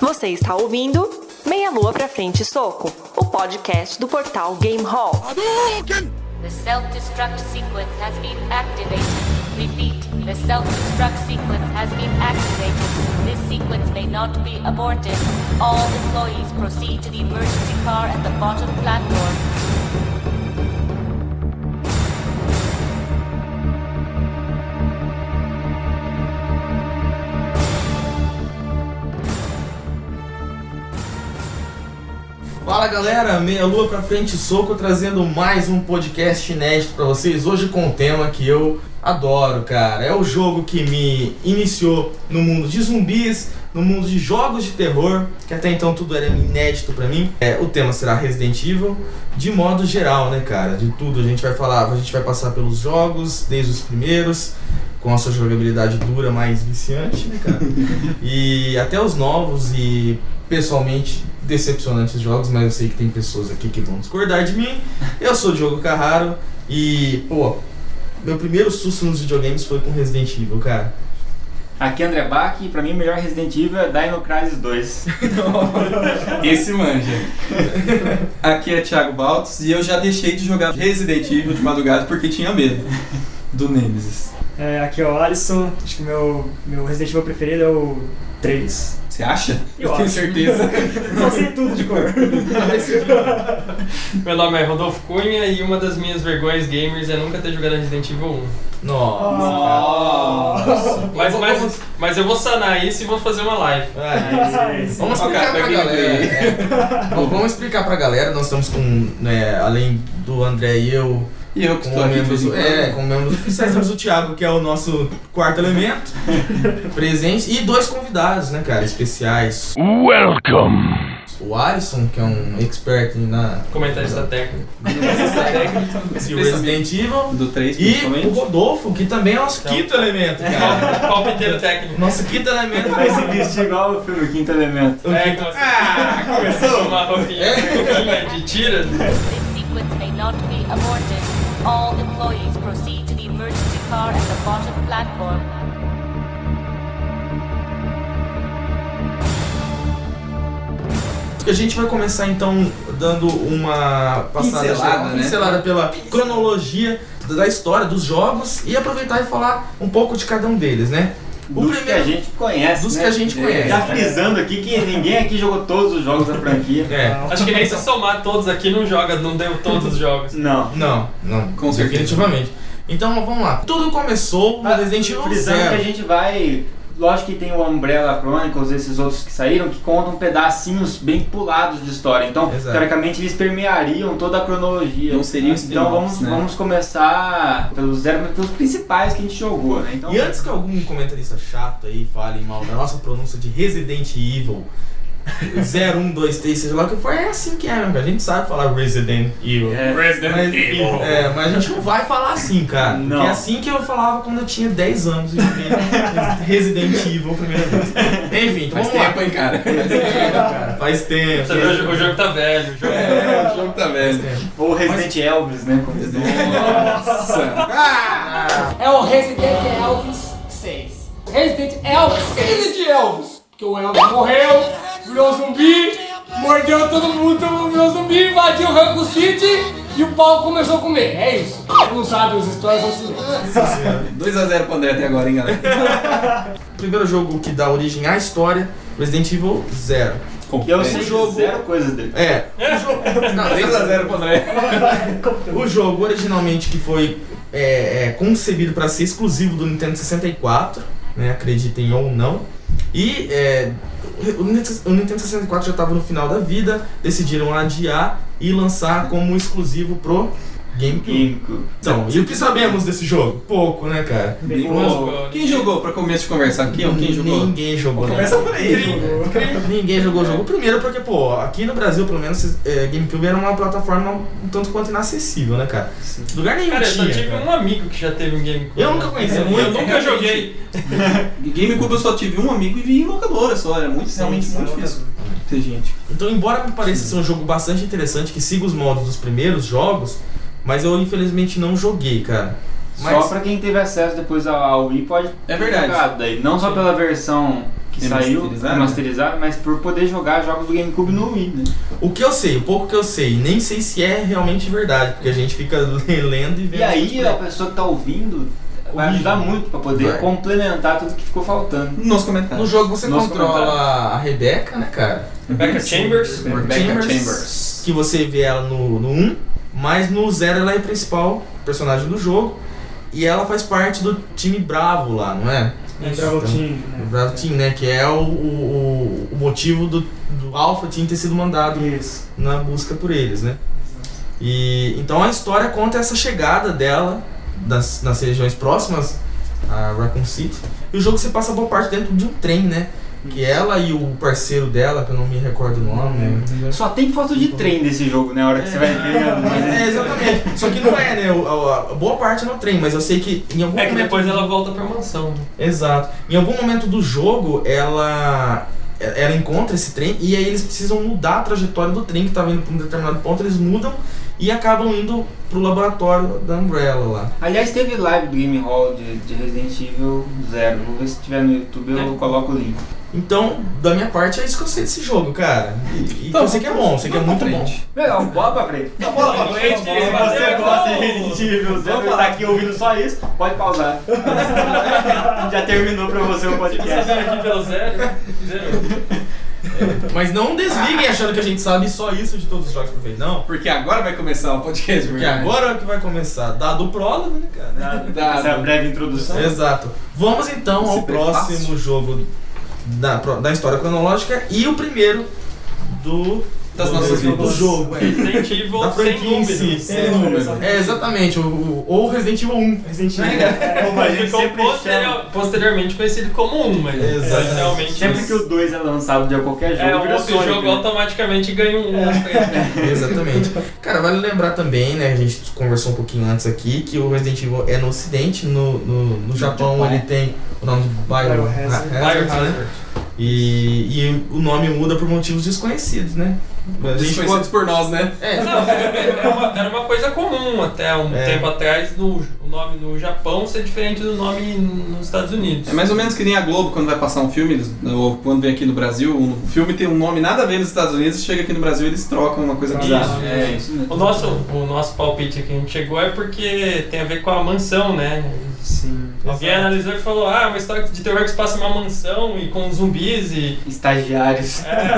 Você está ouvindo Meia Lua pra Frente e Soco, o podcast do portal Game Hall. The self-destruct sequence has been activated. Repeat, the self-destruct sequence has been activated. This sequence may not be aborted. All employees proceed to the emergency car at the bottom platform. Fala galera, meia lua pra frente e soco trazendo mais um podcast inédito pra vocês. Hoje com um tema que eu adoro, cara. É o jogo que me iniciou no mundo de zumbis, no mundo de jogos de terror, que até então tudo era inédito pra mim. É, o tema será Resident Evil, de modo geral, né, cara? De tudo a gente vai falar, a gente vai passar pelos jogos, desde os primeiros, com a sua jogabilidade dura, mais viciante, né, cara? e até os novos e pessoalmente decepcionantes jogos, mas eu sei que tem pessoas aqui que vão discordar de mim. Eu sou o Diogo Carraro e, pô, meu primeiro susto nos videogames foi com Resident Evil, cara. Aqui é André Bach e pra mim o melhor Resident Evil é Dino Crisis 2. Esse manja. Aqui é Thiago Baltos e eu já deixei de jogar Resident Evil de madrugada porque tinha medo do Nemesis. É, aqui é o Alisson, acho que meu, meu Resident Evil preferido é o 3. Você acha? Eu tenho acho. certeza. Só sei tudo de cor. Meu nome é Rodolfo Cunha e uma das minhas vergonhas gamers é nunca ter jogado Resident Evil 1. Nossa. Nossa. Mas, mas, mas eu vou sanar isso e vou fazer uma live. Ai, Ah, é Vamos Ó, explicar cara, pra pra galera. né? Bom, vamos explicar pra galera, nós estamos com, né, além do André e eu, E eu que com tô aqui de vez membros, em quando. é, com membros oficiais, temos o Thiago, que é o nosso quarto elemento, presente, e dois convidados, né, cara, especiais. Welcome! O Alisson, que é um expert na Comentarista técnico. e o Resident Evil. Do 3 E o principalmente. Rodolfo, que também é nosso quinto elemento, cara. Palpiteiro técnico. Nosso quinto elemento. Vai se vestir igual o filme Quinto Elemento. É, então, tá ah, começou uma roupinha, roupinha de tiras. This sequence may not be aborted. All employees proceed to the emergency car at the bottom platform. que a gente vai começar então dando uma passada Pincelada, geral, né? pincelada pela cronologia da história dos jogos e aproveitar e falar um pouco de cada um deles, né? O Dos que a gente conhece. dos né? que a gente conhece. Já frisando aqui que ninguém aqui jogou todos os jogos da franquia. É. Acho que nem se somar todos aqui não joga, não deu todos os jogos. Não. Não, não, Com certeza. definitivamente. Então vamos lá. Tudo começou no Resident Evil Ah, Frisando Tá, que a 0. gente vai. Lógico que tem o Umbrella Chronicles, esses outros que saíram, que contam pedacinhos bem pulados de história. Então, Exato. teoricamente, eles permeariam toda a cronologia. Não seriam Então spin-offs, vamos, né? vamos começar pelos zero, mas pelos principais que a gente jogou, né? Então, E antes que algum comentarista chato aí fale mal da nossa pronúncia de Resident Evil 0, 1, 2, 3, seja lá o que for, é assim que é, né? a gente sabe falar Resident Evil. é, Mas, é, mas a gente não vai falar assim, cara. Não. É assim que eu falava quando eu tinha 10 anos e joguei Resident Evil a primeira vez. Enfim, então Faz vamos lá. tempo, hein, cara. Cara, Faz tempo. Você vê, o jo- o jogo tá velho. O jogo... É, o jogo tá velho. Ou Resident Elvis, né? Como eles dizem. Nossa. Ah! É o Resident Elvis 6. Resident Elvis 6. Resident Elvis. Porque o Elvis morreu, virou zumbi, mordeu todo mundo, todo mundo virou zumbi, invadiu o Rango City e o pau começou a comer. É isso. Quem Não sabe as histórias é são silêncio. 2x0 pro André até agora, hein, galera. O primeiro jogo que dá origem à história, Resident Evil 0. Que eu sei Esse jogo- zero coisas dele. É, o jogo. Não, tá 3x0 pro André. O jogo originalmente que foi é, é, concebido para ser exclusivo do Nintendo 64, né, acreditem ou não. E é, o Nintendo o Nintendo 64 já estava no final da vida, decidiram adiar e lançar como exclusivo pro GameCube. Químico. Então, e o que sabemos desse jogo? Pouco, né, cara? Bem bom. Quem jogou pra começo de conversa? Quem, quem jogou? Ninguém jogou. né? Começa por aí. Ninguém jogou o É. jogo. Primeiro porque, pô, aqui no Brasil, pelo menos, é, GameCube era uma plataforma um tanto quanto inacessível, né, cara? Lugar nenhum Cara, eu só tinha, tive cara. um amigo que já teve um GameCube. Eu nunca conheci Eu, É muito. nunca joguei. GameCube eu só tive um amigo e vi em locadora só. Era muito, realmente Então, muito difícil ter gente. Então, embora me pareça ser um jogo bastante interessante, que siga os modos dos primeiros jogos, mas eu infelizmente não joguei, cara. Mas Só pra quem teve acesso depois ao ao Wii pode É ter verdade. jogado daí. Não só pela versão que que saiu, Remasterizado. remasterizado, mas por poder jogar jogos do GameCube no Wii, né? O que eu sei, o pouco que eu sei, nem sei se é realmente verdade, porque a gente fica lendo e vendo. E aí coisas a por pessoa que tá ouvindo vai Corrige. ajudar muito pra poder Vai. complementar tudo que ficou faltando. Nos No comentários. jogo você Nosso controla comentário. a Rebeca, né, cara? Rebecca Chambers. Rebecca Chambers. Chambers. Que você vê ela no, no 1, mas no 0 ela é a principal personagem do jogo. E ela faz parte do time Bravo lá, não é? É Bravo Team, O né? Bravo Team, né? Que é o, o, o- o motivo do, do Alpha Team ter sido mandado né? Isso. na busca por eles, né? E então a história conta essa chegada dela das, nas regiões próximas a Raccoon City. E o jogo se passa boa parte dentro de um trem, né? Que ela e o parceiro dela, que eu não me recordo o nome. né? Só tem foto de trem desse jogo, né? A hora que você vai ver. né? Mas- É, exatamente. Só que não é, né? O- A, a boa parte é no trem, mas eu sei que em algum É que momento- depois ela volta pra mansão. Exato. Em algum momento do jogo, ela ela encontra esse trem e aí eles precisam mudar a trajetória do trem que tá vindo para um determinado ponto, eles mudam e acabam indo pro laboratório da Umbrella lá. Aliás, teve live do Game Hall de, de Resident Evil Zero. Vou ver se tiver no YouTube, eu coloco o link. Então, da minha parte, é isso que eu sei desse jogo, cara. E, e que eu sei que é bom, eu sei que é muito bom. Legal, bola pra frente. bola pra frente. É. Se você gosta de Resident Evil Zero, tá aqui ouvindo só isso, pode pausar. Já terminou pra você o podcast. Passaram aqui pelo zero. zero. Mas não desliguem achando que a gente sabe só isso de todos os jogos que eu fiz, não. Porque agora vai começar o podcast, Porque verdade. agora é que vai começar. Dado o prólogo, né, cara? Dado. Essa é breve introdução. Exato. Vamos então Esse ao prefácio. próximo jogo da, pro- da história cronológica e o primeiro do Das do- nossas do vidas. jogo, é. Resident Evil Da sem franquia em si. número. Sem número. É, exatamente. O, o, ou Resident Evil 1. Resident Né, Evil. cara? Como a gente é Ficou um né, sempre posterior- chama. posteriormente conhecido como um, mas Exato. originalmente. Sempre que o 2 é lançado de qualquer jogo, É, um vira outro Sonic, jogo né? É. automaticamente ganha um. Exatamente. Cara, vale lembrar também, né? A gente conversou um pouquinho antes aqui, que o Resident Evil é no ocidente, no, no, no Japão ele tem o nome de Bio- É Biohazard. Hazard, né? E, e o nome muda por motivos desconhecidos, né? A gente Desconhecidos por nós, né? pode- é, Não, era uma, era uma coisa comum até um É. tempo atrás no, o nome no Japão ser diferente do nome nos Estados Unidos. É mais ou menos que nem a Globo quando vai passar um filme, eles- ou quando vem aqui no Brasil, um filme tem um nome nada a ver nos Estados Unidos, chega aqui no Brasil eles trocam uma coisa Isso. bizarra. É, isso mesmo. O nosso, o nosso palpite que a gente chegou é porque tem a ver com a mansão, né? Sim. Alguém analisou e falou, ah, uma história de terror que se passa numa mansão e com zumbis e. Estagiários. É,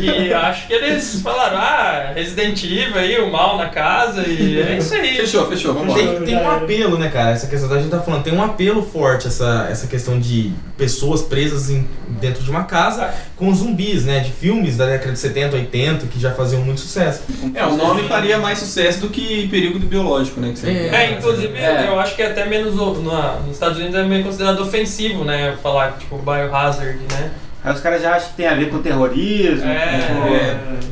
E acho que eles falaram, ah, Resident Evil aí, o mal na casa, e é isso aí. Fechou, fechou, vamos embora. Tem, tem um apelo, né, cara? Essa questão da gente tá falando, tem um apelo forte essa, essa questão de pessoas presas em- dentro de uma casa com zumbis, né? De filmes da década de 70, 80 que já faziam muito sucesso. É, o nome faria mais sucesso do que perigo do biológico, né? que você- É. É, inclusive, É. eu acho que é até menos. o- na- nos Estados Unidos é meio considerado ofensivo, né? Falar, tipo, biohazard, né? Aí os caras já acham que tem a ver com terrorismo, É,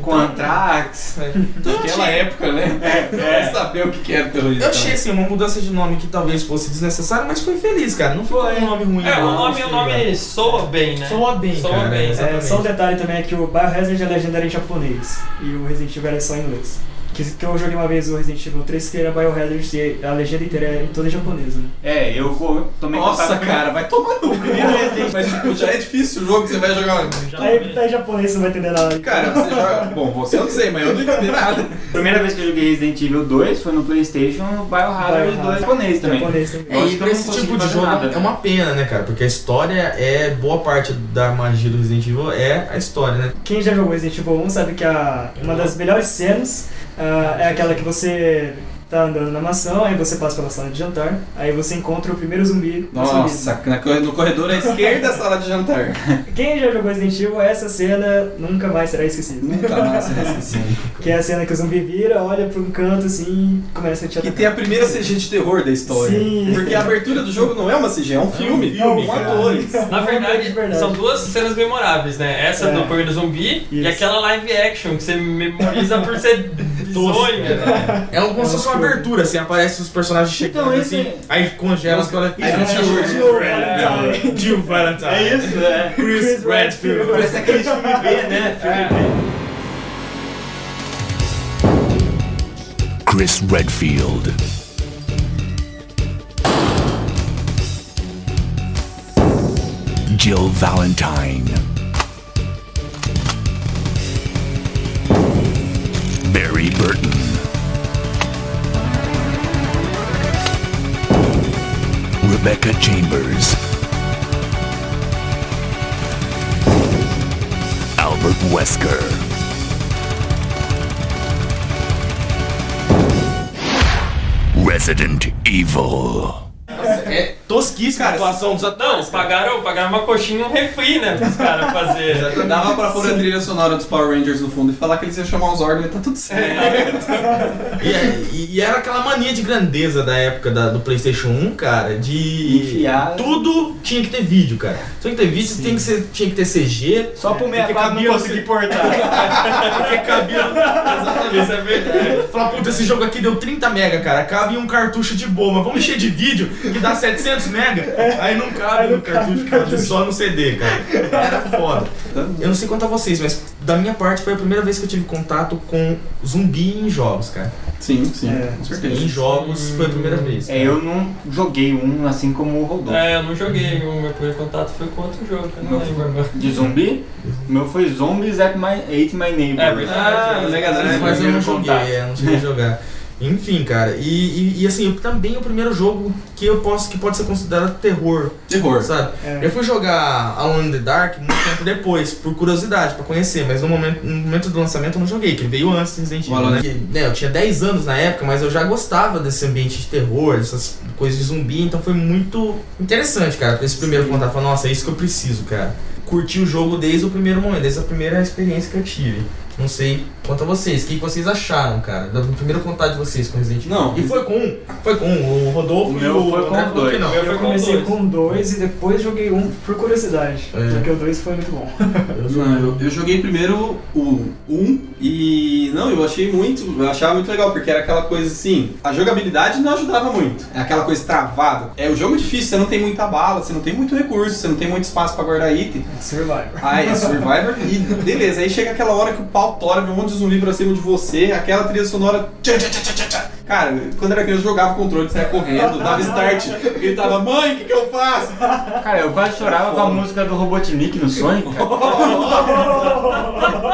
com, com antrax. né? Naquela época, né? Vai saber o que que era terrorista. Eu achei assim, uma mudança de nome que talvez fosse desnecessária, mas foi feliz, cara. Não foi um nome ruim. É, o não, nome, o sei, nome cara. soa bem, né? Soa bem, Soa cara. bem. Exatamente. É, só um detalhe também é que o Biohazard a legenda era em japonês e o Resident Evil era só em inglês. Que, que eu joguei uma vez o Resident Evil 3 que era Biohazard e a legenda inteira é toda em japonês, né? É, eu vou- tomei Nossa, contato com- cara, vai tomar no cu. Mas tipo, já é difícil o jogo que você vai jogar. Já Aí tá em japonês, você não vai entender nada. Cara, você joga. Bom, é você eu não sei, mas eu não entendi nada. Primeira vez que eu joguei Resident Evil 2 foi no Playstation, no Biohazard 2 japonês também. Japonês também. É, Lógico e que pra eu Então não esse consegui tipo de fazer jogo assim, nada. é uma pena, né, cara? Porque a história é. Boa parte da magia do Resident Evil é a história, né? Quem já jogou Resident Evil 1 sabe que a, uma das melhores cenas ah, é aquela que você tá andando na mansão, aí você passa pela sala de jantar, aí você encontra o primeiro zumbi. do zumbi. Nossa, na cor- no corredor à esquerda da sala de jantar. Quem já jogou Resident Evil, essa cena nunca mais será esquecida. Nunca mais eu esqueci. Que é a cena que o zumbi vira, olha pra um canto assim e começa a te Que atacar. tem a primeira CG de terror da história. Sim. Porque a abertura do jogo não é uma CG, é um filme. É um filme, com cara. atores. Na verdade, De verdade. são duas cenas memoráveis, né? Essa É. do Poder do Zumbi e Isso. aquela live action que você memoriza por ser bizonha, né? É um- como se fosse uma Nossa, abertura, assim, aparece os personagens chegando Então, esse- assim, aí congela as coisas. É, Aí Jill Valentine. Jill- Jill Valentine. É isso, é. Chris Redfield. Parece aquele filme B, né? Filme Chris Redfield. Jill Valentine. Barry Burton. Rebecca Chambers. Albert Wesker. Resident Evil. É tosquíssima a atuação dos atores. Não, pagaram, pagaram uma coxinha e um refri, né? Pros caras fazer. Dava pra pôr a trilha sonora dos Power Rangers no fundo e falar que eles iam chamar os Zordon e tá tudo certo. É, E, e- e era aquela mania de grandeza da época da- do PlayStation 1, cara, de. Enfiar. Tudo tinha que ter vídeo, cara. Tinha que ter vídeo, tinha que, ser- tinha que ter CG. Só pro Porque 64 um é, cabia não consegui portar. Porque cabia. Exatamente. Isso é verdade. Falar, puta, esse jogo aqui deu 30 mega, cara. Cabe em um cartucho de boa, mas vamos encher de vídeo que dá 700 mega. Aí não cabe no cartucho, cabe só no CD, cara. Era foda. Eu não sei quanto a vocês, mas da minha parte foi a primeira vez que eu tive contato com zumbi em jogos, cara. Sim, sim, É. com Em certeza. jogos foi a primeira vez. É, eu não joguei um assim como o Rodolfo. É, eu não joguei. O meu primeiro contato foi com outro jogo, que eu não lembro agora. é. De zumbi? O meu foi Zombies at my, Ate My Neighbor. É verdade. Ah, Mega Drive, É, mas eu não primeiro joguei, contato. é, não cheguei a jogar. Enfim, cara, e, e, e assim, eu- também o primeiro jogo que eu posso, que pode ser considerado terror, Terror. sabe? É. Eu fui jogar Alone in the Dark muito tempo depois, por curiosidade, pra conhecer, mas no momento, no momento do lançamento eu não joguei, que ele veio antes do Resident O Evil, Alone- né? Que, né, Eu tinha 10 anos na época, mas eu já gostava desse ambiente de terror, dessas coisas de zumbi, então foi muito interessante, cara, pra esse primeiro contato. Falar, nossa, é isso que eu preciso, cara. Curti o jogo desde o primeiro momento, desde a primeira experiência que eu tive. Não sei quanto a vocês, o que vocês acharam, cara, do primeiro contato de vocês com Resident Evil? Não. E foi com um, foi com um, o Rodolfo O e meu o foi com André falou que dois. não. O meu foi Eu com comecei dois. com dois e depois joguei um por curiosidade. É. Porque o dois foi muito bom. Não, eu, eu joguei primeiro o 1 e não, eu achei muito, eu achava muito legal, porque era aquela coisa assim, a jogabilidade não ajudava muito. É aquela coisa travada. É o jogo é difícil, você não tem muita bala, você não tem muito recurso, você não tem muito espaço pra guardar item. Survivor. Aí é Survivor e beleza, aí chega aquela hora que o pau tora, vem um monte de zumbi pra cima de você, aquela trilha sonora. tchá, tchá, tchá, tchá, tchá, tchá. Cara, quando era criança eu jogava o controle, saia correndo, dava start, gritava, mãe, o que, que eu faço? Cara, eu quase chorava com a música do Robotnik no Sonic. cara.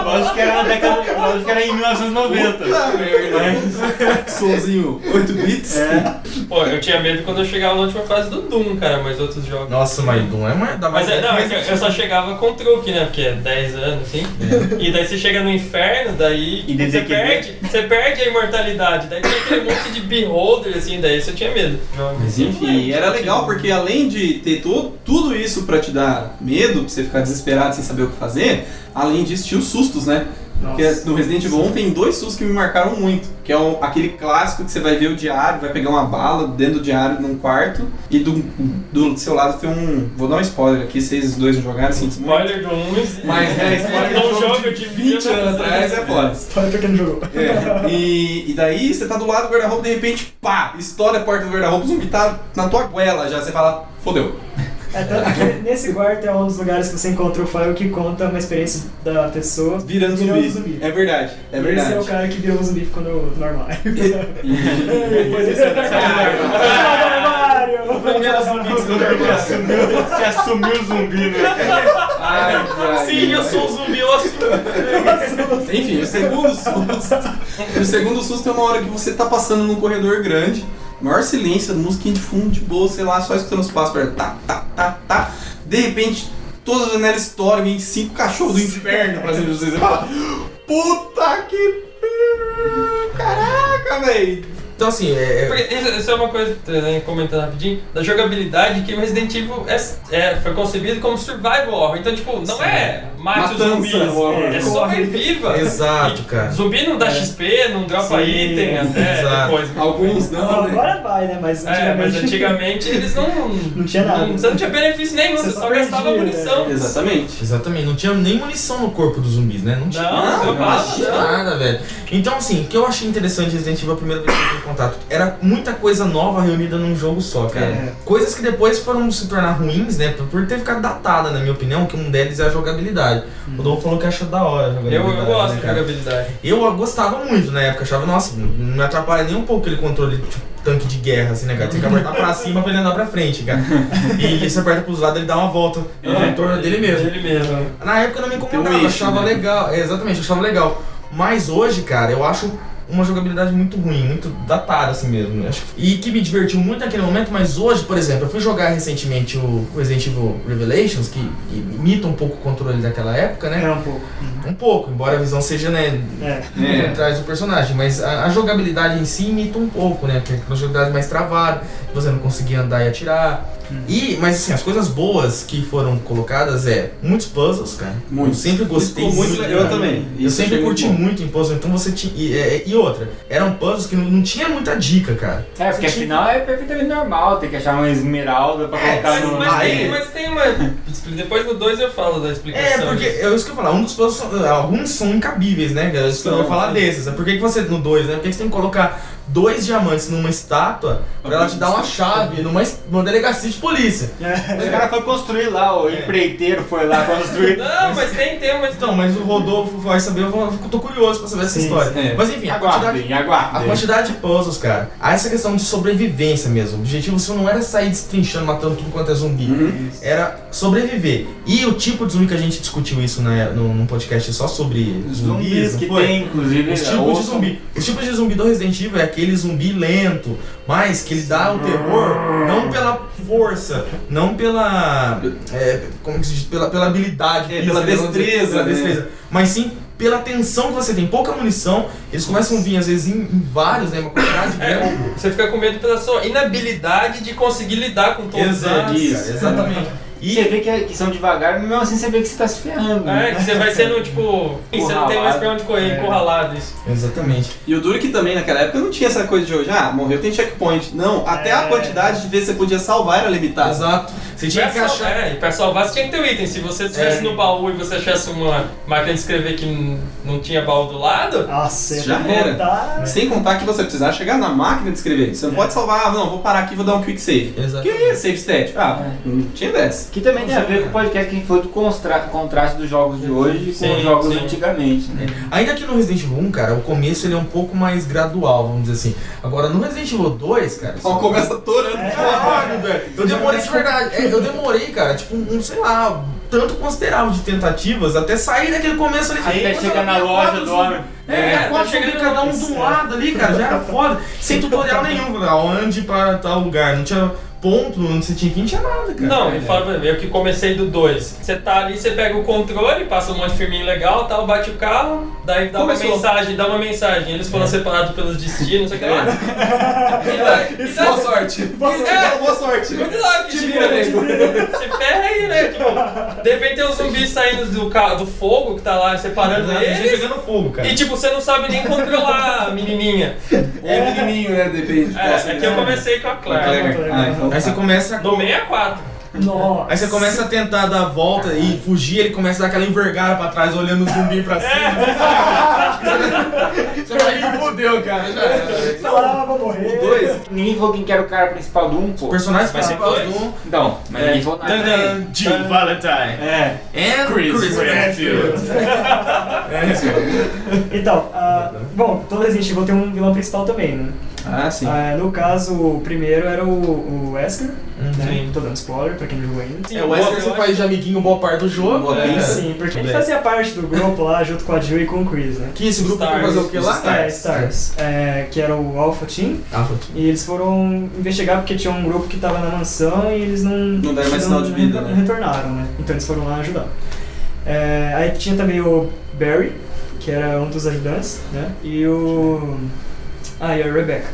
Lógico que era na década. Lógico que era em 1990. Né? Sozinho, 8 bits. É. Pô, eu tinha medo quando eu chegava na última fase do Doom, cara, mas outros jogos. Nossa, mas não é mais. dá Mas mais- é, não, é que eu- assim- eu só chegava com truque, né? Porque é 10 anos, assim. É. E daí você chega no inferno, daí E você dizer que- perde, você perde a imortalidade. Daí tem aquele monte de beholder, assim, daí você tinha medo. Mas enfim, é, e era tipo, legal porque além de ter to- tudo isso pra te dar medo, pra você ficar desesperado sem saber o que fazer, além disso tinha os sustos, né? Porque Nossa. no Resident Evil 1 tem dois sustos que me marcaram muito, que é o- aquele clássico que você vai ver o diário, vai pegar uma bala dentro do diário num quarto e do, do seu lado tem um, vou dar um spoiler aqui, vocês dois não jogaram assim, Spoiler do 1 Mas é, spoiler Não do jogo joga, de eu né? tive 20 anos atrás é foda. Para pra quem não jogou. É, e, e daí você tá do lado do guarda-roupa, de repente, pá, estoura a porta do guarda-roupa, o zumbi tá na tua goela já, você fala, fodeu. É tanto que nesse quarto é um dos lugares que você encontra o file que conta uma experiência da pessoa Virando zumbi. É verdade, é Esse é o verdade. cara que virou zumbi e ficou no, no armário. E- Primeiras limites do Você Nerdcast. assumiu, você assumiu o zumbi, né? Ai, ai, Sim, eu sou um zumbi, eu assumo. Enfim, o segundo susto. o segundo susto é uma hora que você tá passando num corredor grande, maior silêncio, musiquinha de fundo, de boa, sei lá, só escutando os passos perto. Tá, tá, tá, tá. De repente, todas as janelas estouram, vem cinco cachorros do inferno pra cima de vocês. Você fala, puta que. pariu, Caraca, velho! Então assim, é, Porque isso, isso é uma coisa, né, comentando rapidinho, da jogabilidade que o Resident Evil é, é- foi concebido como survival horror. Então, tipo, não é mate os zumbis, Matança horror. é sobreviva. Exato, E cara. Zumbi não dá XP, não dropa Sim, item até exato. depois. Alguns não, né? Agora vai, né? Mas É, mas antigamente eles não. Não tinha nada. Você não tinha benefício nenhum, Você você, só só gastava perdia, né? munição. Exatamente. Exatamente, não tinha nem munição no corpo dos zumbis, né? Não tinha. Não, não não, não, tinha. tinha Nada, velho. Então, assim, o que eu achei interessante de Resident Evil a primeira vez que eu tive contato era muita coisa nova reunida num jogo só, cara. É. Coisas que depois foram se tornar ruins, né? por- Por ter ficado datada, na minha opinião, que um deles é a jogabilidade. O Rodolfo falou que acha da hora a Eu, jogabilidade. eu gosto né, de cara? jogabilidade. Eu gostava muito na época, achava, nossa, não me atrapalha nem um pouco aquele controle tipo, tanque de guerra, assim, né, cara? Tem que apertar pra cima pra ele andar pra frente, cara. E você aperta pros lados, ele dá uma volta no entorno dele mesmo. Ele mesmo. Na época eu não me incomodava, É. Tem um eixo, achava né? legal. É, exatamente, achava legal. Mas hoje, cara, eu acho uma jogabilidade muito ruim, muito datada assim mesmo. né? Acho que- E que me divertiu muito naquele momento, mas hoje, por exemplo, eu fui jogar recentemente o Resident Evil Revelations, que imita um pouco o controle daquela época, né? É um pouco. Um pouco, embora a visão seja, né, É. É. atrás do personagem, mas a, a jogabilidade em si imita um pouco, né? Porque é uma jogabilidade mais travada, você não conseguia andar e atirar. Hum. E, mas assim, as coisas boas que foram colocadas é muitos puzzles, cara. Muitos. Eu sempre gostei Ficou muito legal. Eu cara. também. Eu Isso sempre achei curti muito muito, bom. em puzzle, então você tinha. E, é, e outra, eram puzzles que não, não tinha muita dica, cara. É, porque afinal é perfeitamente normal, tem que achar uma esmeralda pra É, colocar Mas, no. mas, Aí- tem, mas tem uma. Depois no 2 eu falo da É, explicação. porque é isso que eu ia falar, um dos puzzles são- alguns são incabíveis, né, galera? Isso que eu vou São, falar sim. desses. né? Por que, que você, no 2, né? Por que, que você tem que colocar dois diamantes numa estátua pra ela te dar uma chave numa, es- numa delegacia de polícia? É. Os caras foram construir lá, o empreiteiro foi lá construir. Não, mas tem, tem uma Então, mas o Rodolfo vai saber, eu vou- eu tô curioso pra saber essa Sim, história. é. Mas enfim, a quantidade, Aguardem, a aguardem. quantidade de puzzles, cara. Há essa questão de sobrevivência mesmo. O objetivo seu não era sair destrinchando, matando tudo quanto é zumbi. Era sobreviver. E o tipo de zumbi que a gente discutiu isso né, num num podcast só sobre Zumbis não que foi? tem, inclusive. Os tipos de ouçam. zumbi. Os tipos de zumbi do Resident Evil é aquele zumbi lento, mas que ele dá o terror não pela força, não pela. é, como que se diz? Pela, pela habilidade, É, pela física, destreza, pela né? destreza. Mas sim pela tensão que você tem. Pouca munição, eles começam a vir às vezes em, em vários, né? Uma quantidade grande. Você fica com medo pela sua inabilidade de conseguir lidar com todos Exato, eles. cara, exatamente. E você E vê que, que são devagar, mas mesmo assim você vê que você tá se ferrando. É, que você vai sendo, tipo, você não tem mais pra onde correr, encurralado. Isso. Exatamente. E o duro que também naquela época não tinha essa coisa de hoje, ah, morreu tem checkpoint. Não, até É. a quantidade de vezes que você podia salvar era limitada. Exato. Você tinha que Pra sal- achar. é, e pra salvar você tinha que ter um item. Se você estivesse no baú e você achasse uma máquina de escrever que n- não tinha baú do lado, Nossa, eu Já vou era. voltar. Sem contar que você precisava chegar na máquina de escrever. É. Você não pode salvar, ah, não, vou parar aqui e vou dar um quick save. Exato. Que é save stat? Ah, É. não tinha dessa. Que também tem a ver com o podcast que a gente falou do constra- contraste dos jogos de hoje com Sim, os jogos sim. antigamente, né? Ainda que no Resident Evil 1, cara, o começo ele é um pouco mais gradual, vamos dizer assim. Agora, no Resident Evil 2, cara. Ó, começa torando. É. Caralho, velho. Eu demorei, de verdade. É, eu demorei, cara, tipo, um, sei lá, tanto considerável de tentativas até sair daquele começo ali. Até Você chegar já na via loja quatro do zumbi- homem. É, É, quatro tá chegando chegando cada um de um lado ali, cara, já era foda. Sem tutorial nenhum, velho. Onde para tal lugar? Não tinha ponto, onde você tinha que ir, não tinha nada, cara. é. Não, me fala pra mim, eu que comecei do 2. Você tá ali, você pega o controle, passa um monte de firminho legal, tal, bate o carro, daí dá Começou. uma mensagem, dá uma mensagem. Eles foram separados pelos destinos, sei o que lá. E daí- e daí- Boa sorte. Boa sorte. É. Boa sorte. Muito lá que Te tira, vira, tipo, se ferra aí, né? Tipo, de repente tem um zumbi saindo do, ca- do fogo que tá lá separando Não, tinha eles. pegando fogo, cara. E tipo, você não sabe nem controlar a menininha. Ou pequenininho, né? Depende. É, Nossa, é que eu comecei com a né? Claire. Ah, então tipo, Aí você tá. começa a No 64. Nossa. Aí você começa a tentar dar a volta e fugir, ele começa a dar aquela envergada pra trás, olhando o zumbi pra cima. Você vai me fudeu, cara. Já era. Não, ah, vou morrer. Dois. Ninguém falou quem que era o cara principal do um, O pô. personagem Vai ser principal dois? do... Então, mas É. ninguém falou nada. Tadã, Jill Valentine. É. And Chris, Redfield. É isso. Então, ah, bom, todo Resident Evil tem um vilão principal também, né? Ah, sim. Ah, no caso, o primeiro era o, o Wesker, né? Sim. Tô dando spoiler pra quem não jogou ainda. É, o Wesker você faz de amiguinho boa parte do jogo. É. Boa pinça. Sim, porque a gente fazia parte do grupo lá junto com a Jill e com o Chris, né? Que é esse grupo foi Stars. fazer o que lá? É, Stars, é, que era o Alpha Team, Ah, foi. e eles foram investigar porque tinha um grupo que tava na mansão e eles não. Não deram mais sinal de vida, né? Não retornaram, né? Então eles foram lá ajudar. É, aí tinha também o Barry, que era um dos ajudantes, né? E o. Ah, e a Rebecca.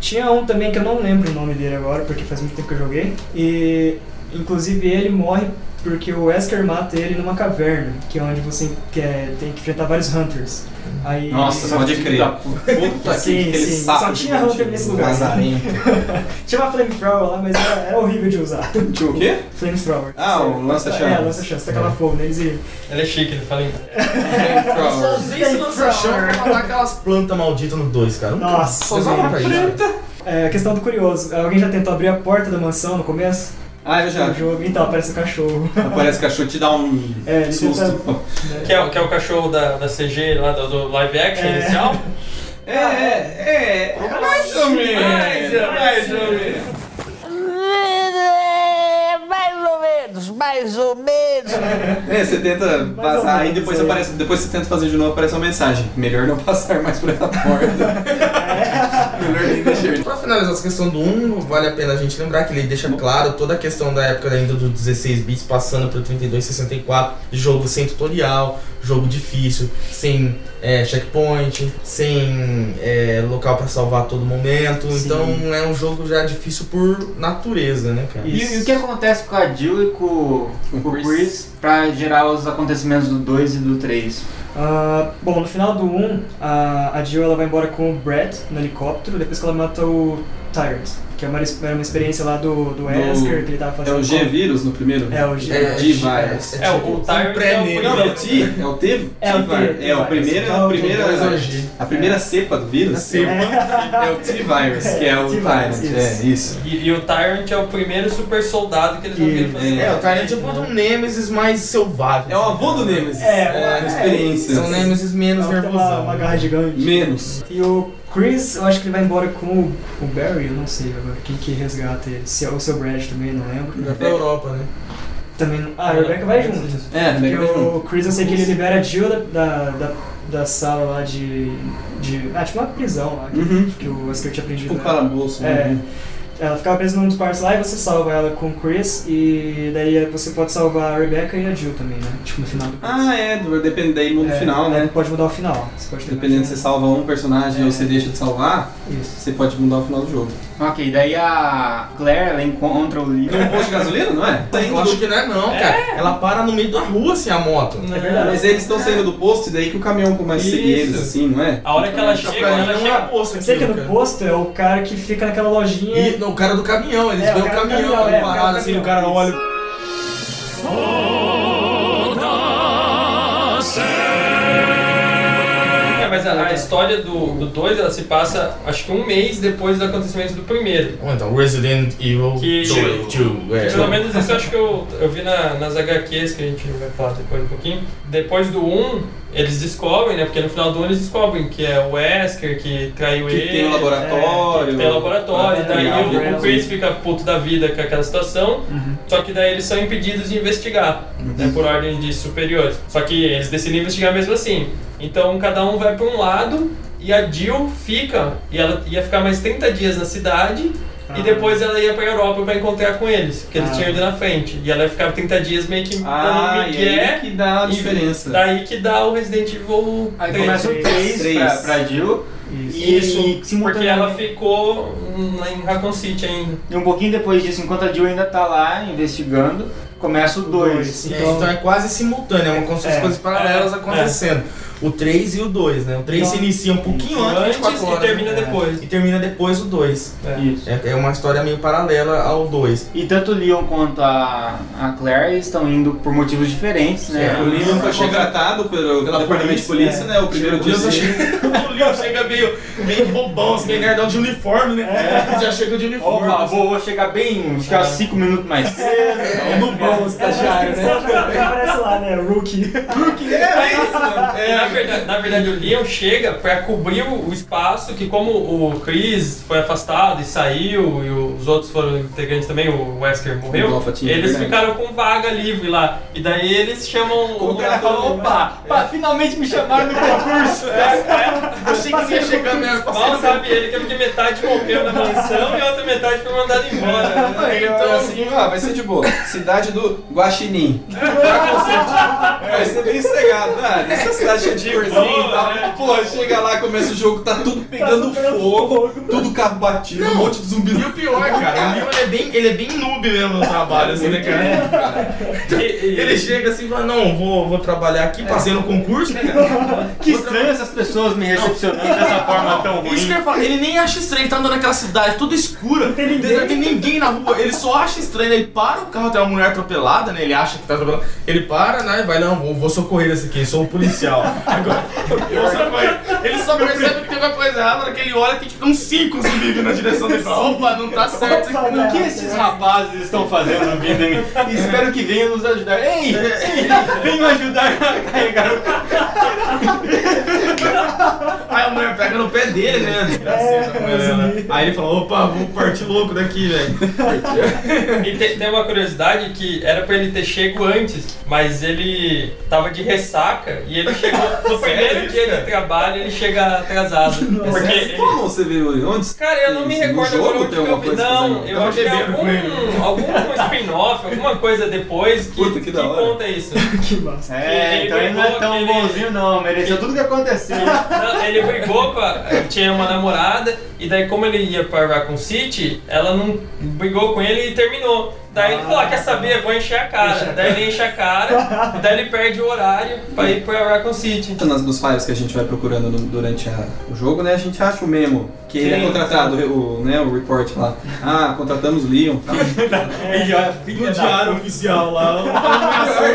Tinha um também que eu não lembro o nome dele agora, porque faz muito tempo que eu joguei. E inclusive ele morre porque o Wesker mata ele numa caverna, que é onde você quer, tem que enfrentar vários Hunters. Aí, Nossa, pode crer. Puta que Sim, aquele sim. sapo Só tinha gigante. Hunter nesse lugar. Lazarento. Tinha uma flamethrower lá, mas era, era horrível de usar. Tinha o quê? Flamethrower. Ah, o Você- lança-chamas. É, lança-chamas. Você tacava fogo neles e... Ele é chique, ele fala em- É, Só usei esse lança-chão pra matar aquelas plantas malditas no 2, cara. Nunca- Nossa, Só usava pra isso. cara. É, a questão do curioso. Alguém já tentou abrir a porta da mansão no começo? Ah, eu já. Do jogo? Então, aparece o cachorro. Aparece cachorro te dá um É, ele susto. tenta- Que é, o- que é o cachorro da, da CG lá do, do live action É. inicial. É, é, é. Mais ou menos. Mais ou mais ou menos. É Mais ou menos, mais ou menos. É, você tenta passar e depois, aparece, depois você tenta fazer de novo, aparece uma mensagem. Melhor não passar mais por essa porta. Melhor nem deixar. Pra finalizar essa questão do 1, vale a pena a gente lembrar que ele deixa claro toda a questão da época ainda do 16 bits passando pro 32, 64, jogo sem tutorial, jogo difícil, sem é, checkpoint, sem é, local pra salvar a todo momento. Sim. Então é um jogo já difícil por natureza, né, cara? E, e o que acontece com a Jill e com, Com com o Chris. Chris pra gerar os acontecimentos do 2 e do 3? Ah, bom, no final do 1, a, a Jill ela vai embora com o Brad no helicóptero, depois que ela mata o Tyrant, que é uma, ex- era uma experiência lá do, do Wesker, que ele tava É fazendo. o G-Vírus no primeiro? É, o G. É, G-Virus. É, o Um Tyrant é o um pré-nemo. Não, é o T, é o T, É o T, T-Virus. É, o primeiro, T-Virus. a primeira, É o G. a primeira cepa do vírus. cepa. É o T-Virus, que é o T-Virus, Tyrant. É, isso. E, e o Tyrant é o primeiro super soldado que eles vão querer fazer. É, o Tyrant é tipo um Nemesis mais selvagem. É o avô do Nemesis. É, é, é, experiência. São Nemesis Ela é menos tem uma, nervosão. né? uma garra gigante. Menos. E o Chris, eu acho que ele vai embora com o, o Barry, eu não sei agora quem que resgata ele. Se é o seu Brad também, não lembro. Vai pra Europa, né? Também não... Ah, a Rebecca vai junto. É, Porque Mega Man. o Chris, eu sei que ele libera a Jill da, da, da, da sala lá de, de. Ah, tipo uma prisão lá, que, Uhum. que o Wesker tinha aprendido. Tipo calabouço. É. né? Ela ficava presa num dos quartos lá e você salva ela com o Chris, e daí você pode salvar a Rebecca e a Jill também, né? Tipo no final do Ah, é, do- depende daí muda o É, final, daí né? Pode mudar o final. Você pode terminar Dependendo o se você final. salva um personagem ou você deixa de salvar, Isso. você pode mudar o final do jogo. Ok, daí a Claire ela encontra o livro. É um posto de gasolina, não é? Tá indo Eu do- acho que não é não, cara. Ela para no meio da rua, assim, a moto. Não. É verdade. Mas eles estão saindo do posto e daí que o caminhão começa a seguir Isso. eles, assim, não é? A hora que ela chega, Pra mim ela não chega. é posto Eu sei que aquilo, no cara. posto é o cara que fica naquela lojinha. E não, o cara do caminhão, eles É, veem o o cara do caminhão, caminhão, é, o cara parado do assim, o caminhão, cara olha. É, mas a, a história do 2 ela se passa acho que um mês depois dos acontecimentos do primeiro. Ou então, Resident Evil Que- 2, é. Pelo menos isso eu acho que eu, eu vi na- nas HQs que a gente vai falar depois um pouquinho. Depois do 1, um, eles descobrem, né? Porque no final do 1 eles descobrem que é o Wesker que traiu Que ele. tem o laboratório. Que tem o laboratório, Ah, daí é, o, o é, Chris fica puto da vida com aquela situação, Uhum. só que daí eles são impedidos de investigar, né, por ordem de superiores. Só que eles decidem investigar mesmo assim. Então cada um vai para um lado e a Jill fica, e ela ia ficar mais 30 dias na cidade. Ah. E depois ela ia pra Europa pra encontrar com eles, porque eles Ah. tinham ido na frente. E ela ia ficar 30 dias meio Então, que Ah, dando e migué, aí que dá a e diferença. Daí que dá o Resident Evil Aí 3. começa o é 3 pra, Três. pra Jill. Isso. E, e Porque simultaneamente- ela ficou lá em Raccoon City ainda. E um pouquinho depois disso, enquanto a Jill ainda tá lá investigando, começa o 2. É, Então, é quase simultâneo, é uma construção É. de coisas paralelas É. acontecendo. O 3 e o 2, né? O 3 se inicia um pouquinho antes, Antes 24 horas, e termina né? depois. E termina depois o 2. Isso. É, é uma história meio paralela ao 2. E tanto o Leon quanto a, a Claire estão indo por motivos diferentes, né? O Leon foi contratado pelo pela departamento de é. polícia, né? O primeiro dia. Deus, dele. o Leon chega meio, meio bobão, assim, meio gardão de uniforme, né? Ele Já chega de uniforme. Opa, vou, vou chegar bem, É. ficar 5 minutos mais cedo. É, no bom, estagiário, né? Aparece lá, né? Rookie. E na, verdade, na verdade, o Leon chega pra cobrir o o espaço que, como o Chris foi afastado e saiu, e os outros foram integrantes também, o Wesker morreu, O Alpha Team, eles verdade. ficaram com vaga livre lá. E daí eles chamam O cara fala, o. opa, pá, finalmente me chamaram no concurso. É. Achei que ele ia chegar mesmo. Mal sabe ele que é porque metade morreu na mansão e a outra metade foi mandada embora. né? Então, assim, ah, vai ser de boa. Cidade do Guaxinim. vai ser bem cegado, mano. Essa cidade cheia de corzinho e tal. né? Pô, chega lá, começa o jogo, tá tudo pegando fogo, tudo carro batido, um monte de zumbi. E o pior, cara, o Leon ele é bem, ele é bem noob mesmo no trabalho, assim, né, cara? Ele chega assim e fala, não, vou, vou trabalhar aqui, passei no concurso, né, cara? Que estranho essas pessoas me recepcionando dessa forma tão Isso que eu ruim. ia falar, ele nem acha estranho, ele tá andando naquela cidade toda escura, não tem ninguém, na rua, ele só acha estranho, ele para o carro, tem uma mulher atropelada, né? Ele acha que tá atropelada, ele para, né? E vai, não, vou, vou socorrer esse aqui, sou um policial. Agora, eu vou socorrer. ele só percebe que tem alguma coisa errada, naquele olha tem que ter uns 5 zumbis vindo na direção dele. Fala, Opa, não tá certo isso aqui. O que esses rapazes estão fazendo no vídeo? hein? Espero que venham nos ajudar. Ei! É. Venham ajudar a carregar o carro. Aí a mulher pega no pé dele, né? Desgraceira, a mulher, né? Aí ele fala, opa, vamos partir louco daqui, velho. E tem, tem uma curiosidade que era pra ele ter chego antes, mas ele tava de ressaca e ele chegou. No primeiro isso, dia cara? de trabalho, ele chega atrasado. porque ele- Como você viu ele? Onde? Cara, eu não me No recordo jogo agora onde tem que eu alguma vi. coisa que você Não, eu tava acho que é bebendo com ele. algum, algum spin-off, alguma coisa depois que, Puta, que da hora. conta isso. Que massa. É, então ele não é tão bonzinho não, mereceu tudo que aconteceu. Não, ele brigou com a, tinha uma namorada e daí como ele ia pra Raccoon City, ela não brigou com ele e terminou. Daí ele falou, ah, quer saber, vou encher a cara. Daí ele enche a cara, e daí ele perde o horário pra ir pra Raccoon City. Nas dos files que a gente vai procurando no- durante a- o jogo, né? A gente acha o memo que ele é Sim. contratado, o, né, o report lá. Ah, contratamos Leon. Tá. No diário oficial lá,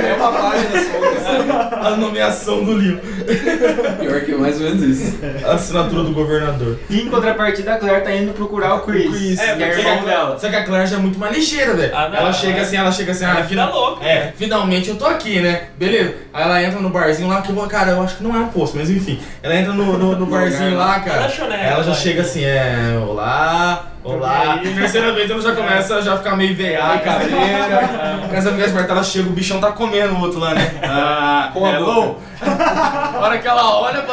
É uma página só, né? a nomeação do livro. né? Pior que é mais ou menos isso. A assinatura do governador. E em contrapartida a Claire tá indo procurar o Chris, Chris. que é irmão dela. Só que a Claire já é muito mais ligeira, velho. Ah, não. ela chega assim, ela chega assim, ah, Ela fica louca, É, né? finalmente eu tô aqui, né? Beleza. Aí ela entra no barzinho lá, que, eu- cara, eu acho que não é um posto, mas enfim. Ela entra no, no, no barzinho lá, cara. Lanchonete, Ela já é vai. chega assim, é, olá, olá. Terceira vez ela já começa a já ficar meio né? veia, cadeira. Começa a ficar esperta, ela chega, o bichão tá comendo o outro lá, né? Ah, Com a hello. A hora que ela olha,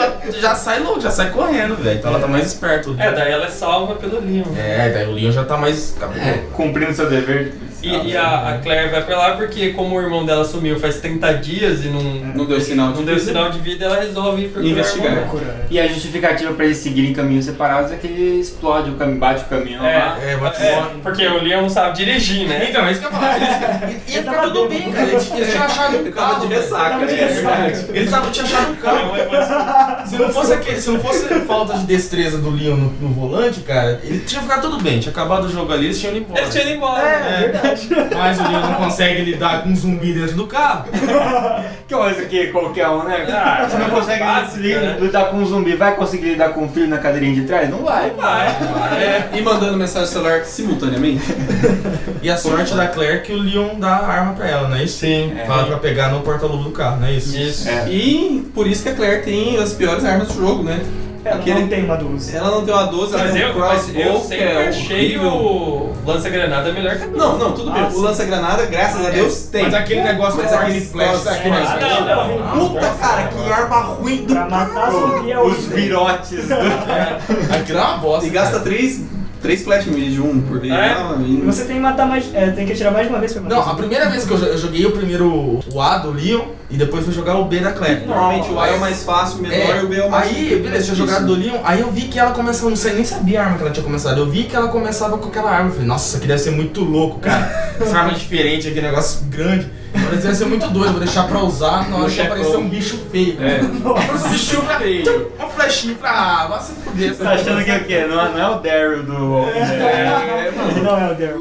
já sai louco, já sai correndo, velho. Então ela tá mais esperta. É, daí ela é salva pelo livro. É, daí o Leon já tá mais. cabeludo. Cumprindo seu dever. E, e a, a Claire vai pra lá porque como o irmão dela sumiu faz 30 dias e não, Não deu sinal de não deu vida. sinal de vida, ela resolve ir procurar o Investigar. irmão dela. Loucura, né? E a justificativa pra eles seguirem caminhos separados é que ele explode o caminho, bate o caminhão lá. É, É, bate é, fora. porque o Leon não sabe dirigir, né? Então, é isso que eu ia falar. Eles, ia ficar tudo bem, cara. Eles eles tinham achado o Ele tava carro. de ressaca. é de ressaca. verdade. Eles estavam tinham achado o carro. Se não fosse, aquele, se não fosse a falta de destreza do Leon no, no volante, cara, ele tinha ficado tudo bem. Tinha acabado o jogo ali, eles tinham ido embora. É. Ele tinha ido embora. É, né? Mas o Leon não consegue lidar com um zumbi dentro do carro. Que coisa que qualquer um, né? Ah, é Você não consegue básica, li- né? lidar com um zumbi, vai conseguir lidar com um filho na cadeirinha de trás? Não vai. É, E mandando mensagem ao celular simultaneamente. E a sorte da Claire é que o Leon dá a arma pra ela, não é isso? Sim. Fala pra pegar no porta-luva do carro, não é isso? Isso. E por isso que a Claire tem as piores armas do jogo, né? Ela Aquele- É, não tem uma dúzia. Ela não tem uma 12, ela Mas tem um eu, mas eu crossbow, que sempre é achei horrível. o lança-granada é melhor que a Não, não, tudo bem. O lança-granada, graças a Deus, tem. Mas aquele negócio Mas com aquele arco e flecha, negócio- aquele Ah, negócio- não, não. Puta, cara, que arma ruim do Pra matar zumbi é Os horrível. virotes. do- Aquilo é uma bosta. E gasta cara. três, três flash mid, um por vez. É? Ah, e- Você tem que matar mais. É, tem que atirar mais de uma vez pra matar. Não, a primeira vez que eu jo- eu joguei o primeiro o A do Leon e depois fui jogar o B da Claire. Normalmente o A é o mais fácil, o menor e o B é o mais Aí, beleza, tinha jogado do Leon, aí eu vi que ela começava, não sei, nem sabia a arma que ela tinha começado. Eu vi que ela começava com aquela arma. Eu falei, nossa, isso aqui deve ser muito louco, cara. Essa arma é diferente, aquele negócio grande. Agora isso deve ser muito doido, vou deixar pra usar na hora que aparecer um bicho feio. É. Um bicho feio. Uma flechinha pra. Ah, vai se fuder. Tá achando que é o quê? Não, é- não é o Daryl do Walking Dead. Não é o Daryl.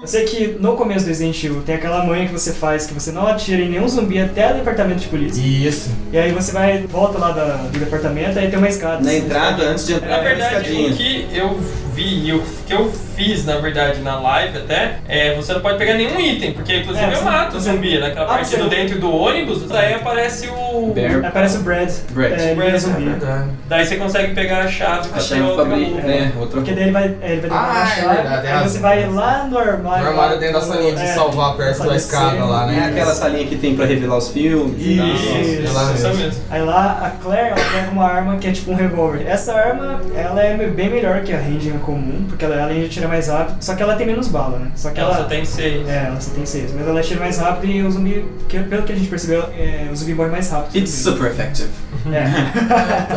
Eu sei que no começo do Resident Evil tem aquela manha que você faz que você não atira em nenhum zumbi até o departamento de polícia. Isso. E aí você vai, volta lá da- do departamento, aí tem uma escada. Na assim. entrada, antes de entrar, Na É verdade, É, escadinha. o que eu vi e o que eu fiz, na verdade, na live até, é você não pode pegar nenhum item, porque inclusive É, eu você- mato o você- zumbi naquela Ah, parte você- do dentro do ônibus, daí aparece o. Bear. Aparece o Brad. Brad. É, ele Brad, é zumbi. Verdade. Daí você consegue pegar a chave pra A chave tirar pra outra abrir, luva. né? Outra Porque daí ele vai, é, ele vai demorar Ah, a é chave, verdade, é aí você razão. vai lá no armário. No armário dentro da salinha de é, salvar perto da salinha de escada cedo. lá, É né? aquela salinha que tem pra revelar os filmes. e tal. Isso, Ela- isso mesmo. Aí lá a Claire ela pega uma arma que é tipo um revólver. Essa arma ela é bem melhor que a Ranger comum, porque ela além de atirar mais rápido, só que ela tem menos bala, né? Só que Ela ela, só tem seis. É, ela só tem seis, mas ela atira mais rápido e o zumbi, que- pelo que a gente percebeu, é, o zumbi morre mais rápido. It's super effective. É,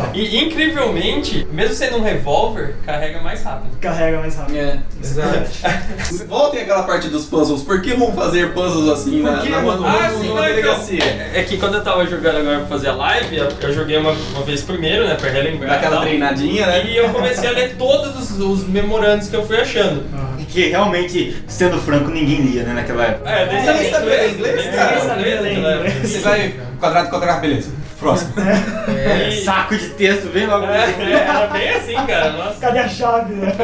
E incrivelmente, mesmo sendo um revólver, carrega mais rápido. carrega mais rápido. É, Exato. Voltem àquela parte dos puzzles. Por que vão fazer puzzles assim na, que, na, mano? manu- Ah, na sim, não, então. delegacia? É que quando eu tava jogando agora pra fazer a live, eu- eu joguei uma, uma vez primeiro, né, pra relembrar. e Daquela tal. treinadinha, né? E eu comecei a ler todos os, os memorandos que eu fui achando. Ah. E que realmente, sendo franco, ninguém lia, né, naquela época. É, É, daí sabia isso também é inglês, né? cara. Inglês, Ninguém sabia né? ler inglês. Você vai quadrado, quadrado, beleza. Próximo. É, né? e- Saco de texto, vem logo. É, era bem assim, cara. Nossa. Cadê a chave? né?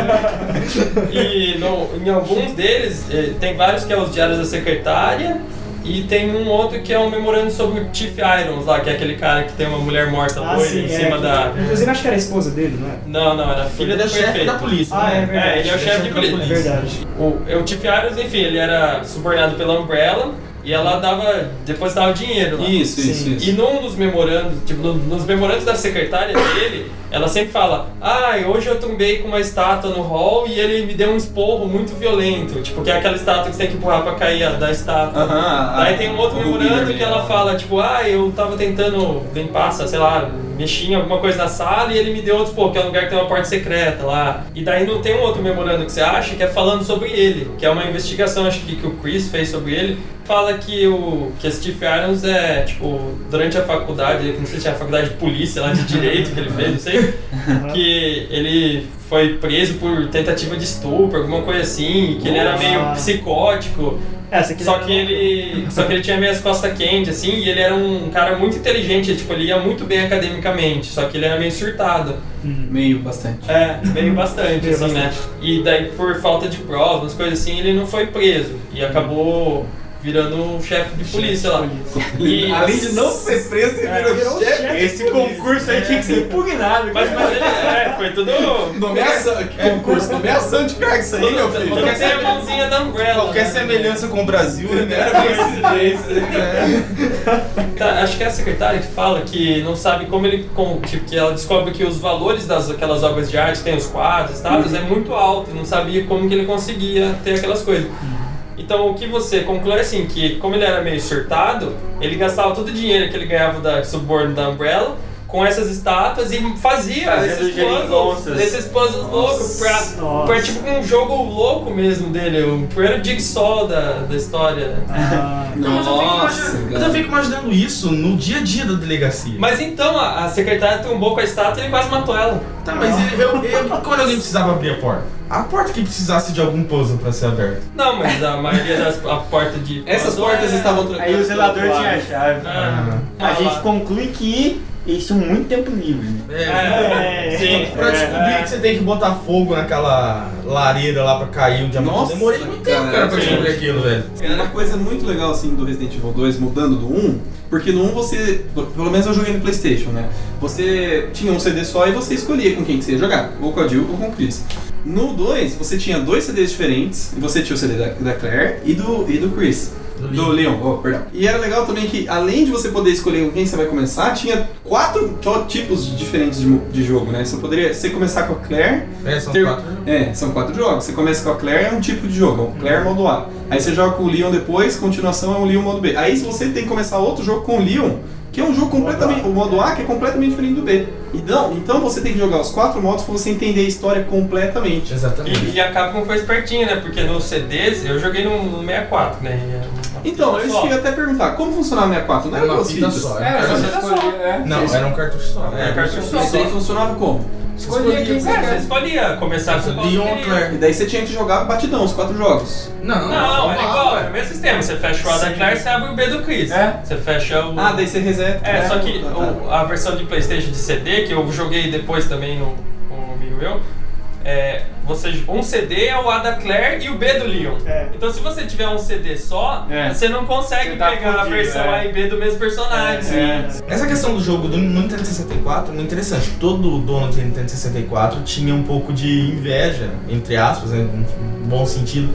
E no- em alguns deles, eh, tem vários que é os diários da secretária e tem um outro que é um memorando sobre o Chief Irons lá, que é aquele cara que tem uma mulher morta Ah, loira sim, em é. cima da... Inclusive, acho que era a esposa dele, não é? Não, não, era a filha Ele do é chefe prefeito. da polícia. Ah, é né? verdade. É, ele é o chefe de polícia. É verdade. O, é, o Chief Irons, enfim, ele era subordinado pela Umbrella e ela dava, depois dava dinheiro lá. Isso, Sim. isso, E isso. num dos memorandos, tipo, no- nos memorandos da secretária dele, ela sempre fala: Ai, hoje eu tombei com uma estátua no hall e ele me deu um esporro muito violento. Tipo, que é aquela estátua que você tem que empurrar pra cair a- da estátua. Aham, Daí a- tem um outro Ah, o memorando Guilherme, que ela né? fala, tipo, ah, eu tava tentando limpar, essa, sei lá, mexer em alguma coisa na sala e ele me deu outro, pô, que é um lugar que tem uma porta secreta lá. E daí não tem um outro memorando que você acha que é falando sobre ele, que é uma investigação, acho que, que o Chris fez sobre ele. Fala que o que esse Steve Irons é, tipo, durante a faculdade, não sei se tinha a faculdade de polícia lá de direito que ele fez, não sei, que ele foi preso por tentativa de estupro, alguma coisa assim, que ele era meio Nossa. psicótico. Essa aqui Só que ele. Só que ele tinha meio as costas quentes, assim, e ele era um cara muito inteligente, tipo, ele ia muito bem academicamente, só que ele era meio surtado. Meio bastante. É, veio bastante, Veio assim, né? E daí por falta de provas, coisas assim, ele não foi preso. E acabou virando o chefe de polícia lá. E, Além de não ser preso, você virou virou chefe. chefe. Esse concurso aí tinha que É, ser impugnado. mas, mas ele é, foi tudo. é Nomeação, que concurso, nomeação de cargo isso assim, aí, meu filho. Qualquer ser a mãozinha da Umbrella. Qualquer né? semelhança com o Brasil é mera Era coincidência. Tá, acho que é a secretária que fala que não sabe como ele. com- tipo, que ela descobre que os valores das aquelas obras de arte, tem os quadros, estátuas, é muito alto, e não sabia como que ele conseguia ter aquelas coisas. Então o que você conclui é assim, que como ele era meio surtado, ele gastava todo o dinheiro que ele ganhava da suborno da Umbrella com essas estátuas e fazia Fazendo esses puzzles, geringonças. esses puzzles loucos pra, Nossa. pra, tipo um jogo louco mesmo dele, o primeiro jigsaw da, da história. Ah, Então, mas eu fico imaginando- mas eu cara. fico imaginando isso no dia a dia da delegacia. Mas então a, a secretária tombou com a estátua e ele quase matou ela. Tá, mas ele- eu, eu- quando alguém precisava abrir a porta? A porta que precisasse de algum puzzle pra ser aberta. Não, mas a maioria das a porta de. Essas portas é- estavam trancadas. Aí o zelador pelo tinha a lado. chave. Ah, A gente lá. conclui que eles tinham muito tempo livre, né? É, É, sim. Pra descobrir É. que você tem que botar fogo naquela lareira lá pra cair um diamante. Nossa, Demorei muito tempo, um cara, pra cara, descobrir aquilo, velho. Era uma coisa muito legal assim do Resident Evil 2, mudando do 1, porque no 1 você, pelo menos eu joguei no PlayStation, né? Você tinha um CD só e você escolhia com quem que você ia jogar, ou com a Jill ou com o Chris. No 2, você tinha dois CDs diferentes, e você tinha o CD da, da Claire e do, e do Chris. Do Do Leon, oh, perdão. E era legal também que, além de você poder escolher com quem você vai começar, tinha quatro to- tipos diferentes de, mo- de jogo, né? Você poderia você começar com a Claire, É, são ter- quatro. é, são quatro jogos. Você começa com a Claire, é um tipo de jogo, é um Claire modo A. Aí você joga com o Leon depois, continuação é um Leon modo B. Aí se você tem que começar outro jogo com o Leon, que é um jogo completamente. O modo A que é completamente diferente do B. Então, então você tem que jogar os quatro modos pra você entender a história completamente. E, Exatamente. e a Capcom foi espertinha, né? Porque nos CDs eu joguei no, no 64, né? E era- Então, eu Só. ia até perguntar, como funcionava o 64? Não Era era uma duas fita fitas? só. É, era um você cartucho. escolhe, é. Não, você era um cartucho só. Era cartucho só. Isso aí funcionava como? escolhe quem você Você quer. escolhia começar com qual Leon você queria. E Claire. daí você tinha que jogar batidão, os quatro jogos. Não, Não, só lá, era igual, ué. era o mesmo sistema. Você fecha o A da Claire, você abre o B do Chris. É. Você fecha o. Ah, daí você reseta. Hum. É, Né? só que Ah, tá. o- a versão de Playstation de CD, que eu joguei depois também no, com um amigo meu, é, você, um CD é o A da Claire e o B do Leon. É. Então se você tiver um CD só, É. você não consegue Você tá pegar a fudido, versão é. A e B do mesmo personagem. É. Essa questão do jogo do Nintendo 64 é muito interessante. Todo dono de Nintendo 64 tinha um pouco de inveja, entre aspas, né, um bom sentido,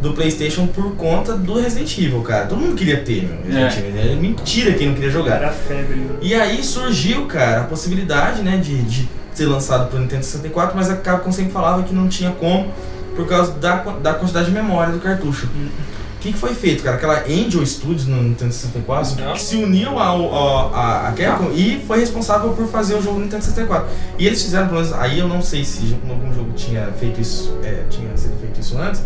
do PlayStation por conta do Resident Evil, cara. Todo mundo queria ter, meu, Resident É. Evil. né? Mentira quem não queria jogar. era febre. né? E aí surgiu, cara, a possibilidade, né, de, de ser lançado pro Nintendo 64, mas a Capcom sempre falava que não tinha como por causa da, qua- da quantidade de memória do cartucho. O que, que foi feito, cara? Aquela Angel Studios no Nintendo 64 Não. que se uniu ao, ao- a, a Capcom e foi responsável por fazer o jogo do Nintendo 64. E eles fizeram, pelo menos, aí eu não sei se algum jogo tinha feito isso, é, tinha sido feito isso antes,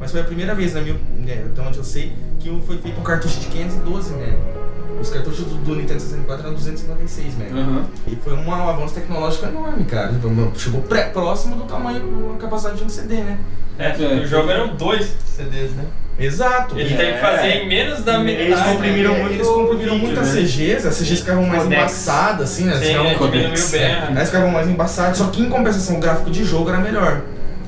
Mas foi a primeira vez, na minha, né, até onde eu sei, que um foi feito um cartucho de 512 mega. Os cartuchos do, do Nintendo 64 eram 256 mega. Aham. E foi um avanço tecnológico enorme, cara. Tipo, Chegou pré- próximo do tamanho, da capacidade de um CD, né? É, É. o jogo eram dois CDs, né? Exato. Ele E- tem que fazer em menos da metade. É. Eles comprimiram muito Eles comprimiram o vídeo, muito as né? CGs, as CGs ficavam mais Codex. embaçadas, assim, né? Elas Sim, ficavam- é, diminuiu um codex, bem. é. a- elas ficavam mais embaçadas, só que em compensação o gráfico de jogo era melhor.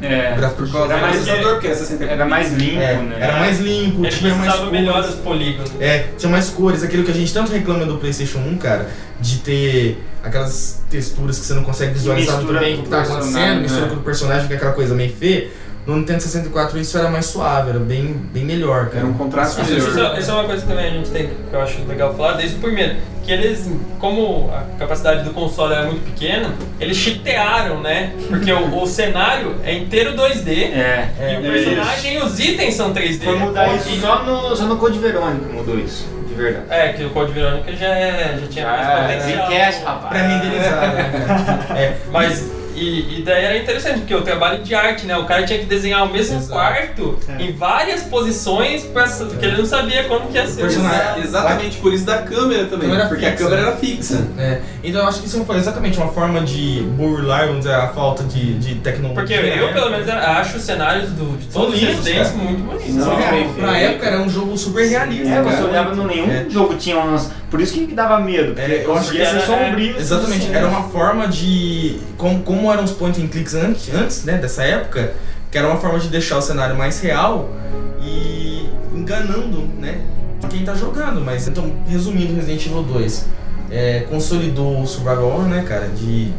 É. O gráfico de jogo Por causa do Era mais- processador, porque é 64 Era mais limpo, é, né? era mais limpo, Ele tinha mais precisava cores. melhor dos polígonos. É, tinha mais cores, aquilo que a gente tanto reclama do Playstation 1, cara, de ter aquelas texturas que você não consegue visualizar muito mistura bem o com que o tá personagem, acontecendo, mistura né? com o personagem, fica aquela coisa meio feia. No Nintendo 64 isso era mais suave, era bem, bem melhor, cara. Era um contraste Isso, isso é- melhor. isso é uma coisa que também a gente tem que eu acho legal falar desde o primeiro. Que eles, como a capacidade do console era muito pequena, eles chitearam, né? Porque o, o cenário é inteiro 2D É. e o é personagem e os itens são 3D. Foi mudar E- isso só no, só no Code Verônica mudou isso, de verdade. É, que o Code Verônica já, é- já tinha mais potencial. Zcash, rapaz. Pra renderizar, né? É, Mas. E, e daí era interessante, porque o trabalho de arte, né? O cara tinha que desenhar o mesmo Exato. quarto É. em várias posições, pra, porque ele não sabia como que ia ser. Personagem. Exa- Exatamente por isso da câmera também, Câmera porque a fixa. câmera era fixa. É, então eu acho que isso foi exatamente uma forma de burlar, vamos dizer, a falta de, de tecnologia. né? Porque eu, pelo menos, acho os cenários do, de São todos os lindos, residentes cara. muito bonitos. Não, Só que, bem pra feito. época era um jogo super realista, É, você cara. olhava no nenhum É. jogo tinha umas. Por isso que dava medo. Porque É, eu acho que conseguia ser era- sombrio. Exatamente, assim, era né? uma forma de. Como, como eram os point and clicks antes, antes, né, dessa época, que era uma forma de deixar o cenário mais real e enganando, né, quem tá jogando. Mas então, resumindo, Resident Evil 2 é, consolidou o Survival Horror, né, cara, de.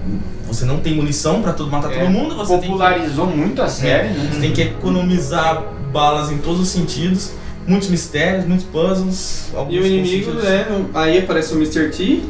Você não tem munição pra todo, matar É, todo mundo, você tem que É, popularizou muito a série, né? Você tem que economizar balas em todos os sentidos, muitos mistérios, muitos puzzles. alguns E o inimigo, é sentidos- né? Aí aparece o Mr. T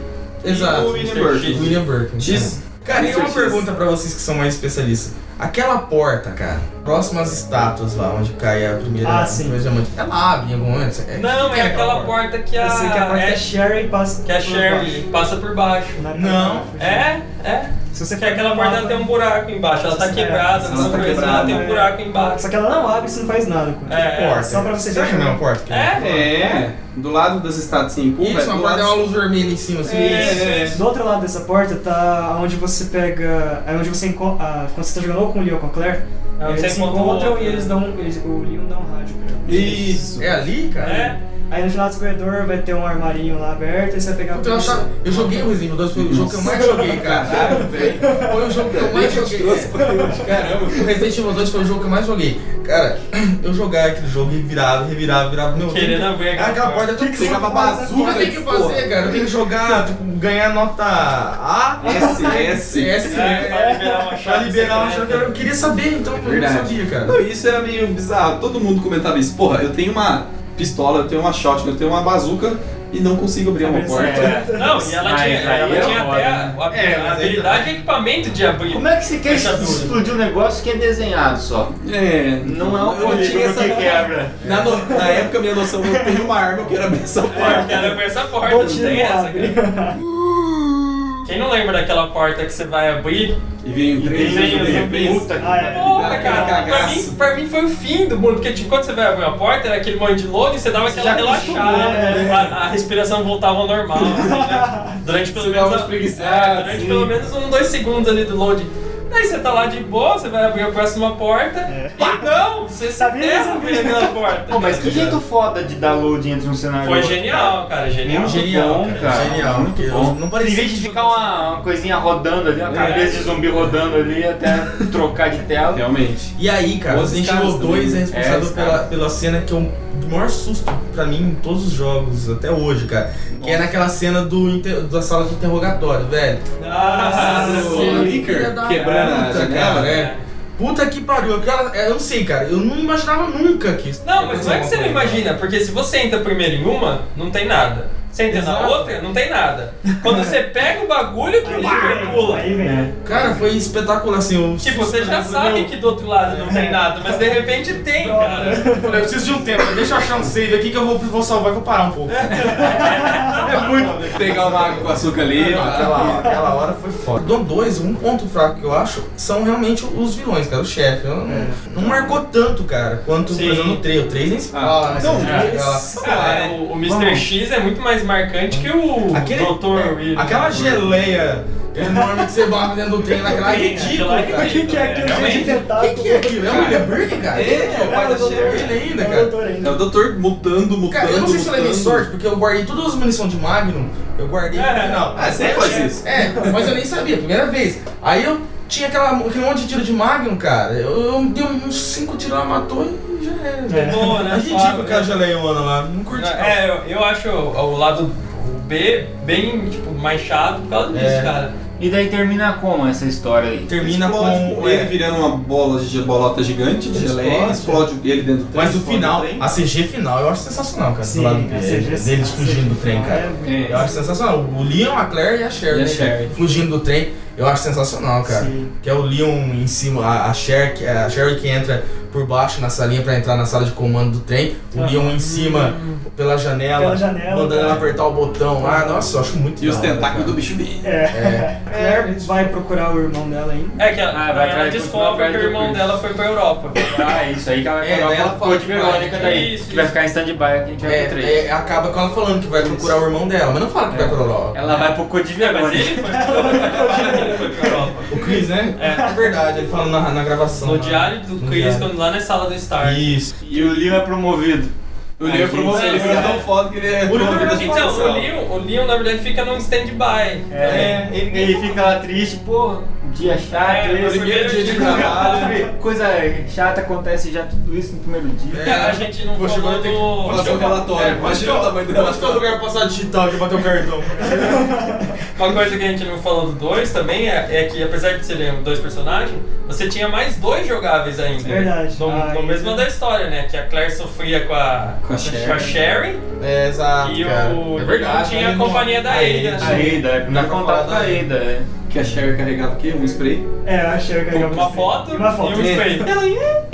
Exato. e o William Burke. William Burke. X. Cara, e Mr. uma X. pergunta pra vocês que são mais especialistas. Aquela porta, cara, próxima às estátuas lá, onde cai a primeira. Ah, sim. a primeira diamante, Ela abre em algum momento. É, Não, que é aquela porta que a, Eu sei que a parte da Ash- Sherry passa. é que a por Sherry passa por baixo. baixo. Não, É, é. Se você Porque aquela porta ela tem um buraco embaixo, ela tá É, quebrada, ela alguma tá coisa, ela quebrada, tem um é. buraco embaixo. Só que ela não abre se não faz nada com ela. É, porta. Só pra você Será que ver. não é uma porta? que- É? É, do lado das estátuas em pulga, Isso, do uma lado- porta é uma luz vermelha em cima, assim. Isso, É. isso. Do outro lado dessa porta tá onde você pega. É onde você encontra. quando você tá jogando ou com o Leon ou com a Claire, É onde você eles se encontra o encontram outro, e eles né? dão. Eles, o Leon dá um rádio pra ela. Isso. É ali, cara? É. Aí no final desse corredor vai ter um armarinho lá aberto e você vai pegar Puta, Então, Eu, achava- eu joguei o Resident Evil 2, foi o jogo que eu mais joguei, cara. Caralho, velho. Foi o jogo que eu mais joguei. Caramba. O Resident Evil 2 foi o jogo que eu mais joguei. Cara, eu jogava aquele jogo e virava, revirava, virava. Meu, Querendo tem que- abrir Ah, aquela porta. tem que Pegava O que bazuca. eu tenho que fazer, cara? Eu tenho que jogar, tipo, ganhar nota A, É, SS. S, É, né? pra liberar uma Pra chave. liberar uma chave. secreta. Eu queria saber, então eu não Verdade. sabia, cara. Não, isso era meio bizarro. Todo mundo comentava isso. Porra, eu tenho uma pistola, eu tenho uma shotgun, eu tenho uma bazuca e não consigo abrir uma Abre essa é. porta. Não, e ela Aí- tinha, aí ela é tinha foda, até né? a, a- É, mas a aí habilidade e equipamento de abrir. Como é que você quer Fechadura. explodir um negócio que é desenhado só? É, Não é eu um não tinha polígono essa que quebra. Na, no- na época, minha noção, eu tenho uma arma, eu quero abrir essa É, eu porta. quero abrir essa porta, não Botinha tem essa, abre. cara. Quem não lembra daquela porta que você vai abrir E vem o trem, vem o vem o trem. trem. Puta que Ah, é. pariu. Porra, Aquele cara, pra cagaço. mim, pra mim foi o fim do mundo, porque tipo, quando você vai abrir a porta, era aquele monte de lodo e você dava aquela já acostumou, relaxada, a, a respiração voltava ao normal, assim, né? durante pelo Você menos dava a- uma espreguiçada, é, durante assim. pelo menos um, dois segundos ali do load. Aí você tá lá de boa, você vai abrir a próxima porta, e não, você Sabia, sabia sabia. abrir aquela porta. Pô, mas que jeito foda de dar load entre um cenário e Foi outro. genial, cara, genial. Muito Genial, bom, cara. cara. Genial. Muito Eu- bom. não parecia Em vez de que- ficar uma, uma coisinha rodando ali, uma É. cabeça de zumbi rodando ali até trocar de tela. Realmente. E aí, cara, Outros Resident Evil caras 2 é também. responsável É, pela, cara. pela cena que é o maior susto pra mim em todos os jogos até hoje, cara. Que é naquela cena do, inter- da sala de interrogatório, velho. Ah, O Licker quebrando a Puta, janela, cara, né? é. Puta que pariu, aquela, é, eu não sei, cara, eu não imaginava nunca que isso. é Não, mas não é que você não imagina, porque se você entra primeiro em uma, não tem nada. Você entra na Exato. outra, não tem nada. Quando você pega o bagulho, que o livro pula. É. Aí vem. Cara, foi espetacular assim. Eu, Tipo, você já sabe que do outro lado não tem nada, mas de repente tem, cara. eu falei, eu preciso de um tempo, deixa eu achar um save aqui que eu vou, vou salvar e vou parar um pouco. é muito. Pegar uma água com açúcar ali, tá? ó. Aquela, aquela hora foi foda. Dom 2, um ponto fraco que eu acho são realmente os vilões, cara. O chefe. Eu Não, não marcou tanto, cara, quanto, Sim. por exemplo, no 3. O 3 nem se fala, né? não, Você é. fica lá. Cara, o, o Mr. X é muito mais marcante que o Aquele- é, Dr. William. Aquela geleia enorme que você bota dentro do trem naquela é ridículo, cara. O que, que é aquilo? Gente, tentáculo. O que, que é aquilo? É o William Burke, cara? É, é o pai da Sherry. Ele ainda, É o cara. doutor É ainda. o doutor mutando, mutando. Cara, eu não sei se é eu levei mutando. sorte, porque eu guardei todas as munições de Magnum, eu guardei no É. final. Ah, você faz isso. É, mas eu nem sabia, primeira vez. Aí eu tinha aquela, aquele monte de tiro de Magnum, cara. Eu, eu dei um, uns 5 tiros, ela matou e já era. Pô, né, É Fábio? ridículo aquela geleiona lá, não curti. não. É, eu, eu acho o, o lado B bem, tipo, mais chato por causa disso, É. cara. E daí termina como essa história aí? Termina Explode é. com. com ele virando uma bola de bolota gigante de Ele geleia, explode. explode é. ele dentro do trem. Mas o explode final, trem. a CG final eu acho sensacional, cara. do Sim, lado a dele, CG deles a fugindo do trem, cara. Eu É. acho sensacional. O Leon, a Claire e a Cher, E a né, cara? Cher. Fugindo do trem, eu acho sensacional, cara. Sim. Que é o Leon em cima, a, a Cher, que- é a Sherry que entra por baixo na salinha pra entrar na sala de comando do trem. O Ah. Leon em cima, pela janela, Pela janela, mandando ela cara. apertar o botão. Ah, nossa, eu acho muito E os da hora, tentáculos do cara. bicho bem. É. Claire vai procurar o irmão dela ainda. É que ela, Ah, ela vai atrás, descobre que continua o atrás do irmão Chris. dela foi pra Europa. Ah, isso aí que ela vai É, daí pegar ela uma fala cor de que verônica vai- daí. isso, que vai isso. ficar em stand-by aqui, a gente vai pro três. É, é, acaba com ela falando que vai procurar o irmão dela, mas não fala que vai pro Europa. Ela vai pro cor de É, mas verônica. ele foi pra Europa. Ele foi pra Europa. O Chris, né? É. verdade, ele fala na, na gravação. No né? diário do No Chris, diário. quando lá na sala do Star. Isso. E o Leo é promovido. O Leon promoveu, ele ficou tão foda que ele é O Leon promovido era a Então, o situação. Leon, o Leon, na verdade, fica num stand-by. É, ele, ele fica lá triste, pô, um dia chato, É, esse. primeiro dia de né? trabalho. Coisa chata acontece já tudo isso no primeiro dia. É, a gente não Pô, chegou falou a ter que do- fazer um É, relatório. Imagina o tamanho do Eu acho que é o lugar pra passar digital aqui bater o cartão. Uma coisa que a gente não falou do 2 também é, é que, apesar de serem dois personagens, você tinha mais dois jogáveis ainda. Verdade. No, Ah, no mesmo isso. da história, né? Que a Claire sofria com a, Com a Sherry. Sherry É, exato. e cara. o É verdade, tinha né? a companhia da A Ada. Ada. A Ida, é Nunca primeiro contato "Tá falado da da Ida, é. Que a Sherry carregava o quê? Um spray? É, eu achei que eu Com carregava uma um foto, spray. Uma foto. e um spray.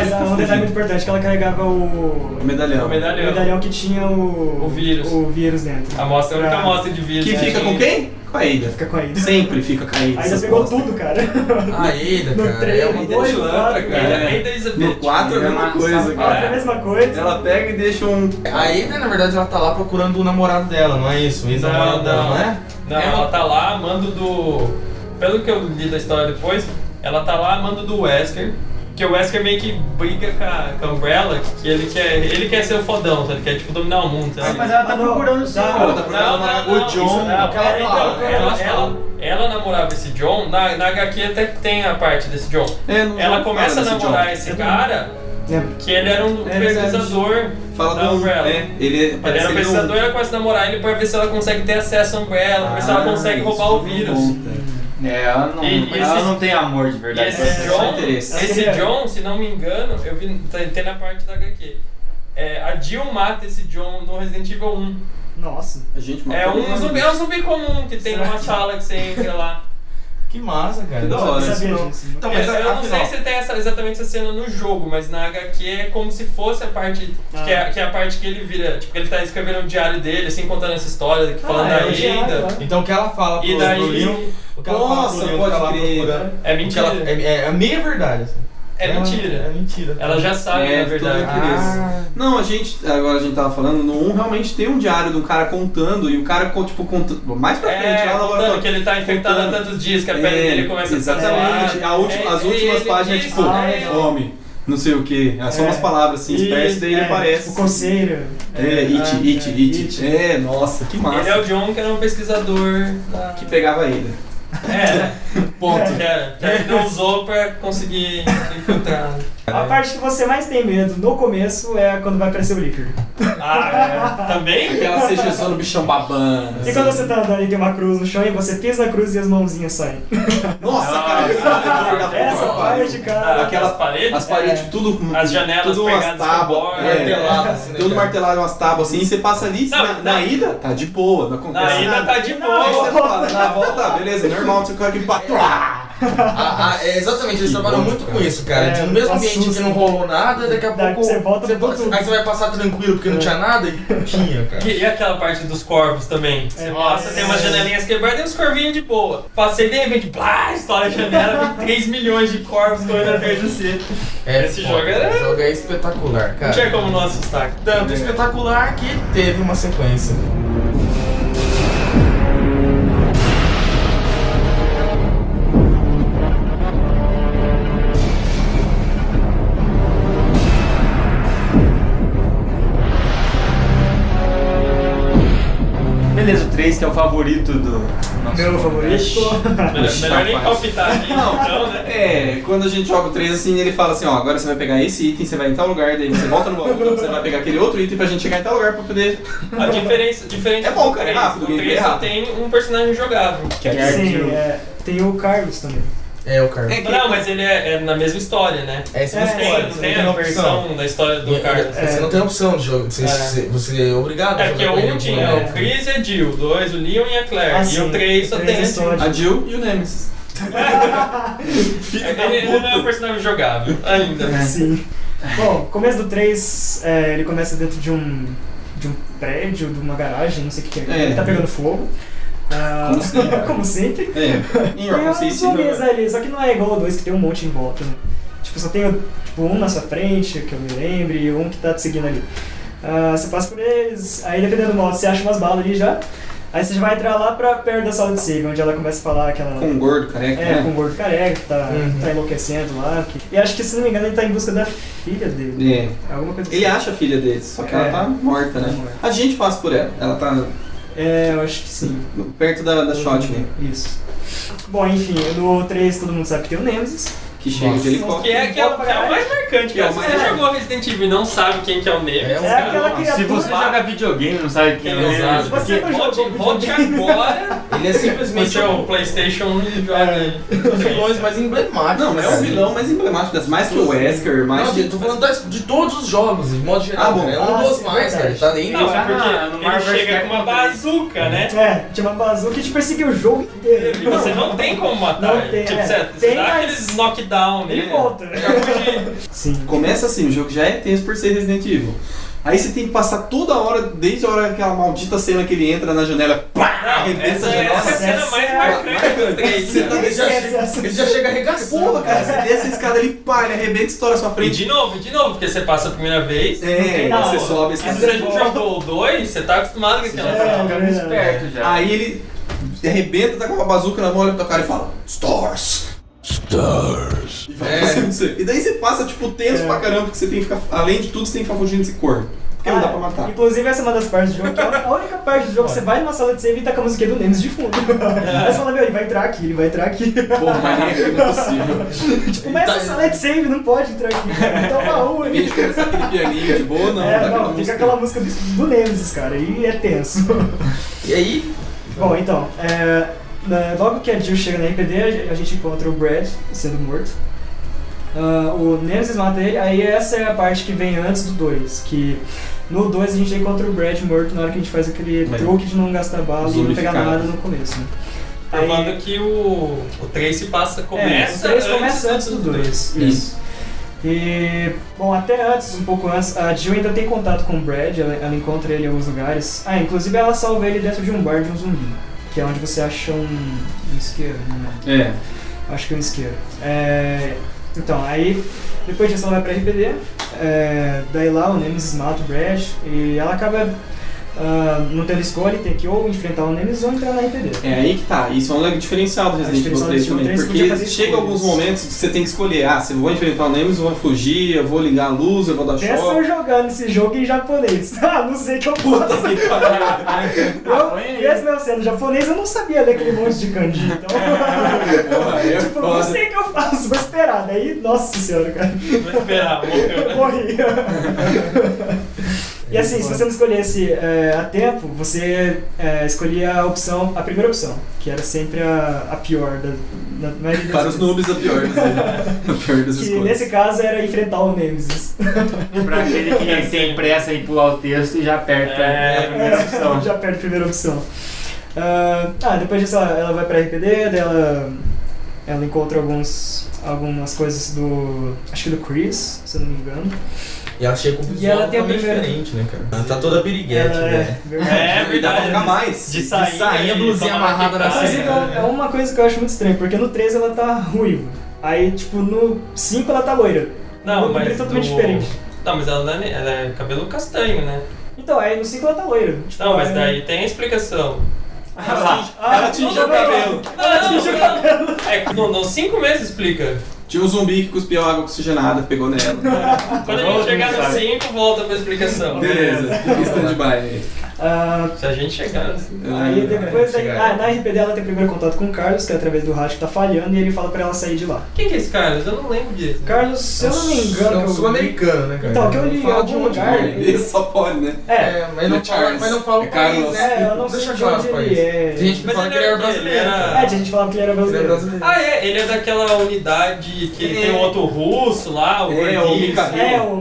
Ah, mas um detalhe muito importante que ela carregava o. O medalhão. o medalhão. O medalhão que tinha o. O vírus. O vírus dentro. A mostra, é a única amostra de vírus. Que né, fica com gente? quem? Com a Ida. Fica com a Ida. Sempre fica com a Ida. Aí você essas pegou bosta. tudo, cara. A Ada, No cara. é trailer, uma Ida é dois, pilantra, quatro, né? cara. Ada- Ada is a No bitch. 4 é a Ela é mesma uma coisa, safada. Fala cara. a mesma coisa. Ah, Ela pega e deixa um. A Ada, na verdade, ela tá lá procurando o namorado dela, não é isso? O Não, ex-namorado dela, não. não é? Não, ela tá lá, mando do. Pelo que eu li da história depois, ela tá lá, mando do Wesker. Que o Wesker meio que briga com a, com a Umbrella, que ele quer, ele quer ser o fodão, tá? ele quer tipo dominar o mundo. Tá? Mas ela tá Ah, não. procurando sim. Não, ela tá tá procurando. Não, não, O não, John, isso não. que ela É, então, fala, ela, ela ela- ela namorava esse John, na, na HQ até que tem a parte desse John. É, não- Ela não começa a fala desse namorar John. esse cara, Lembra? que ele era um É verdade. pesquisador Fala da do. Umbrella. É, ele Ele parece era um ele é um- pesquisador, ela começa a namorar ele pra ver se ela consegue ter acesso à Umbrella, pra ver se ela Ah, consegue isso roubar o não vírus. conta. É, ela não, E- e ela esse- não tem amor de E verdade. esse ela tem só John, interesse. esse John, se não me engano, eu vi tem tem na parte da HQ. É, a Jill mata esse John no Resident Evil 1. Nossa. A gente É matou um zumbi, é um zumbi comum que tem Será numa que- sala que você entra lá. Que massa, cara. Que da Não hora, sabia isso disso, não. não. Então, mas É, eu não afinal, sei se tem essa- exatamente essa cena no jogo, mas na HQ é como se fosse a parte. Ah. Que, é, que é a parte que ele vira. Tipo, que ele tá escrevendo o diário dele, assim, contando essa história, Ah, falando é, da o diário, Linda. né? então o que ela fala pro, E pro Leon, daí. o que ela fala Nossa, pro Leon, que tá lá pode crer. procurando, É o que ela- mentira. é, é, é meia verdade. assim. É uma- É mentira. mentira. Ela já sabe, né, É, na verdade. tudo aquilo. Ah, Não, a gente, agora a gente tava falando, no 1 realmente tem um diário de um cara contando e o cara, co- tipo, contando. Mais pra frente, É, lá no contando laboratório. que ele tá infectado há Contando. tantos dias que a pele dele começa a É, Exatamente. ficar A última- as últimas páginas, tipo, ah, é, fome, não sei o que. É só É. umas palavras assim, E- espécie, daí ele é, aparece. O conselho. É, it, it, é, it, É, nossa, que massa. Ele é o John, que era um pesquisador da... que pegava ele. É, Ponto. que, era, que ele não usou pra conseguir infiltrar. A parte que você mais tem medo no começo é quando vai aparecer o líquido. Ah, é. Também? Aquela CGzão no bichão babando. E assim. quando você tá andando e tem uma cruz no chão e você pisa na cruz e as mãozinhas saem. Nossa, cara, Nossa, essa parte da Essa porra, parte, É. cara. Aquelas As Ah, paredes? É. As paredes, tudo. As janelas tudo pegadas umas com tábuas. borda, martelado, assim, né, Tudo cara? martelado, umas tábuas assim. E você passa ali, Não, na, não. na ida, tá de boa, não é acontece Na ida nada. tá de Aí você boa. fala, Na volta, beleza, normal, você corre pra. Ah, ah, é, exatamente, eles Que trabalham bom, muito cara. com isso, cara. É, de no mesmo assusta. ambiente que não né? rolou nada, daqui a Daí pouco. você volta pro passa- tudo. aí você vai passar tranquilo porque não tinha nada e tinha, cara. E aquela parte dos corvos também? Você É, passa, é. tem umas janelinhas quebradas e uns corvinhos de boa. Passei de repente, blá, estoura a janela, tem 3 milhões de corvos correndo atrás de você. É, Esse foda, jogo é- esse jogo é espetacular, cara. Não tinha como não assustar. Tanto É. espetacular que teve uma sequência. Beleza, o 3 que é o favorito do Ah, nosso é Meu favorito. Melhor, melhor nem rapaz. palpitar aqui, então, né? É, quando a gente joga o 3 assim, ele fala assim, ó, agora você vai pegar esse item, você vai em tal lugar, daí você volta no baú, você vai pegar aquele outro item pra gente chegar em tal lugar pra poder... A diferença, diferente É bom, cara, é rápido, O o gameplay 3 é só rápido. tem um personagem jogável. Sim, é, tem o Carlos também. É o cara. É que- Não, mas ele é, é na mesma história, né? É, você É, não Não tem, escolhe, não você tem não a tem opção. versão da história do É, Carlos. é, Você não tem opção de jogo, você, É. você- você é obrigado a É porque jogar com ele, um tinha né? o Chris e a Jill, dois o Leon e a Claire, Ah, e o sim, três só três tem é a só Jill. A Jill e o Nemesis. Ele, ele não é um personagem jogável ainda. É. Sim. Bom, começo do 3, é, ele começa dentro de um, de um prédio, de uma garagem, não sei o que que é. É. Ele tá pegando fogo. Ah, Como sempre. como sempre. É, em York, não sei Tem se... uma mesa ali, só que não é igual ao 2 que tem um monte em volta. né? Tipo, só tem tipo, um na sua frente, que eu me lembre, e um que tá te seguindo ali. Ah, você passa por eles, aí dependendo do modo, você acha umas balas ali já. Aí você já vai entrar lá pra perto da sala de save, onde ela começa a falar aquela. Com um gordo, careca, É, com né? o gordo careca, que tá, Uhum. tá enlouquecendo lá. que- E acho que, se não me engano, ele tá em busca da filha dele. É. Alguma coisa Ele assim. acha a filha dele, só que É. ela tá morta, né? Morta. A gente passa por ela, ela tá É, eu acho que sim. perto da, né? da Shotgun, Isso. Bom, enfim, no 3 todo mundo sabe que tem o Nemesis. que chega de Que helicóptero. é, que é, o, que é o mais marcante, cara. É o Se mais você marcante. jogou Resident Evil e não sabe quem que é o Nemesis, É um É cara, aquela criatura. Se você joga videogame e não sabe que quem é é, Você usado, porque não volte, jogou volte agora, Ele é simplesmente você é o um Playstation e joga ele. dos vilões mais emblemáticos. Não, mas é o cara. vilão mais emblemático das mais que o Wesker, mais Não, que... de, tô falando das- de todos os jogos, de modo geral. Ah, bom. cara. É um Ah, dos sim, mais, cara. verdade. Ele tá dentro. Não, Ah, na- no porque ele Marvel chega com uma Capcom três. bazuca, né? É, tinha uma bazuca que te perseguiu o jogo inteiro. E você não tem como matar Não ele. tem, tipo, é. você, você Tem, dá mas- aqueles knockdown Ele nele. volta. Sim. Começa assim, o jogo já é tenso por ser Resident Evil. Aí você tem que passar toda hora, desde a hora que aquela maldita cena que ele entra na janela, pá, Não, arrebenta essa a é essa é a janela. cena mais marcante do 3. Você tá Ele já, Esquece chega, essa. ele já chega arregaçando. Porra, cara, você desce a escada ali, pá, ele arrebenta e estoura a sua E frente. de novo, de novo, porque você passa a primeira vez. É, Não, você sobe a Se você escada. já jogou o 2, você tá acostumado com aquela É, cena. ficando verdade. esperto já. Aí ele arrebenta, tá com uma bazuca na mão, olha pra tua cara e fala, Stars! Stars. E, vai fazendo isso. E daí você passa, tipo, tenso É. pra caramba, porque você tem que ficar, além de tudo, você tem que ficar fugindo desse corpo. Porque não dá pra Ah, matar. Inclusive, essa é uma das partes do jogo, que é a única parte do jogo que você vai numa sala de save e tá com a musiquinha do Nemesis de fundo. Aí você fala, meu, ele vai entrar aqui, ele vai entrar aqui. Porra, mas nem aquilo é possível. Tipo, mas essa sala de save não pode entrar aqui, cara. Então, baú Em vez ali. de começar aquele pianinho de boa, não. dá É, aquela não, fica música. aquela música do, do Nemesis, cara, e é tenso. E aí, Bom, então, é, na- logo que a Jill chega na RPD, a ge- a gente encontra o Brad sendo morto. Ah, o Nemesis mata ele, aí essa é a parte que vem antes do 2, que no 2 a gente encontra o Brad morto na hora que a gente faz aquele Bem, truque de não gastar bala e não pegar zumbificado. nada no começo. Né? Provando Tá que o, o 3 se passa, começa. é, o 3 começa antes do 2. dois. Isso. E, bom, até antes, um pouco antes, a Jill ainda tem contato com o Brad, ela, ela encontra ele em alguns lugares. Ah, inclusive ela salva ele dentro de um bar de um zumbi, que é onde você acha um, um isqueiro, né? É. Acho que é um isqueiro. É, então, aí depois disso ela vai pra RPD, é, daí lá o Nemesis mata o Brad e ela acaba ah, não tendo escolha, tem que ou enfrentar o Nemesis ou entrar na RPD. É aí que tá, isso é um leg diferencial do Resident Evil diferencial do 3 também, Resident Evil 3 porque podia fazer chega escolhas. alguns momentos que você tem que escolher, ah, se eu vou enfrentar o Nemesis, eu vou fugir, eu vou ligar a luz, eu vou dar Pensa choque. eu jogando esse jogo em japonês. Ah, não sei o que eu Puta posso. que pariu. Eu, mesmo eu sendo japonês, eu não sabia ler aquele monte de kanji. Então, é tipo, não foda. sei o que eu faço, vou esperar. Daí, nossa senhora, cara, Não esperava, morreu. eu morri. E assim, se você não escolhesse é, a tempo, você é, escolhia a opção, a primeira opção, que era sempre a, a pior da, na maioria das Para os vezes. noobs, a pior, das- a pior das Que escolhas. nesse caso era enfrentar o Nemesis. Pra aquele que tem pressa em pular o texto e já aperta É. a primeira opção. Já perde a primeira opção. Ah, ah, depois disso ela, ela vai pra RPD, daí ela, ela encontra alguns, algumas coisas do. Acho que do Chris, se eu não me engano. E ela chega com um E visual ela tem a totalmente primeira- diferente, né, cara? Ela tá toda piriguete, Ela né? É, E dá pra verdade. ficar mais. De sair. De sainha, blusinha amarrada na Inclusive, é é uma coisa que eu acho muito estranho, porque no 3 ela tá ruiva. Aí, tipo, no 5 ela tá loira. Não, No mas. três é totalmente do- diferente. Não, mas ela, é- ela é cabelo castanho, né? Então, aí no 5 ela tá loira. Tipo, Não, mas aí- Ah, daí tem a explicação. Ela tinge- Ela tingiu o tudo cabelo. Não, É, não, não, cinco meses explica. Tinha um zumbi que cuspiu água oxigenada, pegou nela. Quando a gente chegar no cinco, volta pra explicação. Beleza, fica em stand-by. Ah, Se a gente chegar no cinco. Aí depois, é, daí- chegar ah, aí. na RPD ela tem primeiro contato com o Carlos, que é através do rádio que tá falhando, e ele fala pra ela sair de lá. Quem que é esse Carlos? Eu não lembro disso. Carlos, se eu não me engano, É um que eu- sul-americano, né, cara? Então, que eu li em Fala de algum onde lugar. ele é. Isso só pode, né? É, É, mas não É fala, Charles. mas não fala o É país, Carlos. né? É, eu não sei Deixa de claro onde o país. ele é. Tem gente que Mas fala ele que ele era era brasileiro. dele, cara. é, a gente falava que ele era Ele era brasileiro. brasileiro. Ah, é, ele é daquela unidade que É. tem o outro russo lá, o É, o gordinho. Mikhail. É, o Mikhail,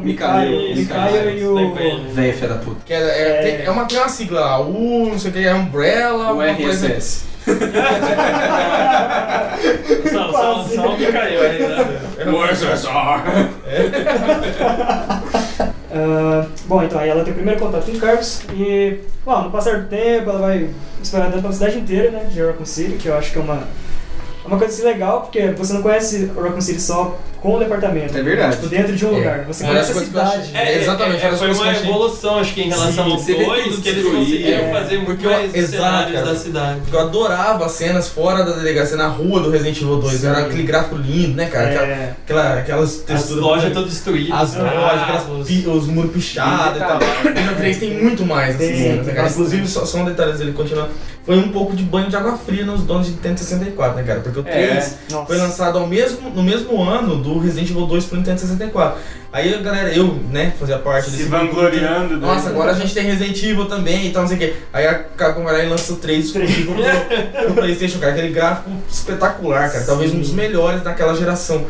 Mikhail. Mikhail, Mikhail e o. Lembra ele. Véia, fé da puta. Que era- era- tem- é, uma, tem uma sigla lá, U, não sei o que, é Umbrella, O alguma coisa- assim. RSS. Só, só, só o Mikhail, é, né? O SSR. Ah, bom, então aí ela tem o primeiro contato com o Carlos e, bom, no passar do tempo ela vai explorando pela cidade inteira, né, de Raccoon City, que eu acho que é uma, uma cocoa assim legal, porque você não conhece Raccoon City só com o departamento. É verdade. Tipo, dentro de um É. lugar. Você Uma conhece a das coisas que eu cidade. achei- É, exatamente, é, era foi isso que eu uma achei. evolução, acho que em relação Sim, aos você vê dois, tudo que eles destruído. conseguiram É. fazer muito Porque eu- mais os exato, cenários cara. da cidade. Eu adorava as cenas fora da delegacia, na rua do Resident Evil 2. Sim. Era aquele gráfico lindo, né, cara? Aquela- É, aquela- aquelas As texturas. lojas todas destruídas. Ah, As lojas, aquelas pi- os muros pichados e tal. E no 3 tem muito mais Tem, assim, cenas, né, cara? tem Inclusive, só, só um detalhe antes dele continuar. Foi um pouco de banho de água fria nos donos de Nintendo 64, né, cara? Porque o 3 nossa. foi lançado ao mesmo, no mesmo ano do Resident Evil 2 pro Nintendo 64. Aí a galera, eu, né, fazia parte Se desse vangloriando. né? Nossa, agora a gente tem Resident Evil também, então não sei o que. Aí a Capcom vai lá e lança o 3 exclusivo pro, pro Playstation, cara. Aquele gráfico espetacular, cara. Talvez um dos melhores daquela geração.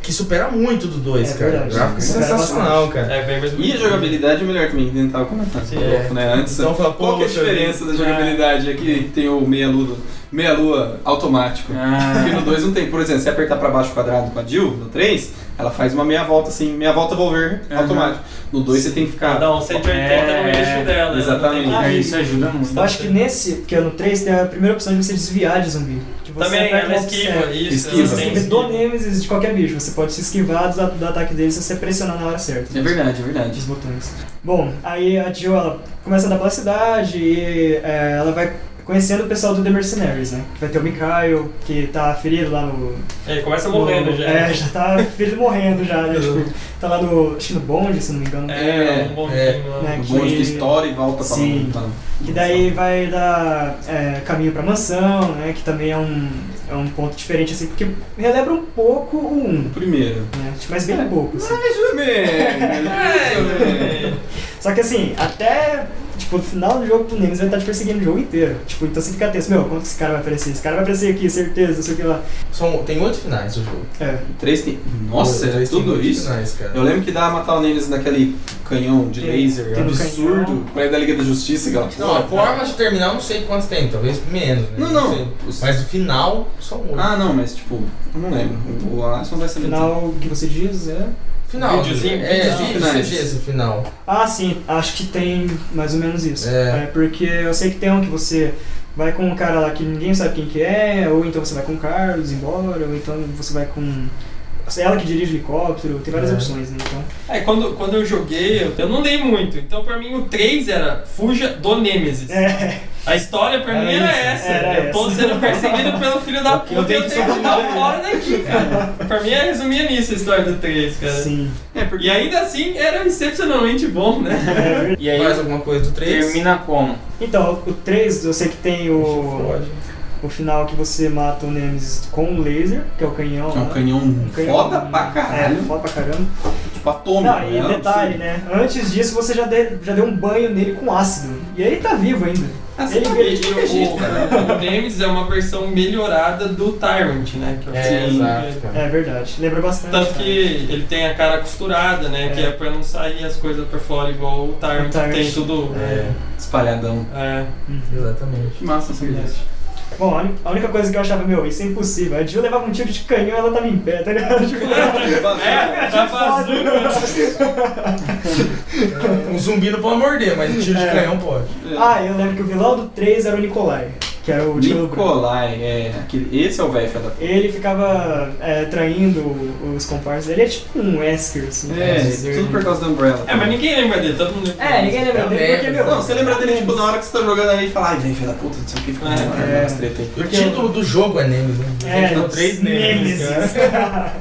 Que supera muito do 2, É cara. verdade. O gráfico é Supera sensacional, cara. É, bem mais E a jogabilidade é melhor também, que nem tava comentando. Sim, com o Rodolfo, né? Antes, Então fala, qual que é a poxa diferença da jogabilidade? É que tem o meia-lua meia -lua automático. É. Porque Ah, no 2 não tem. Por exemplo, se apertar pra baixo o quadrado com a Jill, no 3, ela faz uma meia volta assim, meia volta volver automático. No 2 você tem que ficar. Cada um 180 no É, eixo dela. exatamente. ela não tem- É, Isso ajuda muito. Eu tá acho que nesse, porque no 3 tem a primeira opção de você desviar de zumbi. Que você Também, aperta ela uma opção. esquiva. Isso, Esquiva. ela tem Esquiva do Nemesis de qualquer bicho. Você pode se esquivar do, do ataque dele se você pressionar na hora certa. É verdade, é verdade. Os botões. Bom, aí a Jill ela começa a andar pela cidade e é, ela vai conhecendo o pessoal do The Mercenaries, né? Vai ter o Mikhail, que tá ferido lá no. É, começa morrendo no- já. É, já tá ferido morrendo já, né? Tipo, tá lá no. Acho que no bonde, se não me engano. É, É, um bom é. time lá. Né? Um monte de história e volta pra Sim. pra- Que daí vai dar é, caminho pra mansão, né? Que também é um, é um ponto diferente, assim, porque relembra um pouco o 1, né? Primeiro. Tipo, Mas É. bem pouco, assim. É, Mais ou menos, mais ou menos. Só que assim, até tipo, o final do jogo do Nemesis vai estar te perseguindo o jogo inteiro. Tipo, então você fica tenso, meu, quanto que esse cara vai aparecer? Esse cara vai aparecer aqui, certeza, não sei o que lá. São, tem oito finais o jogo. É. Três tem. Nossa, O era três tem tudo oito isso? Finais, cara. Eu lembro que dá a matar o Nemesis naquele canhão de Tem- laser tem no absurdo, canhão. prédio da Liga da Justiça, galera. Não, a forma de terminar eu não sei quantos tem, talvez menos, né? Não, não. sei. Os- Mas o final são oito. Ah, não, mas tipo, eu não lembro. O Alisson vai saber. Final que você diz é. final. videozinho, é, videozinho, é, finais. CG esse final. Ah, sim, acho que tem mais ou menos isso. É. porque eu sei que tem um que você vai com um cara lá que ninguém sabe quem que é, ou então você vai com o Carlos embora, ou então você vai com ela que dirige o helicóptero, tem várias É. opções, né? Então, É, quando, quando eu joguei, eu, eu não dei muito. Então, pra mim, o 3 era fuja do Nemesis. é, A história pra Era mim era isso, essa. era eu tô essa. sendo perseguido pelo filho da puta Eu eu tenho tenho que que andar sobreviver. fora daqui, cara. pra mim, eu resumia nisso a história do 3, cara. sim. É, porque E ainda assim, era excepcionalmente bom, É, né? E aí Mais alguma coisa do 3? termina como? então, o 3, eu sei que tem o, o final que você mata o Nemesis com um laser, que é o canhão. É um lá. canhão Um canhão- foda pra caralho. É, foda pra caramba. Tipo atômico. Não, e né? detalhe, né? Antes disso você já, de- já deu um banho nele com ácido. E ele tá vivo ainda. ele E veio o, o Nemesis é uma versão melhorada do Tyrant, né? Que eu É, Sim. exato. cara. É verdade, lembra bastante. Tanto cara. que ele tem a cara costurada, né? Que É. é pra não sair as coisas pra fora igual o Tyrant, O Tyrant. tem tudo. né? É, Espalhadão. É. exatamente. Que massa É. essa ideia. Bom, a uni- a única coisa que eu achava, meu, isso é impossível. A Jill levava um tiro de canhão e ela tava em pé, tá ligado? Tipo, É, tá né? vazando. Um zumbi não pode morder, mas um tiro de É. canhão pode. ah, eu lembro que o vilão do 3 era o Nikolai, que era o Tio Bruno. Nicolai, é. Aquele, esse é o velho da Ele ficava é, traindo os comparsas dele. Ele é tipo um Wesker, assim. É, vamos dizer, tudo né? por causa da Umbrella. É, mas ninguém lembra dele, todo mundo lembra. É, ninguém lembra Eu dele porque, lembro. meu... Não, você lembra dele, tipo, na hora que você tá jogando aí e fala, ai, velho, filho da puta, não sei o que, fica É, lembrando é. das treta aí. E o título do jogo é Nemesis, né? É, Tem três Nemesis. Nemesis. cara.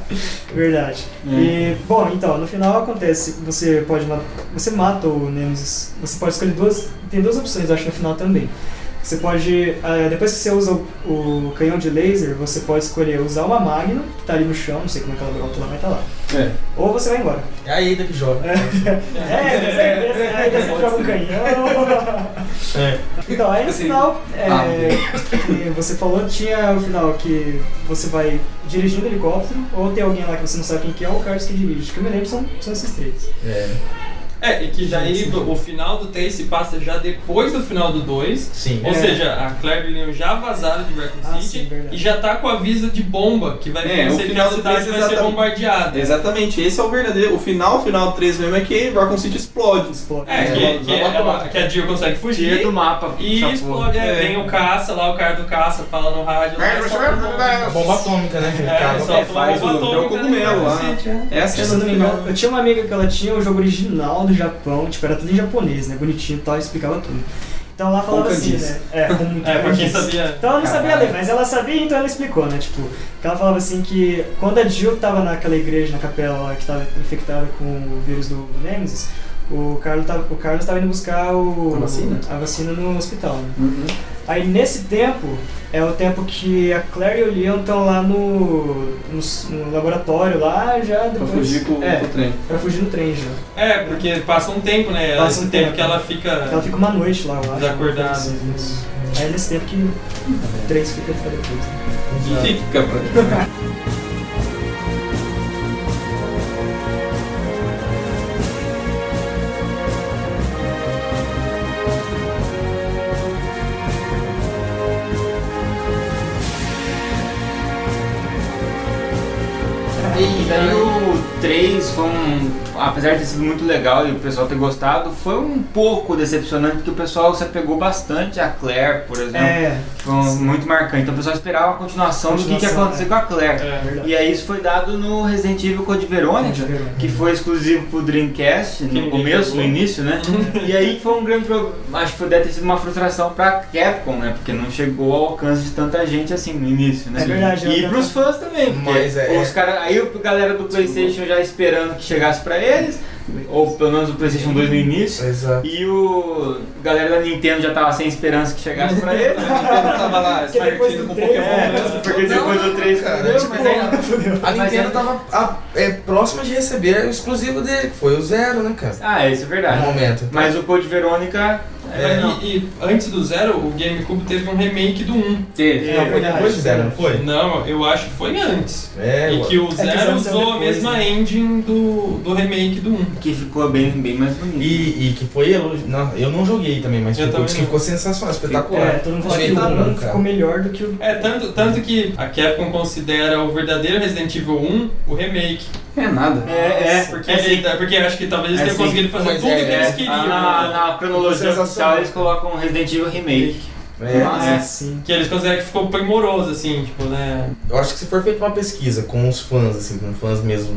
É. Verdade. E, bom, então, no final acontece, você pode matar, você mata o Nemesis, você pode escolher duas, tem duas opções, acho, no final também. Você pode, eh, depois que você usa o, o canhão de laser, você pode escolher usar uma Magnum, que tá ali no chão, não sei como é que ela volta lá, mas tá lá. É. Ou você vai embora. É a Ada que joga. É, é, aí você joga um canhão. Então, aí no Sim. final, é, Ah. que você falou, tinha o final que você vai dirigindo o helicóptero, ou tem alguém lá que você não sabe quem que é, ou o Carlos que dirige. Que eu me lembro são, são esses três. É. É, e que daí do- o final do 3 se passa já depois do final do 2. Sim. Ou É. seja, a Claire e o Leon já vazaram de Raccoon Ah, sim, City verdade. e já tá com aviso de bomba que vai É, o acontecer que final a do cidade três vai ser exatamente- bombardeada. Exatamente, esse é o verdadeiro. O final, final do 3 mesmo é que Raccoon City explode. Explode. É, É, que, que, vai ela, automático. que a Jill consegue fugir. Tira do mapa. E essa porra. explode, é, vem o caça lá, o cara do caça fala no rádio. né? lá, só pro- A bomba atômica, né? É, Cara, só é, faz pro- o- botou tem o cara do cogumelo lá. Raccoon City, né? é. É a Se cena eu do não me final. engano, eu tinha uma amiga que ela tinha o jogo original do Japão, tipo, era tudo em japonês, né? Bonitinho e tal, explicava tudo. Então ela falava Como que assim, eu né? É, como muito É, pra quem diz. sabia. Então ela não sabia Caralho. ler, mas ela sabia, então ela explicou, né? Tipo, que ela falava assim que quando a Jill tava naquela igreja, na capela lá, que tava infectada com o vírus do Nemesis, o Carlos tava, o Carlos tava indo buscar o, A vacina? a vacina no hospital, né? Uhum. Aí nesse tempo, é o tempo que a Claire e o Leon estão lá no, no, no laboratório, lá já Pra depois... fugir com, é, com o trem. pra fugir no trem já. É, porque passa um tempo, né? Passa Esse um tempo, tempo. que ela fica. Ela fica uma noite lá, eu acho. Desacordada. Assim, isso. Aí nesse tempo que o trem fica pra depois, né? Fica pra E daí o 3 foi um. Apesar de ter sido muito legal e o pessoal ter gostado, foi um pouco decepcionante porque o pessoal se apegou bastante a Claire, por exemplo. É, Foi um- muito marcante. Então o pessoal esperava a continuação, do que, que ia Continuação, acontecer com a Claire. É. verdade. E aí isso foi dado no Resident Evil Code Verônica, Code Verônica. que foi exclusivo pro Dreamcast ninguém no começo, no jogou. início, né? e aí foi um grande problema. Acho que foi- deve ter sido uma frustração pra Capcom, né? Porque não chegou ao alcance de tanta gente assim no início, né? É verdade, E eu- pros fãs também, porque Mas é- os cara, aí a galera do Playstation já esperando que chegasse pra eles, ou pelo menos o Playstation 2 no início. É. Exato. E o a galera da Nintendo já tava sem esperança que chegasse pra eles. né? Nintendo tava lá, se Porque depois divertindo com do trem, Pokémon. né? É, porque depois do 3 cara, fudeu, tipo, mas aí- A Mas Nintendo é- tava a- é, próxima de receber o exclusivo dele, que foi o zero, né, cara? Ah, isso é No verdade. momento. Mas o Code Verônica É, é, não. e, e antes do zero, o GameCube teve um remake do 1. teve. É, foi depois do zero, não foi? Não, eu acho que foi antes. É, e ué. que o zero saiu usou a depois, mesma né? engine do, do remake do 1. Que ficou bem, bem mais bonito. E, e que foi elogio. Não, eu não joguei também, mas Eu ficou, também diz que não. ficou sensacional, espetacular. É, todo mundo fala que Achei tá o bom, 1 cara. ficou melhor do que o. É, tanto, tanto que a Capcom considera o verdadeiro Resident Evil 1 o remake. É nada. É, é, Porque, é ele- assim. porque acho que talvez eles É Ah. tenham assim, conseguido fazer mas tudo é- que eles é. queriam. Na, na cronologia Sensacional. oficial eles colocam Resident Evil Remake. É. Massa. Sim. Que eles consideram que ficou primoroso, assim, tipo, né? Eu acho que se for feita uma pesquisa com os fãs, assim, com fãs mesmo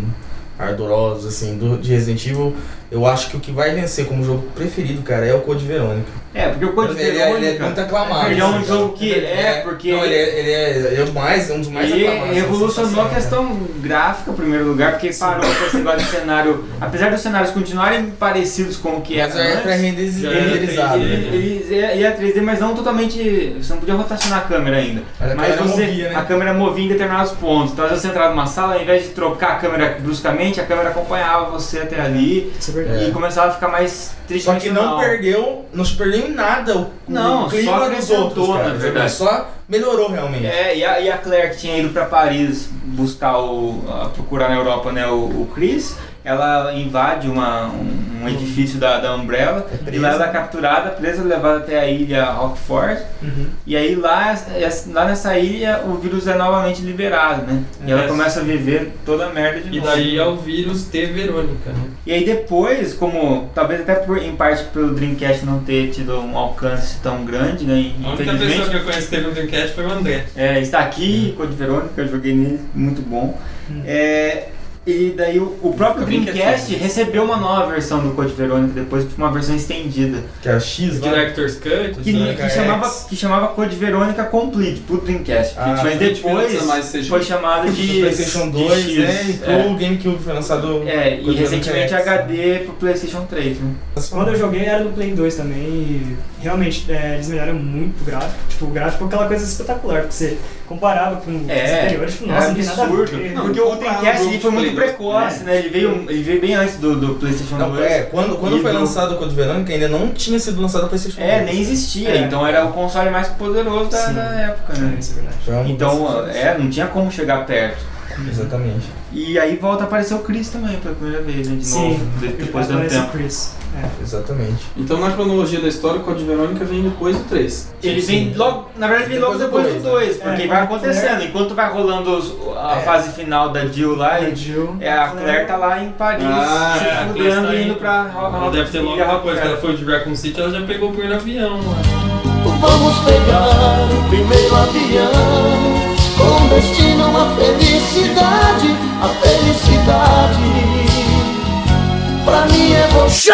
ardorosos, assim, do, de Resident Evil, eu acho que o que vai vencer como jogo preferido, cara, é o Code Verônica. É, porque o Code Ele é- ele é Verônica. muito aclamado, Ele é um assim, jogo que é, porque. Não, ele é, ele é, ele é o mais, um dos mais E aclamados, revolucionou a assim, questão gráfica, em primeiro lugar, porque parou com esse negócio de cenário. Apesar dos cenários continuarem parecidos com o que era Mas é antes, Já pré-renderizado. era renderizado, ele, né? ele, ele é- ele é 3D, mas não totalmente. Você não podia rotacionar a câmera ainda. Mas a câmera você, movia, né? a câmera movia em determinados pontos. Então, às vezes você entrava numa sala, ao invés de trocar a câmera bruscamente, a câmera acompanhava você até ali Isso é verdade. e começava a ficar mais triste. Só que não perdeu, não se perdeu em nada o, Não, o clima só dos acrescentou, outros, cara. na verdade. Só melhorou realmente. É, e a, e a Claire que tinha ido pra Paris buscar o. a procurar na Europa né, o, o Chris, ela invade uma, um, um edifício da, da Umbrella e lá ela é capturada, presa, levada até a ilha Rockford. Uhum. E aí lá, es- lá nessa ilha o vírus é novamente liberado, né? E ela É. começa a viver toda a merda de E novo. daí é o vírus T Verônica, né? E aí depois, como talvez até por- em parte pelo Dreamcast não ter tido um alcance tão grande, né? A única infelizmente. pessoa que eu conheço que teve um Dreamcast foi o André. É, está aqui, Hum. Code Verônica, eu joguei nele, muito bom. É, e daí o, o Fica próprio bem Dreamcast quietinho. recebeu uma nova versão do Code Verônica depois, tipo, uma versão estendida, Que é a X, lá. Director's Cut. que, Verônica que chamava, X. que chamava Code Verônica Complete, pro Dreamcast. Ah, mas 20 minutos depois a mais seja- foi chamada de do PlayStation 2, de X, né? E pro é. GameCube foi lançado. É, e Code Verônica X. recentemente HD pro PlayStation 3, né? Quando eu joguei era do Play 2 também e realmente é, eles melhoraram muito o gráfico. Tipo, o gráfico é aquela coisa espetacular, porque você comparava com os É, anteriores, tipo, é nossa, não tem nada a absurdo. ver. Não, Porque o comparado Dreamcast ao ele foi muito Play dois, precoce, né? Ele veio, ele veio bem antes do, do PlayStation Não, 2. é, quando, quando E foi do- lançado o Code Verônica, ainda não tinha sido lançado o PlayStation 2. É, nem existia, É. então era o console mais poderoso da, Sim. da época, É, né? isso é verdade. Foi uma mudança. Então, é, não tinha como chegar perto. Exatamente. E aí volta a aparecer o Chris também pela primeira vez, né? De Sim, novo, de- depois de um aparece o tempo. Chris. É. Exatamente. Então, na cronologia da história, o Code Verônica vem depois do 3. Ele vem logo, na verdade, vem logo Depois do depois né? do 2, porque É, vai a acontecendo. Enquanto vai rolando os- a É. fase final da Jill lá, A e- Jill, é, a Claire tá lá em Paris, Ah, é, a se tá fudendo e indo pra Ro- Ela deve ter logo Ilha depois que ela foi Rockefeller. de Raccoon City, ela já pegou o primeiro avião né? lá. Vamos pegar o primeiro avião com destino à felicidade, a felicidade. Pra mim é você.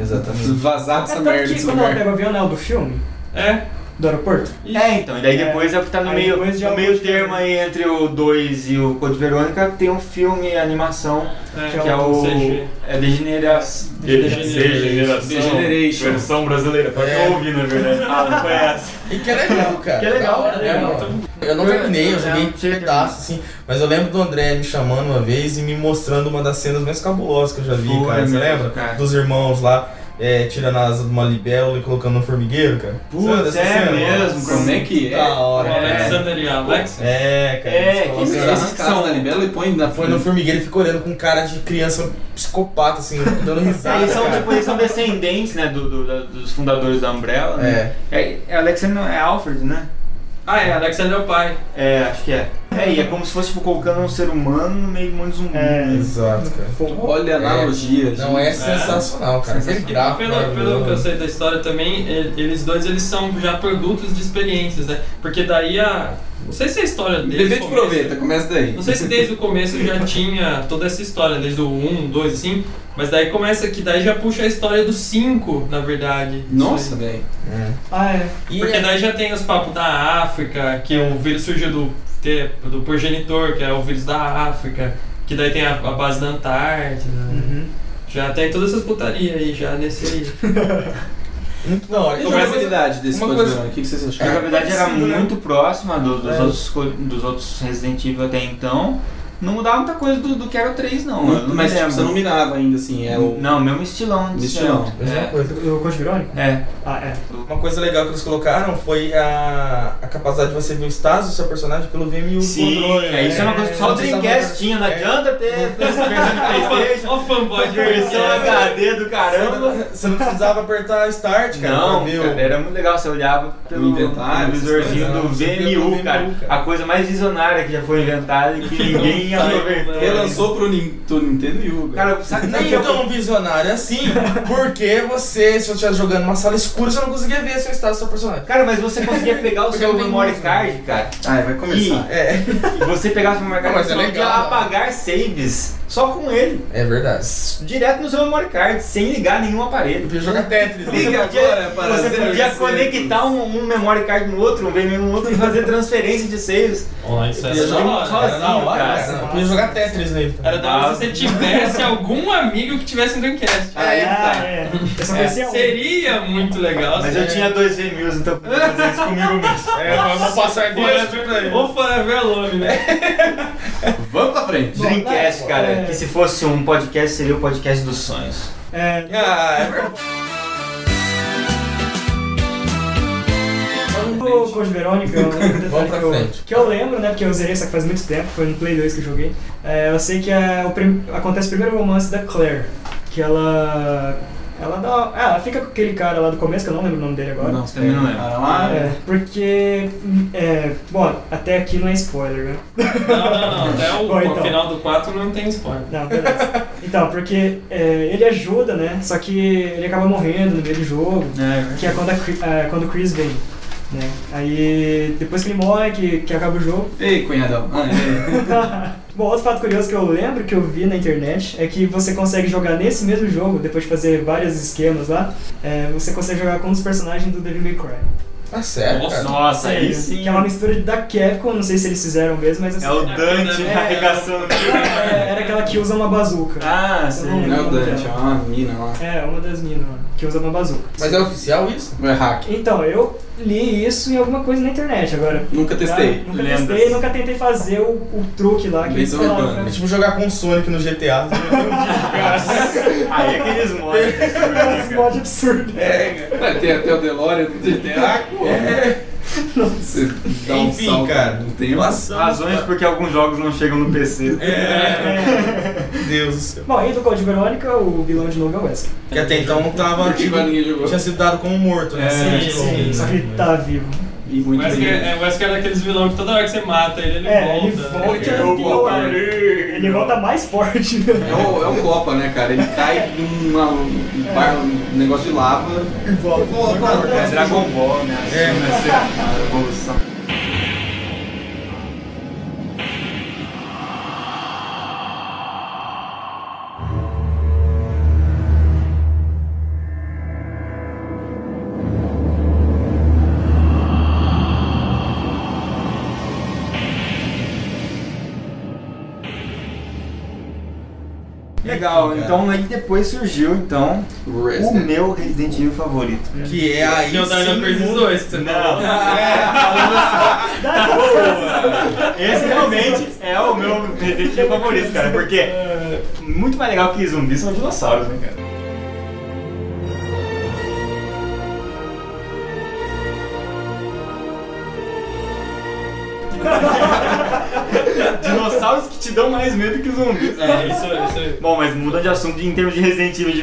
Exatamente. Vazar É dessa tanto merda, que dessa quando ela merda. pega o avião, né, do filme, É, do aeroporto, É, então, e daí depois é o que tá no Aí meio, depois já no é o meio Code termo Verônica. aí entre o 2 e o Code Verônica, tem um filme, animação, é. que é um o... CG. É Degenera... Degeneração. Degeneration. Versão brasileira, pra É. ouvi, na verdade. Ah, não conhece. E que é legal, cara. Que é legal, Da hora, Então, né? mano? Eu não terminei, eu joguei Não, tinha um que pedaço, assim. Mas eu lembro do André me chamando uma vez e me mostrando uma das cenas mais cabulosas que eu já vi, Foi cara. Você mesmo, lembra? cara. Dos irmãos lá. é, tirando as de uma libélula e colocando no formigueiro, cara. Sabe Putz, dessa é cena? mesmo, Como é que é? Da hora, O cara. Alexander e a Alex. É, cara. É, eles que colocam- Esses Será? caras da Libela e tá põe na Foi no formigueiro e ficou olhando com cara de criança psicopata, assim, dando É, risada. eles são, cara. tipo, eles são descendentes, né, do, do- da- dos fundadores da Umbrella, né? É. é Alexander, é Alfred, né? Ah, é, Alexander é o pai. É, acho que é. É, e é como se fosse, tipo, colocando um ser humano no meio de um monte de zumbi. É. né? Exato, cara. Olha a analogia. Não, é gente. sensacional, cara. é né? Aquele gráfico. né? Pelo, pelo que eu maravilhoso. sei da história também, ele- eles dois eles são já produtos de experiências, né? Porque daí a. Não sei se é a história deles. é Bebê de começa- proveta, começa daí. Não sei se desde o começo já tinha toda essa história, desde o 1, 2, assim, mas daí começa que daí já puxa a história do 5, na verdade. Nossa, velho. ah, é. E Porque daí já tem os papos da África, que o vírus surgiu do, te- do progenitor, que é o vírus da África, que daí tem a, a base da Antártida. Uhum. Já tem todas essas putarias aí, já nesse aí. muito da hora. E E a uma coisa- jogabilidade desse uma Code coisa- Verônica? O que que vocês A acharam? jogabilidade era parecido, né? muito próxima do- dos, É. outros, co- dos outros Resident Evil até então. Não mudava muita coisa do, do que era o 3, não. Eu não Mas tipo, lembro. você não mirava ainda, assim, é o... Não, mesmo estilão. de Estilão. céu. Mesma coisa. Do, do Code Verônica? É. é. Ah, é. Uma coisa legal que eles colocaram foi a, a capacidade de você ver o status do seu personagem pelo VMU Sim, controle. né? é, isso é uma coisa que só o Dreamcast tinha, não É. adianta ter versão de Playstation, Olha o fanboy de versão HD do caramba. Você não precisava apertar start, cara, Não, pra ver cara, era muito legal, você olhava pelo inventário, pelo visorzinho essas do coisas, né? Você via pelo VMU, cara, VMU, cara. a coisa mais visionária que já foi inventada e que ninguém Ninguém aproveitou. Relançou pro, Nin- pro Nintendo Yuga. Cara, sabe, nem Nem eu tão visionário assim, porque você, se eu estivesse jogando numa sala escura, você não conseguia ver seu estado, seu personagem. Cara, mas você conseguia pegar o seu memory card, cara. Ai, Ah, vai começar. É, E você pegava o memory Não, card, mas você é podia legal, cara. apagar saves só com ele. é verdade. Direto no seu memory card, sem ligar nenhum aparelho. Eu podia jogar Tetris. né? Liga, Agora, podia, para você zero podia saves. conectar um, um memory card no outro, um VM no outro e fazer transferência de saves. Online, isso é assim, Eu da jogo hora. sozinho. Era na hora, cara. cara. Eu podia jogar Tetris nele. também. Era Ah. da hora se você tivesse algum amigo que tivesse um Dreamcast. Aí Ah, tá. é. Eu só conhecia um. Seria muito legal. Mas se- eu tinha dois VMUs, então eu podia fazer isso comigo mesmo. É, mas eu vou passar duas pra ele. Ou Forever Alone, né? Vamos pra frente. Dreamcast, cara, é. que se fosse um podcast, seria o podcast dos sonhos. É, Ah, é verdade. o Code Verônica, um detalhe Vamos pra que eu- frente. Que eu lembro, né? Porque eu zerei, só que faz muito tempo, foi no Play 2 que eu joguei. É, eu sei que é o prim- acontece o primeiro romance da Claire, que ela. Ela dá. Ah, ela fica com aquele cara lá do começo, que eu não lembro o nome dele agora. Não, Também não lembro. Cara lá, É, porque. É, bom, até aqui não é spoiler, né? Não, não, não. Até o Bom, então. final do 4 não tem spoiler. Não, beleza. Então, porque é, ele ajuda, né? Só que ele acaba morrendo no meio do jogo. É, Que é quando, a Cri- é, quando o Chris vem. Né? Aí depois que ele morre, que, que acaba o jogo. Ei, cunhadão. Ah, é. Bom, outro fato curioso que eu lembro que eu vi na internet é que você consegue jogar nesse mesmo jogo, depois de fazer vários esquemas lá, é, você consegue jogar com um dos personagens do Devil May Cry. Tá sério, Nossa, cara. Nossa, é Sério, aí sim. Que é uma mistura da Capcom, não sei se eles fizeram mesmo, mas assim, É o Dante É. arregaçando. é, era aquela que usa uma bazuca. Ah, sim. Não é o Dante, é uma mina lá. É, uma das minas, mano, que usa uma bazuca. Mas é oficial isso? Vai hack. Então, eu li isso em alguma coisa na internet agora. Nunca Ah, testei. nunca Lendas. testei, nunca tentei fazer o, o truque lá que eles Lendas falaram. né? urbanas. É tipo jogar com o Sonic no GTA. um Aí é aqueles Esse mods. mod É um absurdo. É. Vai ter até o DeLorean do GTA, pô. Você É. dá um Enfim, salto cara. no tempo. Razões porque alguns jogos não chegam no PC. Meu Deus do céu. Bom, e do Code Verônica, o vilão de novo é o Wesker. Que até então não tava. Porque agora ninguém jogou. Tinha sido dado como morto, né? Sim, sim. Só que ele tá vivo. E O muito Wesker, bem. é, o Wesker é daqueles vilão que toda hora que você mata ele, ele É, ele volta. né? volta. Ele- Eu vou- Ele volta mais forte. É o, é o Copa, né, cara? Ele cai numa, num bar, um negócio de lava. E volta. É cara. Dragon Ball, né? É. Assim, vai ser a evolução. Legal, Enfim, cara. então aí depois surgiu então o Resident meu Resident Evil favorito. Que é aí. Tinha o Dino Crisis 2, que você falou. Esse realmente é o meu Resident Evil favorito, cara, porque é muito mais legal que zumbis são dinossauros, né, cara? Dinossauros que te dão mais medo que zumbis. É, isso, isso aí. Bom, mas muda de assunto em termos de Resident Evil de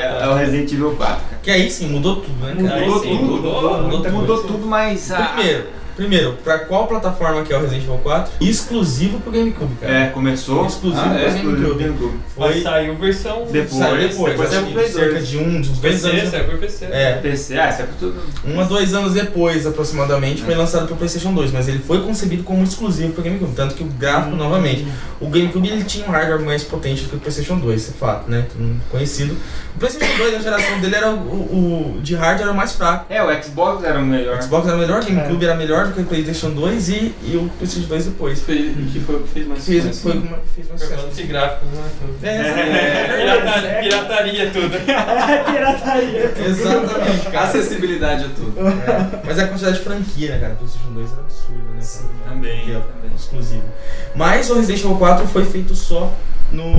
Ah, é, tá. é o Resident Evil 4. cara. Que aí sim, mudou tudo, né? cara? Aí sim, mudou, mudou muita tudo. Mudou tudo, mas. a- Primeiro, primeiro, pra qual plataforma que é o Resident Evil 4? Exclusivo pro GameCube, cara. É, começou. Exclusivo Ah, pro é, Exclusivo do GameCube. GameCube. Mas Foi saiu versão Depois. saiu depois, depois é acho pro que Play cerca dois. de um, de uns dois PC, anos. saiu por PC. É, PC, ah, isso é pra tudo. um a dois anos depois, aproximadamente, foi lançado pro PlayStation 2, mas ele foi concebido como exclusivo pro GameCube, tanto que o gráfico, novamente, o GameCube ele tinha um hardware mais potente do que o PlayStation 2, isso é fato, né? Todo mundo Conhecido. O PlayStation 2, na geração dele, era o, o- o de hardware era o mais fraco. É, o Xbox era o melhor. O Xbox era melhor, o GameCube era melhor do que o PlayStation 2 e, e o PlayStation 2 depois. Foi, que foi o que fez mais Fez, sucesso, foi né? como fez mais sucesso. Pergunta de gráficos, né? tudo. É, Pirata- pirataria tudo. Pirataria. é. é Exatamente, cara. Acessibilidade a tudo. É, Mas a quantidade de franquia, né, cara? O PlayStation 2 era absurdo, né? cara? Também, Que é também. Exclusivo. Mas o Resident Evil 4 foi feito só no,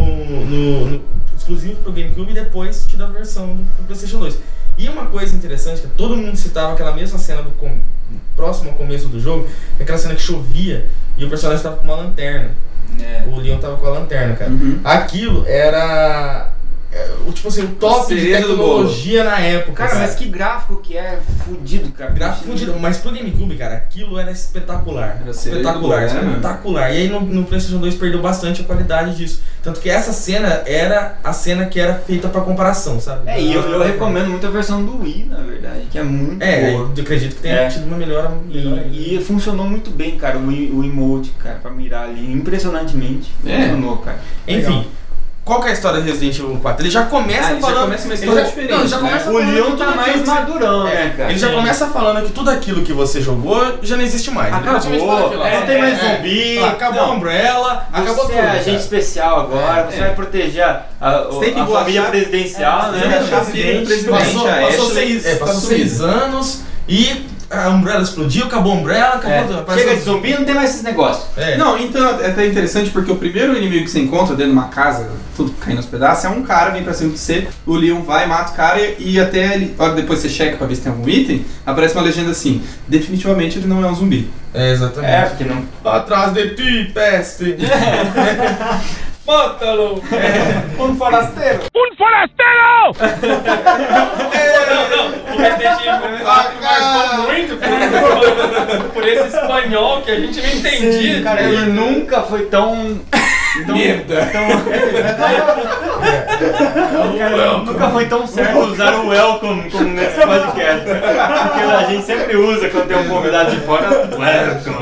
no, no- exclusivo pro GameCube e depois te dá a versão do, do PlayStation 2. E uma coisa interessante, que todo mundo citava aquela mesma cena do com- próximo ao começo do jogo, é aquela cena que chovia e o personagem tava com uma lanterna. É. O Leon tava com a lanterna, cara. Uhum. Aquilo era. é, o tipo assim, o top de Cereja do tecnologia na época. Cara, sabe? mas que gráfico que é fudido, cara. Gráfico fudido, mas pro GameCube, cara, aquilo era espetacular. Era cereja do bolo, espetacular, né, mano? espetacular. E aí no, no PlayStation 2 perdeu bastante a qualidade disso. Tanto que essa cena era a cena que era feita pra comparação, sabe? Ah. É, e eu, eu recomendo muito a versão do Wii, na verdade, que é muito É, boa. eu acredito que tenha É. tido uma melhora. melhor ainda. E, e funcionou muito bem, cara, o, o emote, cara, pra mirar ali. Impressionantemente. É. Funcionou, cara. Enfim, qual que é a história do Resident Evil 4? Ele já começa Ah, ele já falando. começa uma ele história já- diferente, Não, ele já né? começa O falando Leon que tudo tá mais aquilo que você- madurão, né, cara? Ele já Sim. começa falando que tudo aquilo que você jogou já não existe mais. Ele praticamente fala Acabou, aquilo, não ó, tem mais é, zumbi. é, Acabou a não. Umbrella, acabou você tudo. é cara. agente especial agora, É, você é. vai proteger a, a- Você tem que a boa família achar- presidencial, Você né? achar a filha do presidente, Passou, a passou Ashley, seis, é, tá passou sumida. seis anos e a Umbrella explodiu, acabou a Umbrella, acabou É, tudo. Chega Apareceu- de zumbi, não tem mais esses negócios. É. Não, então é até interessante porque o primeiro inimigo que você encontra dentro de uma casa, tudo caindo aos pedaços, é um cara, vem pra cima de você, o Leon vai, mata o cara e e até ele, hora depois você checa pra ver se tem algum item, aparece uma legenda assim, definitivamente ele não é um zumbi. É, É, exatamente. porque não. Atrás de ti, peste! Mátalo! Como forasteiro. Não, não, o Resident Evil Ah, marcou muito por, por esse espanhol que a gente não entendia. Cara, ele nunca foi tão. tão Merda. Tão, é, Cara, nunca foi tão assim. certo usar o welcome como nesse podcast. é Porque a gente sempre usa quando tem um convidado de fora. é?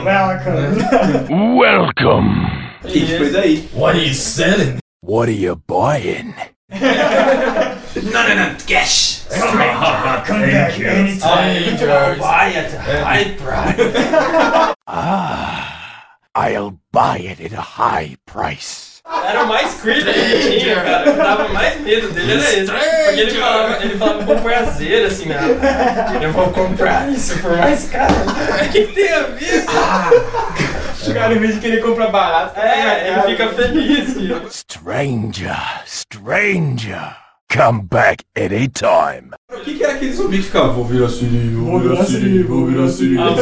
Welcome. Welcome. Welcome. E foi daí. What is selling? What are you buying? Come back anytime. Ah, I'll buy it at a high price. Era o mais creepy que tinha, cara. O que dava mais medo dele era esse. Porque ele falava, ele falava um com prazer, assim, ah, eu vou comprar isso por mais caro. O que, que tem a ver? O cara, em vez de querer comprar barato, É, ele fica feliz. que- Stranger, stranger, come back any time. O que, que era aquele zumbi que ficava, vou virar Siri, vou virar Siri, vou virar Siri. Ah, os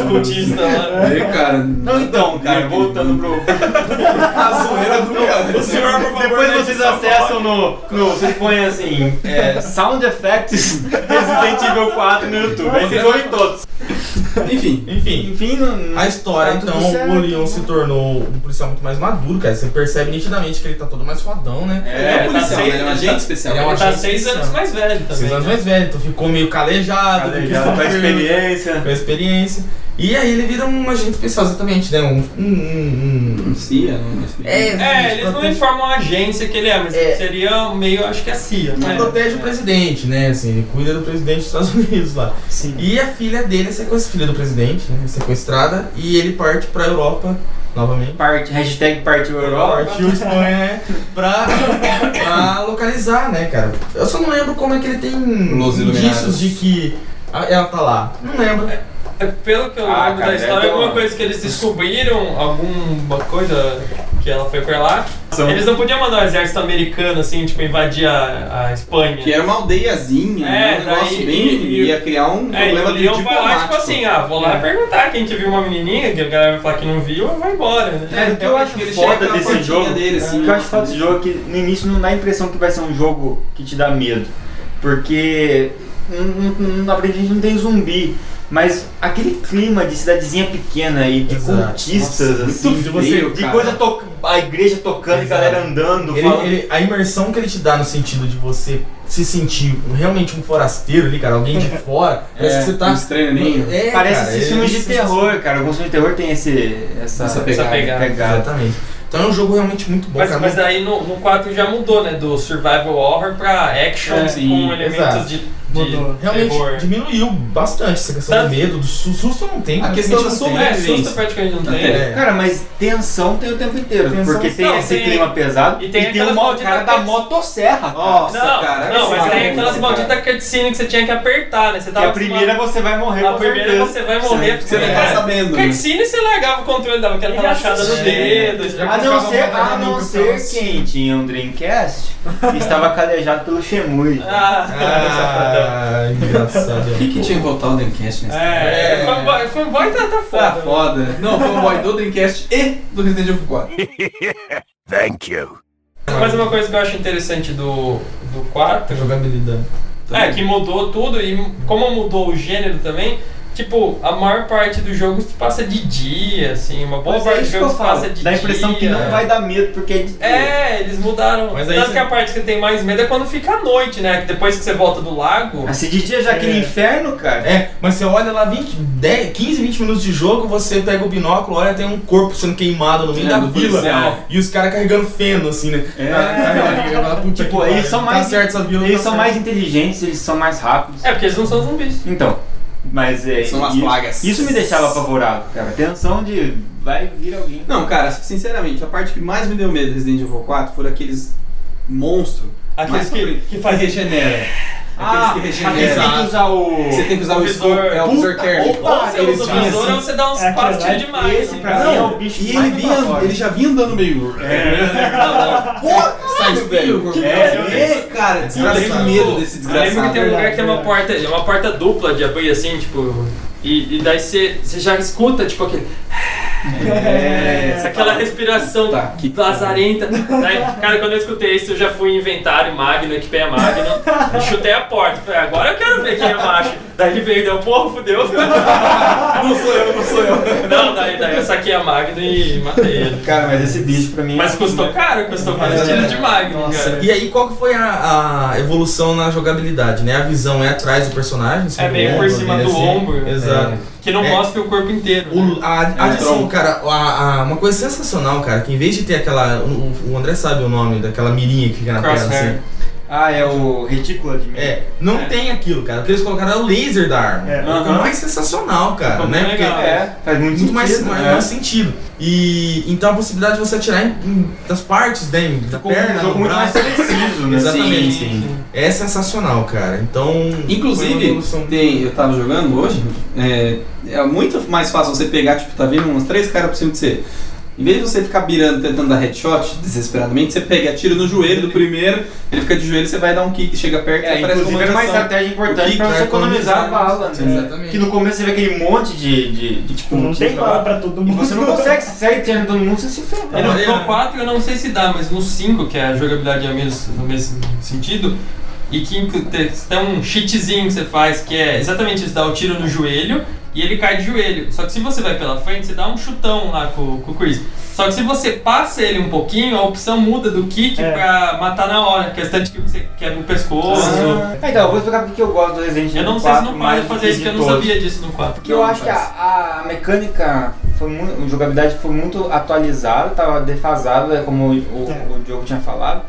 cultistas lá. Aí, cara, Não, então, cara, voltando pro. a zoeira do cara. Depois vocês acessam no. no vocês põem assim: é, Sound Effects Resident Evil 4 no YouTube. Aí vocês ouvem todos. Enfim, Enfim, Enfim, não- não- a história, tá tudo então, certo. o Leon se tornou um policial muito mais maduro, cara. Você percebe nitidamente que ele tá todo mais fodão, né? ele é É, um tá policial, sem. né? ele é um agente especial. Ele é um Ele tá seis anos mais velho Seis também. né? anos mais velho, então ficou meio calejado. né? Calejado tá com a experiência. Com a experiência. E aí ele vira um agente especial, exatamente, né? Um. um, um, um... Cia, não É, É, eles não informam a agência que ele é, mas É. seria meio, acho que a CIA, Ele né? protege o presidente, né? Assim, ele cuida do presidente dos Estados Unidos lá. Sim. E a filha dele é sequestrada, filha do presidente, né? é Sequestrada. E ele parte pra Europa novamente. Parte, hashtag Partiu Europa. Partiu Espanha, né? Pra, pra localizar, né, cara? Eu só não lembro como é que ele tem indícios Los Iluminados. de que a- ela tá lá. Não lembro. É, Pelo que eu Ah, lembro cara, da história, então- alguma coisa que eles descobriram, alguma coisa que ela foi pra lá. Eles não podiam mandar um exército americano, assim, tipo, invadir a, a Espanha. Que era uma aldeiazinha, É, um negócio daí- bem. e- ia criar um É, e o problema de Leon vai lá, tipo diplomático. É. assim, ah, vou lá perguntar quem que viu uma menininha, que a galera vai falar que não viu, vai embora, né? É, O que eu acho ele chega foda aquela desse fotinha jogo. dele, assim, o que eu acho foda desse jogo é que no início não dá a impressão que vai ser um jogo que te dá medo. Porque não- não- não- aparentemente não tem zumbi. Mas aquele clima de cidadezinha pequena e de Exato. cultistas, assim, muito de, feio, de cara. coisa to a igreja tocando e Exato. galera andando, Ele- é, falando. ele- a imersão que ele te dá no sentido de você se sentir realmente um forasteiro ali, cara, alguém de fora, parece É, que você tá. um estranho, né? É, Parece cara, esses ele- é filmes de isso- terror, tá cara. Alguns filmes de terror tem esse, essa, Essa pegada. pegada. Exatamente. Então é um jogo realmente muito bom, Mas, cara. mas muito- daí no, no 4 já mudou, né? Do survival horror pra action assim, É, com sim, elementos exato. de, de Mudou. Realmente terror. diminuiu bastante essa questão Tanto- do medo, do su- susto não tem. A questão da praticamente sua não É, tem. susto praticamente não tem. Até. É. Cara, mas tensão tem o tempo inteiro. Tensão- porque tem Não, esse tem- clima pesado e tem o aquelas mau malditas cara da pers- motosserra. cara. Nossa, não, cara. é não, mas esse tem cara, aquelas esse malditas cutscenes que você tinha que apertar, né? Você Que tava a primeira você vai morrer A com primeira certeza. você vai morrer, Você não porque- tá cara, sabendo, né? Cutscene você largava o controle, dava aquela relaxada no É. dedo. Já A Ah, não ser, colocava a uma não no ser microfone. quem tinha um Dreamcast e estava calejado pelo Shemui. Ah, Ah, engraçado. O que, que tinha que voltar o Dreamcast nesse é, fanboy, fanboy tá, tá Tá foda. né? É. foda. Não, foi o boy do Dreamcast e do Resident Evil 4. Thank you. Mas uma coisa que eu acho interessante do, do Tá 4 Jogabilidade. É, que mudou tudo e como mudou o gênero também, tipo, a maior parte dos jogos passa de dia, assim, uma boa Mas é parte dos isso que eu jogos passa falo. de Dá a dia. impressão que não vai dar medo, porque é de É, eles mudaram. Mas aí Tanto você- que a parte que tem mais medo é quando fica à noite, né? Que depois que você volta do lago. Ah, Se de dia já aquele inferno, cara. É, mas você olha lá 20, 10, 15, 20 minutos de jogo, você pega o binóculo, olha, tem um corpo sendo queimado no meio É, da do vila. policial. E os caras carregando feno, assim, né? É. Na- na galinha, fala, "Puta Tipo, que eles pariu, são mais- Tá certo essa vila. Eles tá são certo." mais inteligentes, eles são mais rápidos. É, porque eles não são zumbis. Então, mas é. São as isso, plagas. Isso me deixava apavorado, cara. Tensão de vai vir alguém. Não, cara, sinceramente, a parte que mais me deu medo de Resident Evil 4 foram aqueles monstros. Mas Aqueles que, que fazem regenera. Ah, Aqueles que aqueles que regeneram. tem que usar o. Você tem que usar o Visor. visor, é, o visor térmico. Ou você Eles assim. usa o vinham visor ou você dá uns É, quatro aquele tiros lá, demais. esse né? pra Não, mim é o bicho E que ele, mais vinha, apavora. ele já vinha andando meio. não, não. Sai velho. É, É, cara, Eu desgraçado. lembro- medo desse Eu lembro que tem um desgraçado. lugar que tem uma porta, é uma porta dupla de abrir assim, tipo. E, e daí você você já escuta, tipo, aquele. É, Essa aquela respiração Tá, que- lazarenta. Daí, cara, quando eu escutei isso, eu já fui em inventário, Magno, equipei a Magno, e chutei a porta. Falei, agora eu quero ver quem é macho. Daí ele veio e deu, porra, fudeu. Não sou eu, não sou eu. Não, daí, daí eu saquei a Magno e matei ele. Cara, mas esse bicho pra mim. Mas custou caro, É, custou quase tiro de Magno, cara. E aí, qual que foi a, a evolução na jogabilidade, né? A visão é atrás do personagem? sobre o meio É por ombro cima dele, do ombro. né, assim, né? Exato. Que não É. mostra o corpo inteiro. né? O- a a É, adição, tronco. cara, a- a- uma coisa sensacional, cara, que em vez de ter aquela. O, o André sabe o nome daquela mirinha que fica na perna Crosshair. assim. Ah, é o retícula de mim. É, não É. tem aquilo, cara. O que eles colocaram é o laser da arma. É. É o Aham. mais sensacional, cara, Ficou né? bem Porque legal. É, faz muito, muito mais, sentido, mais, né? mais sentido. E então a possibilidade de você atirar em, em- das partes, né? em- Da Ficou um perna, jogo do muito mais braço. preciso, né? Exatamente. Sim, sim. É sensacional, cara. Então. foi uma Inclusive, evolução. tem, eu tava jogando hoje, é, é muito mais fácil você pegar, tipo, tá vindo uns três caras por cima de você. Em vez de você ficar mirando, tentando dar headshot desesperadamente, você pega e atira no joelho do primeiro, ele fica de joelho, você vai dar um kick, chega perto, É, aí aparece inclusive é uma estratégia O importante que pra vai você economizar a economizar, bala, né? exatamente. Que no começo você vê aquele monte de, de, de, tipo, Não tem sei bala lá. pra todo E mundo. você não consegue, se segue tirando todo mundo, você se É, ferra. no, Olha. no 4 eu não sei se dá, mas no 5, que é a jogabilidade é mesmo, no mesmo sentido, e que inclu- te- tem um cheatzinho que você faz, que é exatamente isso, dá o tiro no joelho e ele cai de joelho. Só que se você vai pela frente, você dá um chutão lá com, com o Chris. Só que se você passa ele um pouquinho, a opção muda do kick É. pra matar na hora, que é tanto que você quebra o pescoço. Ah, então, eu vou explicar porque eu gosto do Resident Evil Eu não sei 4 se não mais pode do fazer que isso, de porque eu não todos. sabia disso no 4. Porque eu acho que a, a mecânica, foi muito, a jogabilidade foi muito atualizada, estava defasada, né, como o, o, É. o Diogo tinha falado.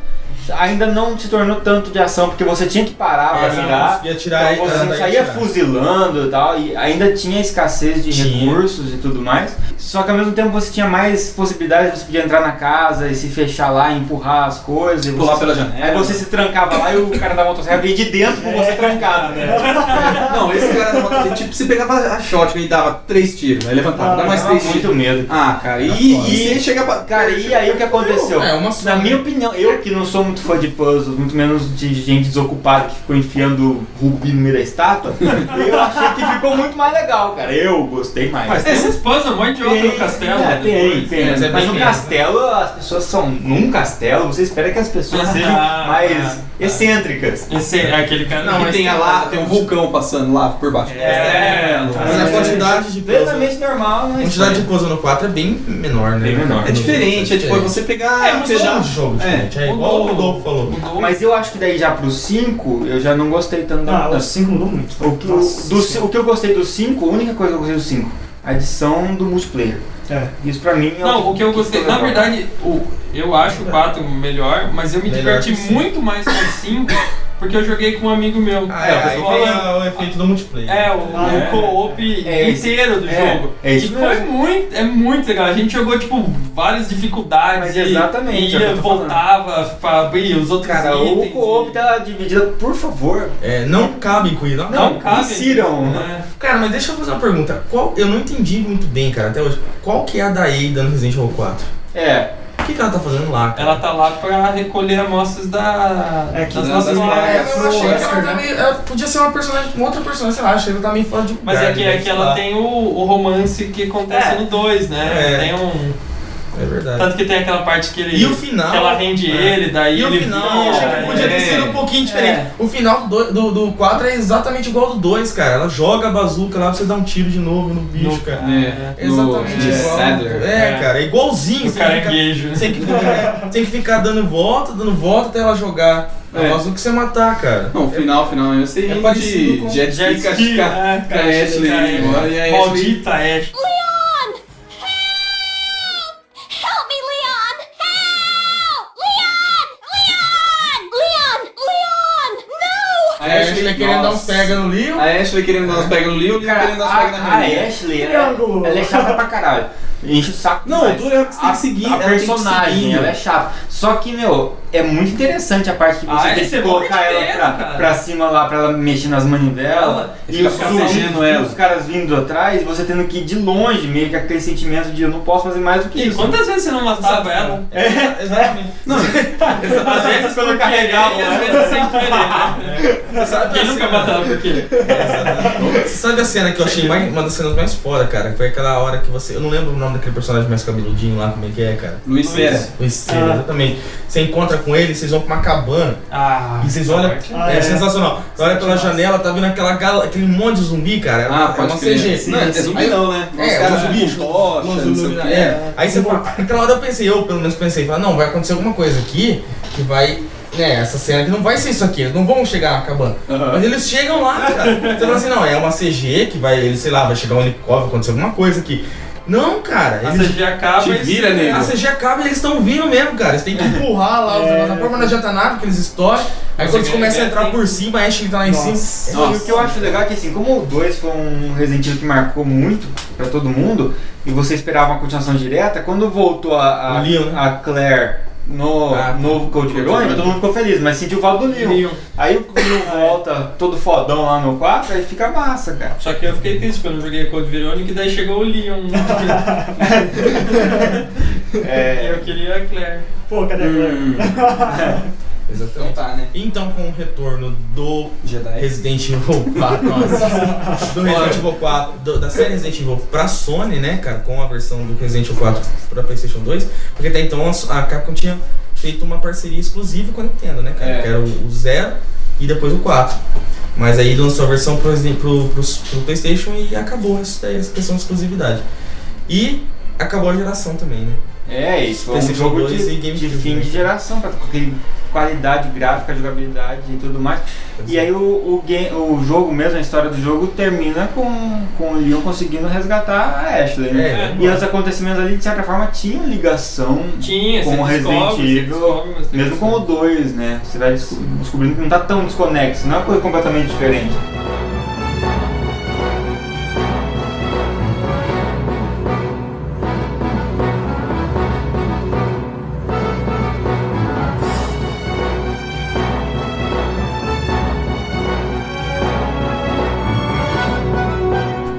Ainda não se tornou tanto de ação, porque você tinha que parar É, pra você não mirar. conseguia atirar é então e- você andar e saía atirar. fuzilando e tal, e ainda tinha escassez de Tinha. recursos e tudo mais. Só que ao mesmo tempo você tinha mais possibilidades, você podia entrar na casa e se fechar lá, e empurrar as coisas. E pular você- pela janela. Aí você se trancava lá e o cara da motosserra vinha de dentro com você trancado, né? Não, esse cara da moto, ele, tipo, você pegava a shotgun e dava três tiros, aí levantava, dava mais Dava três tiros. muito medo. Ah, cara, e, foda. e, ele chega pra. Cara, e aí o que aconteceu? É, uma só. Na minha opinião, eu que não sou muito fã de puzzles, muito menos de gente desocupada que ficou enfiando rubi no meio da estátua, eu achei que ficou muito mais legal, cara. Eu gostei mais. Mas tem esses puzzles, um monte de outro no castelo. É, tem, depois. tem. Mas Mas, é bem no menos, castelo, as pessoas são. Num castelo, você espera que as pessoas sejam Ah, mais tá. excêntricas. Esse é aquele cara. Não, e tem a lá, tem um vulcão passando lá por baixo. É, Mas a quantidade de coisa. Plenamente normal, A mas. quantidade de coisa no 4 é bem menor, né? Bem menor. É diferente, é tipo é você pegar. É, mas você já- um jogo, É. gente. É igual o Rodolfo falou. Mudou. Mas eu acho que daí já pro 5, eu já não gostei tanto da Ah, o mudança. 5 mudou muito. O que, o, Nossa do, ci- senhora. o que eu gostei do 5, a única coisa que eu gostei do 5, a adição do multiplayer. É. Isso pra mim é Não, o que eu gostei, ficou na legal. verdade, o, eu acho o 4 melhor, mas eu me Melhor diverti que o cinco. muito mais com o 5 porque eu joguei com um amigo meu. Ah, é, o aí pessoal vem lá- a- o efeito do multiplayer. é, o, Ah, o é. co-op É isso. inteiro do É, jogo. é isso e foi mesmo. muito, é muito legal. A gente jogou, tipo, várias dificuldades. Mas e- E exatamente, é o que ia, eu tô falando. voltava pra abrir os outros Cara, o itens co-op e- tá dividida, por favor. É, não cabe em Cuiabá. Não, cabe. insiram. É. Cara, mas deixa eu fazer uma pergunta. Qual, eu não entendi muito bem, cara, até hoje. Qual que é a da Ada no Resident Evil 4? É, O que, que ela tá fazendo lá? cara? Ela tá lá pra recolher amostras da, É, que das das nossas drogas. drogas. É, eu Pô, né? achei que Oscar, ela também. Ela podia ser uma personagem, uma outra personagem, sei lá, achei que ela tá meio fora de Tá. Mas é que, é que ela lugar, tem o, o romance que acontece É. no 2, né? É. Tem um. É verdade. Tanto que tem aquela parte que ele. E o final? Que ela rende É. ele, daí E o ele final, eu vira, achei que podia ter é. sido um pouquinho diferente. O final do 4 do, do quatro é exatamente igual ao do 2, cara. Ela joga a bazuca lá pra você dar um tiro de novo no bicho, cara. É, É Exatamente no, é, igual. Sadler. É, É. cara, é igualzinho. O Você tem, que ficar, caranguejo. você tem que ficar- tem que ficar dando volta, dando volta até ela jogar a É. bazuca e você matar, cara. Não, final, final. Eu sei É é parecido com de jet Jet ski com a- ski, com é, a- com a cara, Ashley cara, indo embora. É E a Ashley... Maldita Ash. Help me, Leon! Help! Leon! Leon! Leon! Leon! No! A A Ashley querendo dar um nossa. pega no Leo. A Ashley querendo dar uns pega no Leo, o Leo Cara, querendo dar uns a, pega na a Harry. Ah, Ashley, ela, Triângulo. ela é chata pra caralho. Enche o saco. Não, demais. o duro é que você tem A- que seguir, A, ela tem que personagem, seguir. ela é chata. Só que, meu, é muito interessante a parte que você Ah, tem esse que é colocar bom de ela ver, pra, cara. pra cima lá, pra ela mexer nas manivelas. Ela- E fica os, protegendo os- ela. os caras vindo atrás, e você tendo que ir de longe, meio que aquele sentimento de eu não posso fazer mais do que E isso. quantas vezes você não matava ela? É, exatamente. Às vezes quando carregava, às né? vezes sem querer. né? Sabe, assim, Quem nunca matava né? por quê? Você sabe a cena que eu achei mais- uma das cenas mais foda, cara? Foi aquela hora que você. Eu não lembro o nome daquele personagem mais cabeludinho lá, como é que é, cara? Luiz Cera. O Estrela, Ah. exatamente. Você encontra com ele, vocês vão pra uma cabana Ah, e vocês essa olham. parte. Ah, é, é. sensacional. Você olha pela janela, tá vendo aquela gala- aquele monte de zumbi, cara. É uma- Ah, é uma pode crer. CG. Não, é zumbi Aí- não, né? É, Os caras os com bichos, Nossa, tocha, não sei o ilumina- quê. é. Aí você fala, naquela hora eu pensei, eu pelo menos pensei, falei, não, vai acontecer alguma coisa aqui que vai. né, essa cena que não vai ser isso aqui, eles não vão chegar na cabana. Aham. Mas eles chegam lá, cara. Você fala assim, não, é uma CG que vai, eles, sei lá, vai chegar um helicóptero, vai acontecer alguma coisa aqui. Não, cara, A eles. CG acaba Te e- vira, nego. É. A CG acaba e eles estão vindo mesmo, cara. Eles têm que empurrar lá os negócios na porta, mas não adianta nada, porque eles estouram. Aí Você quando eles ganha- começam a ganha entrar tempo. por cima, a Ashley tá lá em cima. E o que eu acho legal é que assim, como o 2 foi um Resident Evil que marcou muito pra todo mundo, e você esperava uma continuação direta, quando voltou a, a, O Leon, né? a Claire no Ah, novo Code Verônica, todo mundo ficou feliz, mas sentiu o valor né? do Leon. Leon. Aí o Ah, Leon é. volta todo fodão lá no 4, aí fica massa, cara. Só que eu fiquei triste quando eu joguei Code Verônica e daí chegou o Leon. É, eu queria a Claire. Pô, cadê a Hum. Claire? Então Exatamente. tá, né? Então, com o retorno do Jedi. Resident Evil 4, nossa, do Resident Evil 4, do- da série Resident Evil pra Sony, né, cara, com a versão do Resident Evil 4 pra PlayStation 2, porque até então a a Capcom tinha feito uma parceria exclusiva com a Nintendo, né, cara, É. que era o 0 e depois o 4. Mas aí lançou a versão pro, Resident- pro, pro, pro PlayStation e acabou essa, daí, essa questão de exclusividade. E acabou a geração também, né? é isso, foi um Esse jogo dois de, e Game de Cube, fim né? de geração, pra, com aquele qualidade gráfica, jogabilidade e tudo mais. é. E aí o, o, game, o jogo mesmo, a história do jogo, termina com, com o Leon conseguindo resgatar a Ashley, né? É. e os acontecimentos ali, de certa forma, tinham ligação, Tinha, Com você Resident descobre, você Evil, descobre, mas tem mesmo que- com o 2, né? Você vai desco- descobrindo que não tá tão desconexo, não é uma coisa completamente diferente.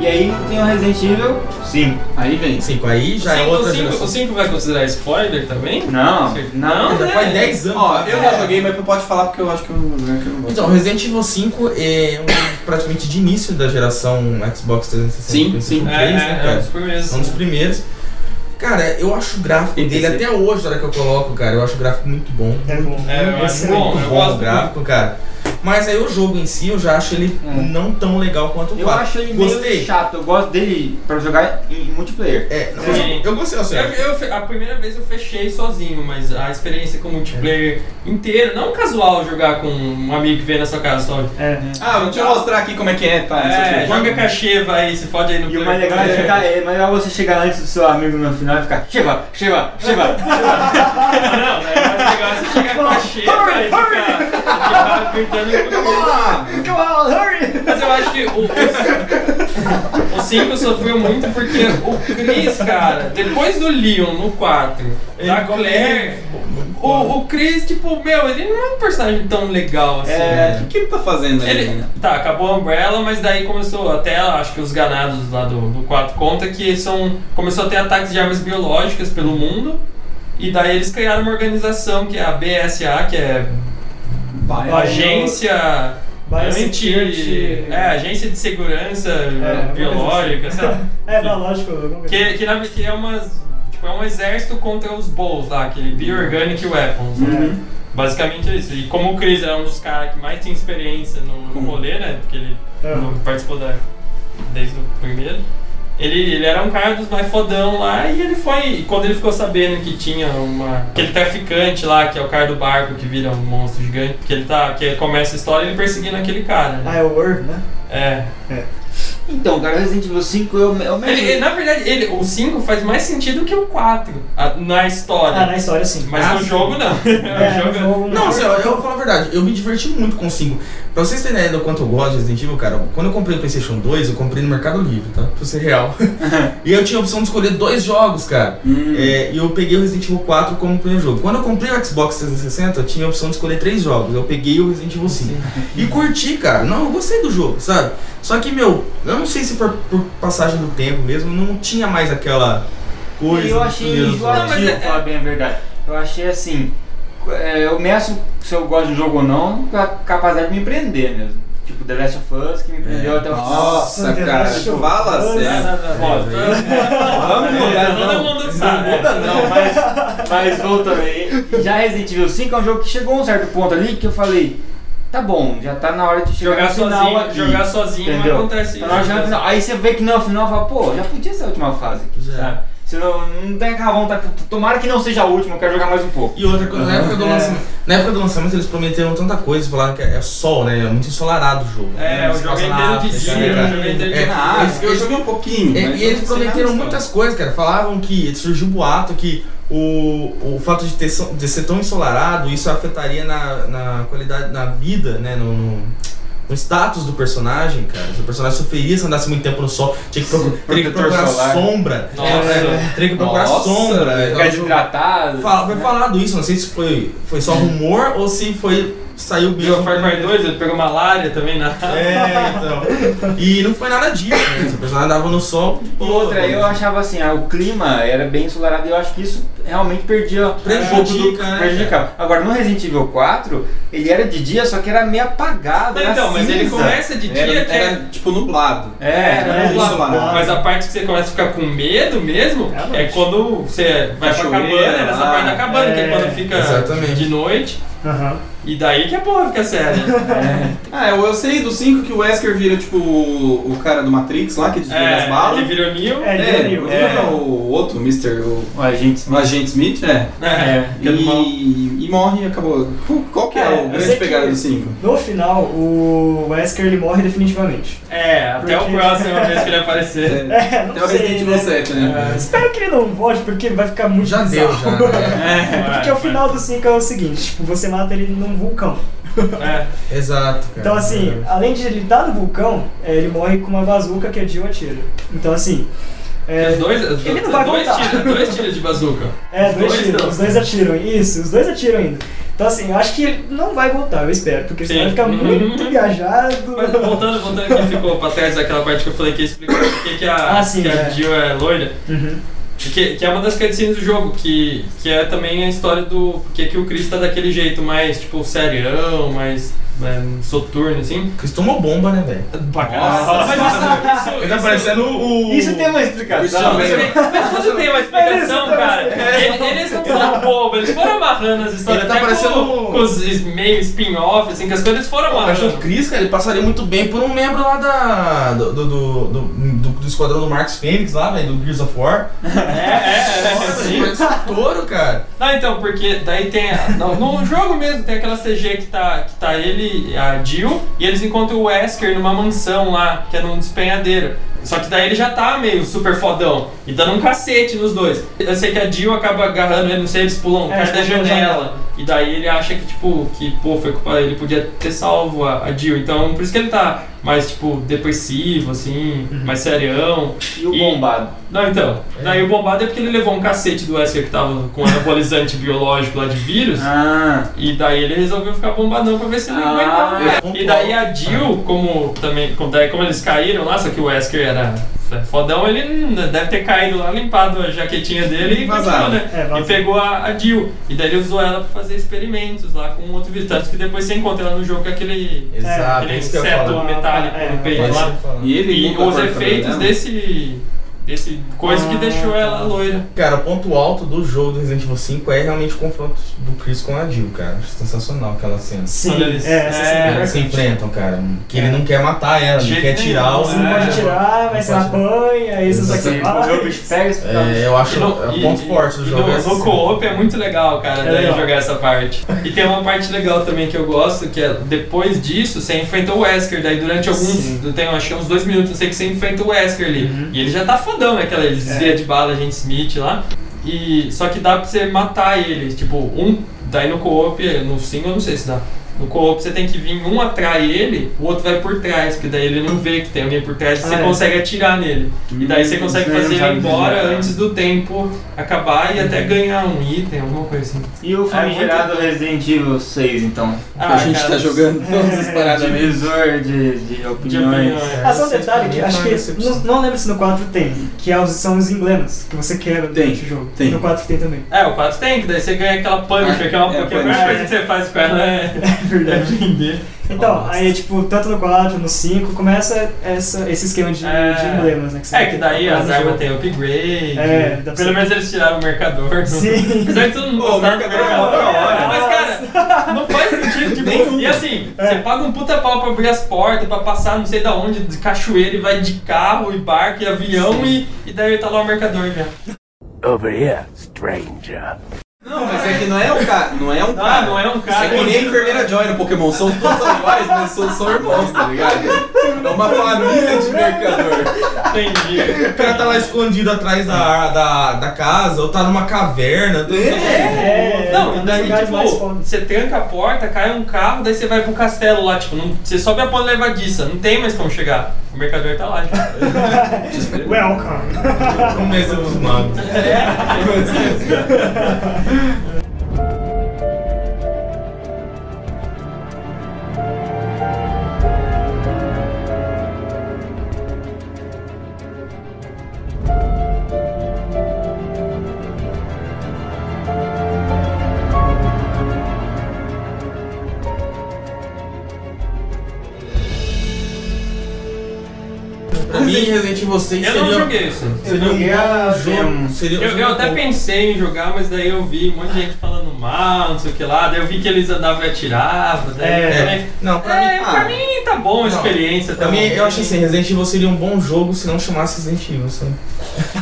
E aí tem o Resident Evil 5. Aí vem. 5 aí já é Cinco- outra cinco- geração. O 5 vai considerar spoiler também? né? Não, não. Já é. faz 10 anos. é. Ó, eu já joguei, mas não pode falar porque eu acho que eu não, né, que eu não gosto. Então, Resident Evil 5 é um, praticamente de início da geração Xbox 360 Sim, PlayStation sim. É, 3, né, é, é um cara? dos primeiros. É um dos primeiros. Cara, eu acho o gráfico Tem que dele ser. até hoje, na hora que eu coloco, cara, eu acho o gráfico muito bom. É bom. É, eu acho Excelente. bom, Muito eu bom o gosto. gráfico, cara. Mas aí o jogo em si, eu já acho ele É. não tão legal quanto o Eu 4. acho ele meio Gostei. chato, eu gosto dele pra jogar em multiplayer. É, não, mas Sim. eu gostei, assim. Eu, eu fe- a primeira vez eu fechei sozinho, mas a experiência com multiplayer inteiro, não casual jogar com um amigo que vem na sua casa só. É. Ah, deixa eu mostrar aqui como é que é, tá? não sei o É, quê. joga cacheva aí, se fode aí no E o player. mais legal é ficar, é, mas legal você chegar antes do seu amigo no final e ficar, chega, chega, chega. Não, né, o mais legal é você chegar com cacheva e ficar- ficar apertando o botão. Ah, Come on, hurry! Mas eu acho que o, o 5 sofreu muito porque o Chris, cara, depois do Leon no 4, da Claire, o, o Chris, tipo, meu, ele não é um personagem tão legal assim. É, O que ele tá fazendo aí? Ele, né? tá, acabou a Umbrella, mas daí começou até, acho que os ganados lá do, do 4 conta que são. Começou a ter ataques de armas biológicas pelo mundo. E daí eles criaram uma organização que é a BSA, que é Vai, Vai. Agência. Biosecurity. Anti- É, Agência de Segurança alguma coisa Biológica, sabe? É, biológico, alguma coisa. Que, que, na, que é umas. tipo, Tipo, é um exército contra os Bowls lá, aquele Bioorganic Weapons, né? Basicamente é isso. E como o Chris é um dos caras que mais tinha experiência no, no rolê, né? Porque ele É. não participou da, desde o primeiro. Ele, ele era um cara dos mais fodão lá e ele foi. e quando ele ficou sabendo que tinha uma. aquele traficante lá, que é o cara do barco que vira um monstro gigante, que ele tá. que ele começa a história ele perseguindo aquele cara. Ah, Né? é o Word, né? É. Então, cara, Resident Evil 5 é o, é o melhor. Ele- ele- na verdade, ele, o 5 faz mais sentido que o 4 a- na história. Ah, na história sim. Mas Ah, no sim. jogo não. É, o no jogo. jogo, Não, assim, ó, eu vou falar a verdade, eu me diverti muito com o 5. Pra vocês terem ideia do quanto eu gosto de Resident Evil, cara, quando eu comprei o PlayStation 2, eu comprei no Mercado Livre, tá? Pra ser real. e eu tinha a opção de escolher dois jogos, cara. Hum. É, e eu peguei o Resident Evil 4 como primeiro jogo. Quando eu comprei o Xbox 360, eu tinha a opção de escolher três jogos. Eu peguei o Resident Evil 5. E curti, cara. Não, eu gostei do jogo, sabe? Só que, meu, eu não sei se foi por passagem do tempo mesmo, não tinha mais aquela coisa. E eu dos achei primeiros enjoativo, jogos. vou falar bem a verdade. é- Eu achei assim, é, eu meço se eu gosto do jogo ou não, com a capacidade de me prender mesmo. Tipo, The Last of Us, que me prendeu até o final. Nossa, Nossa, cara, Deus. fala Nossa. sério. Ó, Vamos mudar, É, Todo não. mundo sabe. muda, Não, mas, mas voltando aí. Já Resident Evil 5 é um jogo que chegou a um certo ponto ali que eu falei, tá bom, já tá na hora de chegar Jogar no final sozinho, aqui. jogar sozinho Entendeu? acontece Tá na hora de chegar no isso. né? final. Aí você vê que não, no final fala, pô, já podia ser a última fase aqui, Já. sabe? Você não, não tem aquela vontade, tomara que não seja a última, eu quero jogar mais um pouco. E outra coisa, na, época do lançamento, na época do lançamento eles prometeram tanta coisa, falaram que é sol, né? É muito ensolarado o jogo. né? É, o Se jogo passa é na inteiro de África, dia, né, o cara? jogo é inteiro de É, dia. Ah, Eles- eu eles- joguei um pouquinho. É, mas e eles eu sei lá, prometeram mas tá. muitas coisas, cara. Falavam que surgiu um boato que o, o fato de, ter, so- de ser tão ensolarado, isso afetaria na, na qualidade, na vida, né? No, no, no status do personagem, cara. Se o personagem sofreria se andasse muito tempo no sol, tinha que, procu- teria que protetor procurar solar. né? sombra. Nossa. É, teria que procurar Nossa, sombra. velho. Então, Ficar o jogo- desidratado. Fala- foi falado isso, não sei se foi, foi só rumor ou se foi. saiu O mesmo. Jogo Far Cry 2, ele pegou malária também na. É, então. E não foi nada disso, né? Se o personagem andava no sol. de E boa, outra, eu né? achava assim, ah, o clima era bem ensolarado e eu acho que isso realmente É, perdia um Prejudica, pouco do né, prejudicava. Agora, no Resident Evil 4, ele era de dia, só que era meio apagado. era Então, mas ele cinza. começa de Era, dia que é. era, tipo nublado. É, Era nublado. Mas a parte que você começa a ficar com medo mesmo É a é, noite. quando você vai pra Cachoeira, cabana, nessa lá. parte da cabana, que é É, quando fica exatamente. de noite. Aham. E daí que a porra fica séria. Ah, eu, eu sei do 5 que o Wesker vira tipo o, o cara do Matrix lá, que desvia as É, balas. ele virou Neo. É, ele É, é, o- é, é, o outro, o Mr. O, O agente. o agente Smith, é. É, fica do mal. E, e morre e acabou. Qual- Qual que é, É, o eu grande sei pegada que- do 5? No final, o Wesker ele morre definitivamente. É, até o Porque- próximo vez que ele aparecer. É, É, não até o sei, Resident Evil né? 7, né? Espero que ele não volte, porque vai ficar muito Já deu, bizarro. já. Né? Vai, É, Porque o vai. final do 5 é o seguinte, tipo, você mata ele num vulcão. É. Exato. Cara. É. Então assim, além de ele estar no vulcão, é, ele morre com uma bazuca que a Jill atira. Então assim. É, Os dois, os Ele não dois- vai dois, voltar. tiros, dois tiros de bazuca. É, Os dois, dois tiram, não. os dois atiram, isso, os dois atiram ainda. Então assim, eu acho que ele não vai voltar, eu espero, porque Sim. senão vai ficar Uhum. muito viajado. Mas voltando, voltando que ficou pra trás daquela parte que eu falei que ia explicar por que que a, Ah, sim, que a é. Jill é loira. Uhum. Que, que é uma das cutscenes do jogo, que, que é também a história do. Porque que o Chris tá daquele jeito mais, tipo, serião, mais é, soturno, assim. Chris tomou bomba, né, velho? Pra caralho. Mas isso- isso- Ele tá isso- parecendo o. Isso tem uma Não, explicação. mas ele- mas tudo tem uma explicação, cara. Ele- Eles não são bobos, eles foram amarrando as histórias. Ele tá até parecendo com, um- com os es- meio spin-off, assim, que as coisas foram Eu acho que o amarrando. Chris, cara, ele passaria muito bem por um membro lá da. do. do, do, do- do- do esquadrão do Marx Fênix lá, velho, do Gears of War. É, é, é, Nossa, sim. ele parece um touro, cara. Não, então, porque daí tem. a- No, no jogo mesmo, tem aquela CG que tá, que tá ele, a Jill, e eles encontram o Wesker numa mansão lá, que é num despenhadeiro. Só que daí ele já tá meio super fodão e dando um cacete nos dois. Eu sei que a Jill acaba agarrando ele, não sei, eles pulam, É, cai da eles pulam da janela. janela. E daí ele acha que, tipo, que, pô, foi culpa, ele podia ter salvo a, a Jill. Então, por isso que ele tá mais, tipo, depressivo, assim, Uhum. mais serião. E o bombado. Não, então. Daí o bombado é porque ele levou um cacete do Wesker que tava com anabolizante biológico lá de vírus. Ah, E daí ele resolveu ficar bombadão pra ver se ele Ah, aguentava. é. E daí a Jill, como também. Como, daí como eles caíram lá, só que o Wesker era fodão, ele hum, deve ter caído lá, limpado a jaquetinha dele e Vazaram. continuou, né? É, vazou. e pegou a, a Jill. E daí ele usou ela pra fazer experimentos lá com outro vírus. Tanto que depois você encontra ela no jogo com aquele. Exato, aquele é isso que eu inseto falo. metálico É, no peito Parece lá. que eu falo. E ele E muda a os cor também, efeitos né? desse, Desse coisa que deixou ela loira. Cara, o ponto alto do jogo do Resident Evil 5 é realmente o confronto do Chris com a Jill, cara. Acho sensacional aquela cena. Sim, Olha eles. é, essa cena é Eles se marcante. enfrentam, cara. Que ele não quer matar ela, É. De ele quer jeito tirar nenhum, né? o. Você não pode tirar, mas você É, Não pode. apanha, aí você só Você que correu, o bicho pega esse É, eu acho E no- é o e- ponto e- forte do e jogo. No, é essa no co-op é muito legal, cara, É daí legal. jogar essa parte. E tem uma parte legal também que eu gosto, que é depois disso, você enfrenta o Wesker, daí durante alguns. Tem acho que uns dois minutos, não sei que você enfrenta o Wesker ali. Uhum. E ele já tá fodão, né? É. Aquela, ele desvia de bala, a gente Smith lá. E, só que dá pra você matar ele. Tipo, um. Daí no co-op, no single eu não sei se dá. No co-op você tem que vir um atrai ele, o outro vai por trás, porque daí ele não vê que tem alguém por trás e Ah, você é. Uhum. consegue atirar nele. E daí você Hum, consegue isso aí eu fazer não ele sabia. embora antes do tempo acabar e até ganhar um item, alguma coisa assim. E o famigerado Resident Evil 6, então. Ah, Um a gente tá jogando todas as paradas mesmo. Divisor de, de de opiniões. opinião. é. Ah, só um detalhe que acho Foi uma que. Não, decepção. não lembro se no 4 tem, que é os- são os emblemas que você quebra Tem, durante o jogo. tem. No 4 tem também. É, o 4 tem, que daí você ganha aquela Punisher, que é uma É, porque a Punisher. primeira coisa que você faz com ela é, É é verdade. vender. Então, aí, tipo, tanto no 4, no 5, começa essa, esse esquema de, É. de emblemas, né? Que você É, que daí faz as no armas jogo. têm upgrade. É, dá pra Pelo você- menos eles tiraram o mercador. Sim. Apesar de todo mundo Pô, o gostar do mercador é outra hora. Mas, cara, não faz sentido. Tipo, Nenhum. E assim, você paga um puta pau pra abrir as portas, pra passar não sei da onde, de cachoeira e vai de carro e barco e avião e, e daí tá lá o mercador já. Over here, stranger. Não, mas é que não é um cara. Não é um cara. Ah, não é um Isso cara. é que nem a enfermeira Joy no Pokémon. São todos iguais, mas são, são irmãos, tá ligado? É uma família de mercador. Entendi. O cara tá lá escondido atrás da, da, da casa, ou tá numa caverna. É, Não, então é um e dos daí, lugares mais tipo, fodas. você tranca a porta, cai um carro, daí você vai pro castelo lá, tipo, não- você sobe a ponte levadiça, não tem mais como chegar. O mercador tá lá, já. Welcome! Como é que os magos? É. Pra mim, Resident Evil 6 Eu não seria joguei isso. Seria um bom jogo. Seria um Eu, jogo eu até bom. pensei em jogar, mas daí eu vi um monte de gente falando mal, não sei o que lá, daí eu vi que eles andavam e atiravam, daí É. eu É, falei, não, pra é, mim. pra mim tá bom Não. a experiência tá Pra mim, eu acho assim, Resident Evil seria um bom jogo se não chamasse Resident Evil, sabe?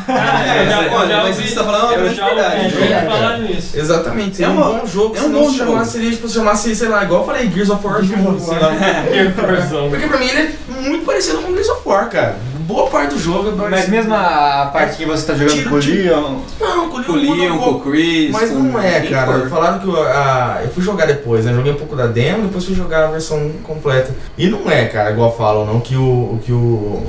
Ah, eu já, eu Olha, já mas ouvi- isso tá falando uma eu grande já ouvi verdade, gente verdade. falar nisso. Exatamente, seria É um uma- bom jogo é se um não bom chamasse, seria, tipo, se chamasse, sei lá, igual eu falei, Gears of War Gears 1, of sei War. lá. Que versão. Porque pra mim ele é muito parecido com Gears of War, cara. Boa parte do jogo é Mas parecido. mesmo a parte que você tá jogando Tiro, com o Leon, Não, com Com o Leon muda Leon, um com o pouco. Chris. Mas com não é, quem cara. for. Falaram que eu, a- eu fui jogar depois, né? Joguei um pouco da demo, depois fui jogar a versão completa. E não é, cara, igual falam, não, que o. o que o.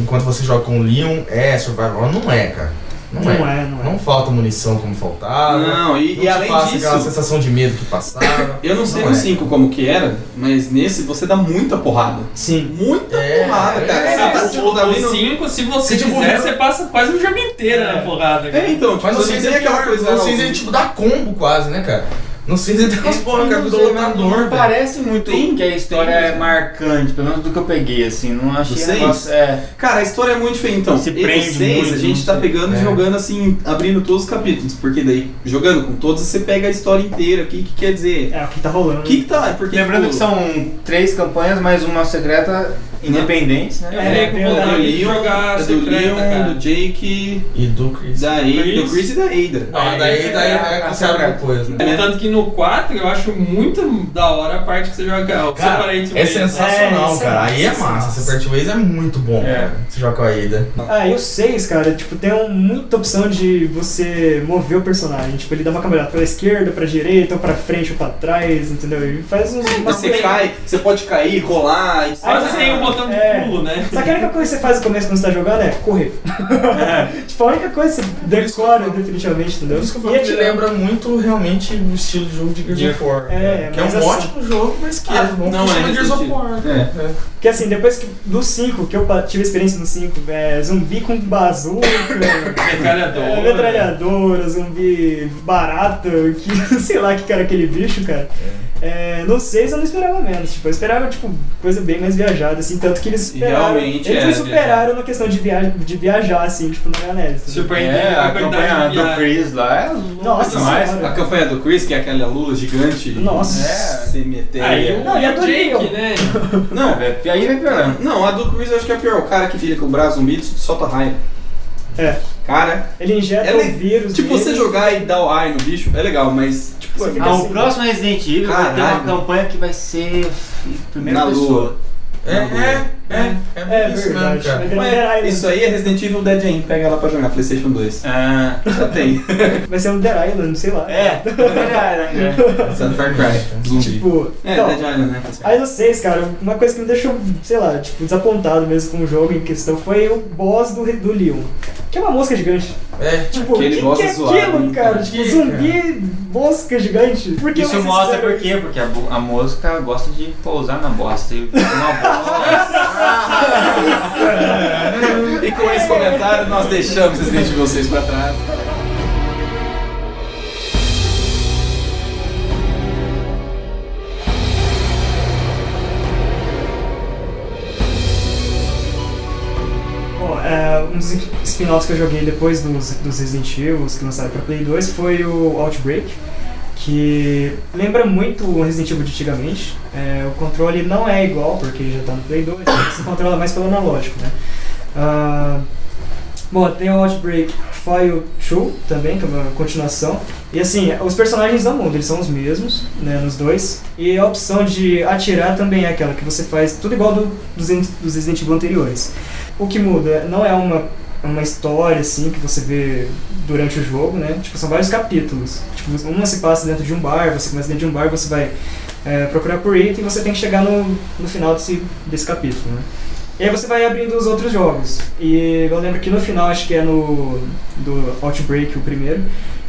Enquanto você joga com o Leon, é survival. Não é, cara. Não, Não é. é, não é. Não falta munição como faltava. Não, e, Não e te além passa aquela disso. sensação de medo que passava. Eu não sei Não no é. 5 como que era, mas nesse você dá muita porrada. Sim. Muita É, porrada, cara. é, você tá o- tipo, tá O vindo- 5, se você Se, tipo, quiser, o- você passa quase o jogo inteiro na porrada. cara. É, então, tipo, Mas no você Cinza tem é aquela pior, coisa. no Cinza ele tipo dá combo quase, né, cara? No Cinza ele tem umas porra, né? cara, do lutador, Não velho. parece muito Tem, que a história tem. é marcante, pelo menos do que eu peguei, assim, não achei Vocês? né? negócio- é. Cara, a história é muito feia, então. Se E prende vocês, muito, a gente tá não sei. pegando e É. jogando assim, abrindo todos os capítulos, porque daí, jogando com todos, você pega a história inteira, o que, que quer dizer? É o que tá rolando. O que, que tá lá? Porque, Lembrando tipo, que são três campanhas, mais uma secreta independente, Eu né? falei com tem o é vontade do de Leon, jogar é do, secreta, Leon cara. do Jake, E do Chris. da Ada, do Chris. Chris e da Então, Ada. Ah, daí, daí, É, é, a- você abre depois, né? né? Tanto que no 4 eu acho muito da hora a parte que você joga o Cara, separate É mesmo. sensacional, É, cara. isso é Aí é massa. massa. Separate Ways é muito bom, É. cara. Você joga com a Ida. Ah, e o 6, cara, tipo, tem um- muita opção de você mover o personagem. Tipo, ele dá uma caminhada pra esquerda, pra direita, ou pra frente, ou pra trás, entendeu? E faz uns... umas Você cai, você pode cair, rolar, e Ah, Só você tem um botão de É. pulo, né? Só que a única coisa que você faz no começo quando você tá jogando é correr. É. tipo, a única coisa que você decora definitivamente, Então, entendeu? E é te atirar. lembra muito realmente o estilo de jogo de Gears of War. É, que é um mas assim- ótimo jogo, mas que Ah, é bom não que é chama Gears of repetido. War. É. né? Porque assim, depois que no 5, que eu pa- tive experiência no 5, é, zumbi com bazuca, Metralhador. é, metralhadora, zumbi barata, que sei lá que era aquele é bicho, cara. É, no 6 eu não esperava menos, tipo, eu esperava, tipo, coisa bem mais viajada, assim, tanto que eles superaram. Realmente, eles é, me superaram na questão de, viaja, de viajar, assim, tipo, na maionese. entendeu? Surpreendente É, a a campanha quantidade de do viagem. Chris lá é louca Nossa demais. senhora. A campanha do Chris, que é aquela lula gigante. Nossa. É, se meter. Aí o Não, e a do Jake, Leon? né? Não, É, E aí vai piorando. não, a do Chris eu acho que é a pior. O cara que fica com o braço zumbido solta raio. É. Cara, Ele injeta Ela- o vírus. tipo, nele. você jogar e dar o raio no bicho é legal, mas, tipo, Você é- fica Ah, assim. o próximo Resident Evil vai ter Caralho. uma campanha que vai ser primeira Na pessoa. lua. É, é, é. É, É bem isso mesmo, verdade. cara. Vai ter Ué, um Dead isso Island. aí é Resident Evil Dead Aim. Pega ela pra jogar, PlayStation 2. Ah, Já tem. Vai ser um Dead Island, sei lá. é, verdade, é, né? Essa do Far Cry, zumbi. Tipo, é, então, Dead Island, né? Aí não sei, cara, uma coisa que me deixou, sei lá, tipo, desapontado mesmo com o jogo em questão foi o boss do, do Leon. Que é uma mosca gigante. É. Tipo, o que, Aquele que boss é é zoado, aquilo, hein, cara? cara? Tipo, Que, zumbi, mosca gigante. Por que Isso vocês mostra fizeram por quê? Porque a, bo- a mosca gosta de pousar na bosta. E uma bosta. E com esse comentário nós deixamos os vídeos de vocês pra trás. Bom, é, um dos spin-offs que eu joguei depois dos, dos Resident Evil, os que lançaram pra Play 2, foi o Outbreak, que lembra muito o Resident Evil de antigamente. É, o controle não é igual, porque já tá no Play 2, você controla mais pelo analógico, né? Ah, bom, tem o Outbreak File 2 também, que é uma continuação. E assim, os personagens não mudam, eles são os mesmos, né, nos dois. E a opção de atirar também é aquela que você faz tudo igual do, dos, dos Resident Evil anteriores. O que muda não é uma, uma história assim que você vê durante o jogo, né? Tipo, são vários capítulos. Tipo, uma se passa dentro de um bar, você começa dentro de um bar, você vai é, procurar por item e você tem que chegar no, no final desse, desse capítulo, né? E aí você vai abrindo os outros jogos. E eu lembro que no final, acho que é no do Outbreak, o primeiro,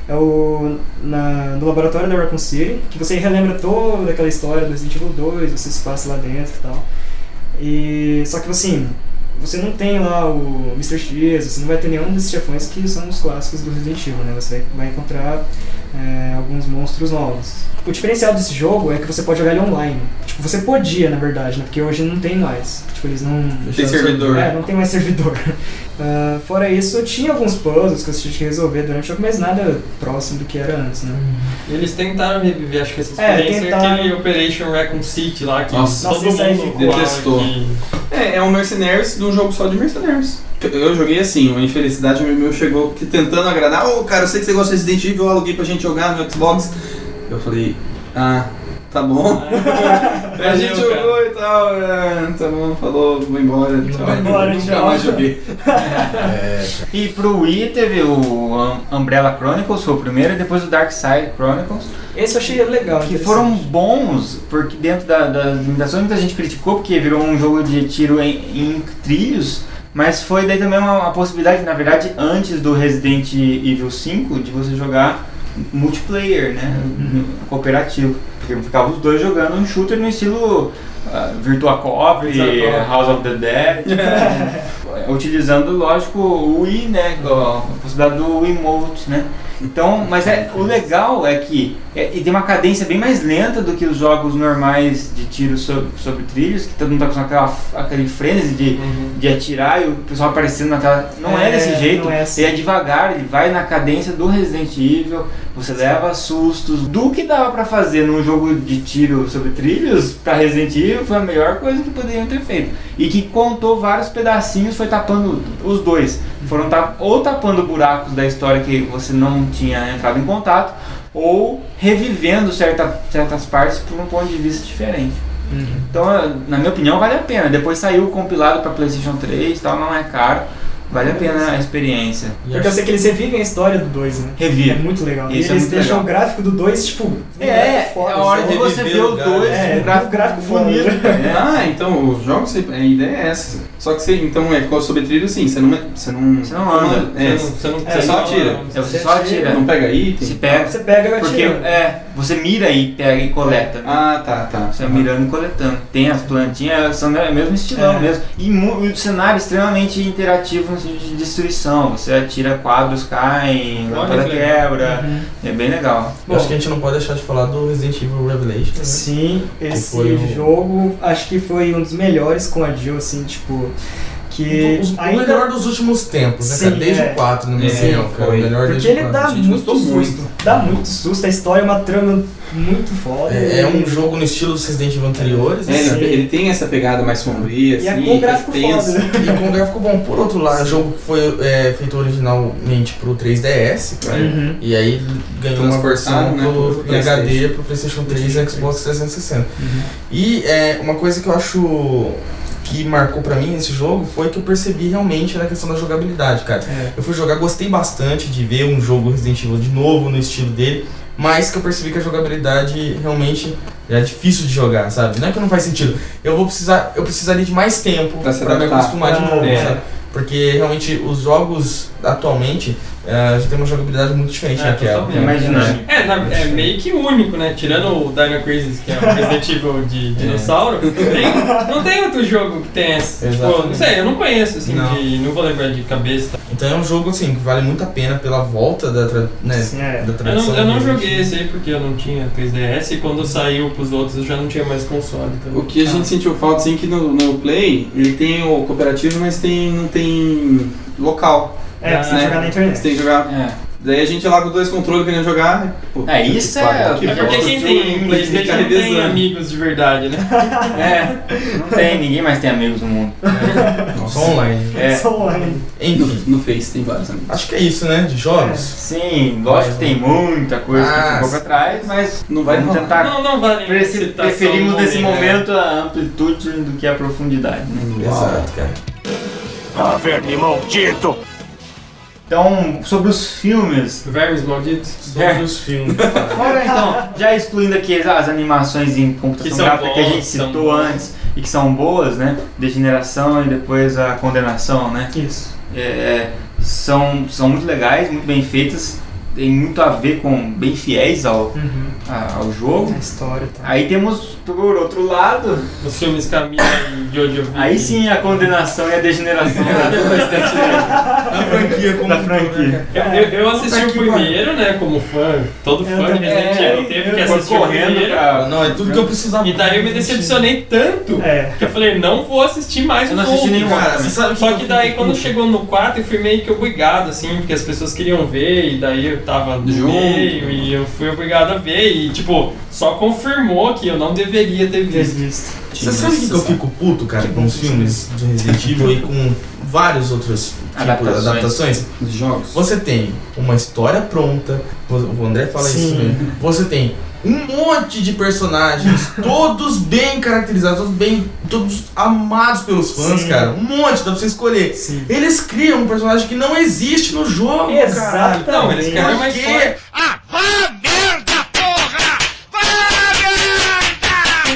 é o na, no laboratório da Raccoon City, que você relembra toda aquela história do Resident Evil 2, você se passa lá dentro e tal. E só que assim, você não tem lá o Mr. X, você não vai ter nenhum desses chefões que são os clássicos do Resident Evil, né? Você vai encontrar é, alguns monstros novos. O diferencial desse jogo é que você pode jogar ele online. Tipo, você podia, na verdade, né? Porque hoje não tem mais. Tipo, eles não... Tem servidor. É, não tem mais servidor. Ah, fora isso, eu tinha alguns puzzles que eu tinha que resolver durante o jogo, mas nada próximo do que era antes, né? Uhum. Eles tentaram reviver, acho que essa É, experiência, tentaram. aquele Operation Raccoon City lá, que Nossa, todo isso aí mundo ficou- Detestou. Que... É, é um Mercenaries de um jogo só de Mercenaries. Eu joguei assim, uma infelicidade meu meu chegou que tentando agradar. Ô, cara, eu sei que você gosta de Resident Evil, eu aluguei pra gente jogar no Xbox. Eu falei, ah, tá bom. a gente valeu, cara. jogou e tal, é, tá bom, falou, vou embora. Tchau. Vai embora, Nunca tchau. mais joguei. É, E pro Wii teve o um, Umbrella Chronicles, foi o primeiro, e depois o Dark Side Chronicles. Esse eu achei legal. Que interessante. foram bons, porque dentro da- das limitações muita gente criticou, porque virou um jogo de tiro em, em trilhos, mas foi daí também uma, uma possibilidade, na verdade, antes do Resident Evil 5, de você jogar multiplayer, né? Uhum. Cooperativo. Porque ficava os dois jogando um shooter no estilo ah, Virtua Cop, Virtua Cop. É. House of the Dead. Utilizando, lógico, o Wii, né? A possibilidade do Wiimote, né? Então, mas é, o legal é que é, e tem uma cadência bem mais lenta do que os jogos normais de tiro sobre, sobre trilhos, que todo mundo tá com aquela, aquele frenesi de, de atirar e o pessoal aparecendo na tela. Não é, É, desse jeito, não é assim. ele é devagar, ele vai na cadência do Resident Evil, você leva sustos. Do que dava pra fazer num jogo de tiro sobre trilhos pra Resident Evil foi a melhor coisa que poderiam ter feito. E que contou vários pedacinhos, foi tapando os dois. Foram ta- ou tapando buracos da história que você não tinha entrado em contato, ou revivendo certa, certas partes por um ponto de vista diferente. Uhum. Então, eh, na minha opinião, vale a pena. Depois saiu o compilado para PlayStation 3 e tal, não é caro. Vale a pena a experiência. Porque eu sei que eles revivem a história do 2, né? Revive. É muito legal. E Isso é eles muito deixam legal. o gráfico do 2, tipo, É, é foda, a hora sabe? de só você reviver ver o o 2, É, um gráfico, gráfico bonito. né? Ah, então os jogos, você- a ideia é essa. Só que você, então, é co- sobre trilho assim, você não. Você não, Você não anda. É, Você não, você não você só não- atira. É, você só atira. não pega item. Se pega. Você pega e Porque atira. é, você mira e pega e coleta. né? Ah, tá, tá. Você vai mirando e coletando. Tem as plantinhas, elas são do mesmo estilão É. mesmo. E mu- e o cenário é extremamente interativo armas de destruição. Você atira quadros, caem, Olha lâmpada que legal. quebra. Uhum. É bem legal. Eu acho que a gente não pode deixar de falar do Resident Evil Revelation. né? Sim, esse foi o- jogo acho que foi um dos melhores com a Jill, assim, tipo. Que Os- O ainda- melhor dos últimos tempos, né, Sim, cara? Desde é. o 4, na minha É, opinião, cara. O foi. melhor Porque desde o ele 4. dá gente muito gostou susto. muito. Dá muito susto. A história é uma trama muito foda. É, é e- um jogo no estilo dos Resident Evil anteriores, É, né? ele, ele tem essa pegada mais sombria, E é assim, com um gráfico tenso. foda. né? E com um gráfico bom. Por outro lado, o jogo foi é, feito originalmente pro 3DS, É. cara. Uhum. E aí ganhou uma versão Transportaram, né, do pro HD pro PlayStation 3 e Xbox 360. E é, uma coisa que eu acho que marcou pra mim nesse jogo foi que eu percebi realmente na questão da jogabilidade, cara. É. Eu fui jogar, gostei bastante de ver um jogo Resident Evil de novo no estilo dele, mas que eu percebi que a jogabilidade realmente é difícil de jogar, sabe? Não é que não faz sentido. Eu vou precisar, eu precisaria de mais tempo Pra se pra me adaptar. acostumar de Ah, novo, é. sabe? Porque realmente os jogos atualmente é, já tem uma jogabilidade muito diferente É, daquela. Né? totalmente. Imaginar. É, na- é meio que único, né? Tirando o Dino Crisis, que é um Resident Evil de É. dinossauro, tem- não tem outro jogo que tem essa. Tipo, Exatamente. não sei, eu não conheço, assim, Não. de. Não vou lembrar de cabeça. Então é um jogo assim que vale muito a pena pela volta da, tra- né, Sim, é. da Eu tradição. não, eu não do- joguei esse aí porque eu não tinha 3DS e quando saiu pros outros eu já não tinha mais console. O Então. que a gente sentiu falta, assim, que no, no Play, ele tem o cooperativo, mas tem, não tem local. Né? É, você Ah, tem que jogar na Você tem internet. que jogar. É, Daí a gente lá com dois controles querendo jogar. Pô, É, isso que é- pariu, que É porque bosta quem de tem jogo, Playstation fica não tem revezando. amigos de verdade, né? é, não tem, ninguém mais tem amigos no mundo. Só online. É, Só online. Enfim, No, no Face tem vários amigos. acho que é isso, né? De jogos. sim, lógico que tem muita coisa Ah, que ficou pra trás, mas Não vai vamos rolar. tentar. Não, não vale. Preci- citação Preferimos do nesse momento. momento a amplitude do que a profundidade. né? Exato, cara. Verme maldito! Então, sobre os filmes. Vermes malditos. Sobre É. os filmes. Fora então, já excluindo aqui as, as animações em computação Que são gráfica que a boas, gente são citou boas. antes e que são boas, né? Degeneração e depois a condenação, né? Isso. É, são, são muito legais, muito bem feitas, tem muito a ver com bem fiéis ao, Uhum. a- ao jogo. A história e tal. Aí temos, por outro lado, Os filmes Camila e Jojo. aí sim a condenação e a degeneração lá depois da Da franquia como da um todo, né, franquia. Eu, eu- eu assisti Puta o que pariu. primeiro, né, como fã, todo Eu fã de também. Resident É, Evil teve que Foi assistir o correndo primeiro. cara? pra... Não, é tudo que eu precisava. E daí eu me decepcionei tanto É. que eu falei, não vou assistir mais Eu um não assisti novo. nenhum Cara, também. você sabe Só que daí quando chegou no quarto eu fui meio que obrigado, assim, porque as pessoas queriam ver, e daí eu tava no Junto. meio e eu fui obrigado a ver, e tipo, só confirmou que eu não deveria ter visto. Desvisto. Você sabe que eu fico puto, cara, com os filmes do Resident Evil e com vários outros tipos Adaptações. de adaptações? Dos jogos. Você tem uma história pronta, o André fala isso Sim. mesmo. Você tem um monte de personagens, todos bem caracterizados, todos bem. todos amados pelos fãs, Sim. cara. Um monte, dá pra você é escolher. Sim. Eles criam um personagem que não existe no jogo, cara. Exatamente. Não, eles querem Por mais quê? história. Ah, vá merda, porra!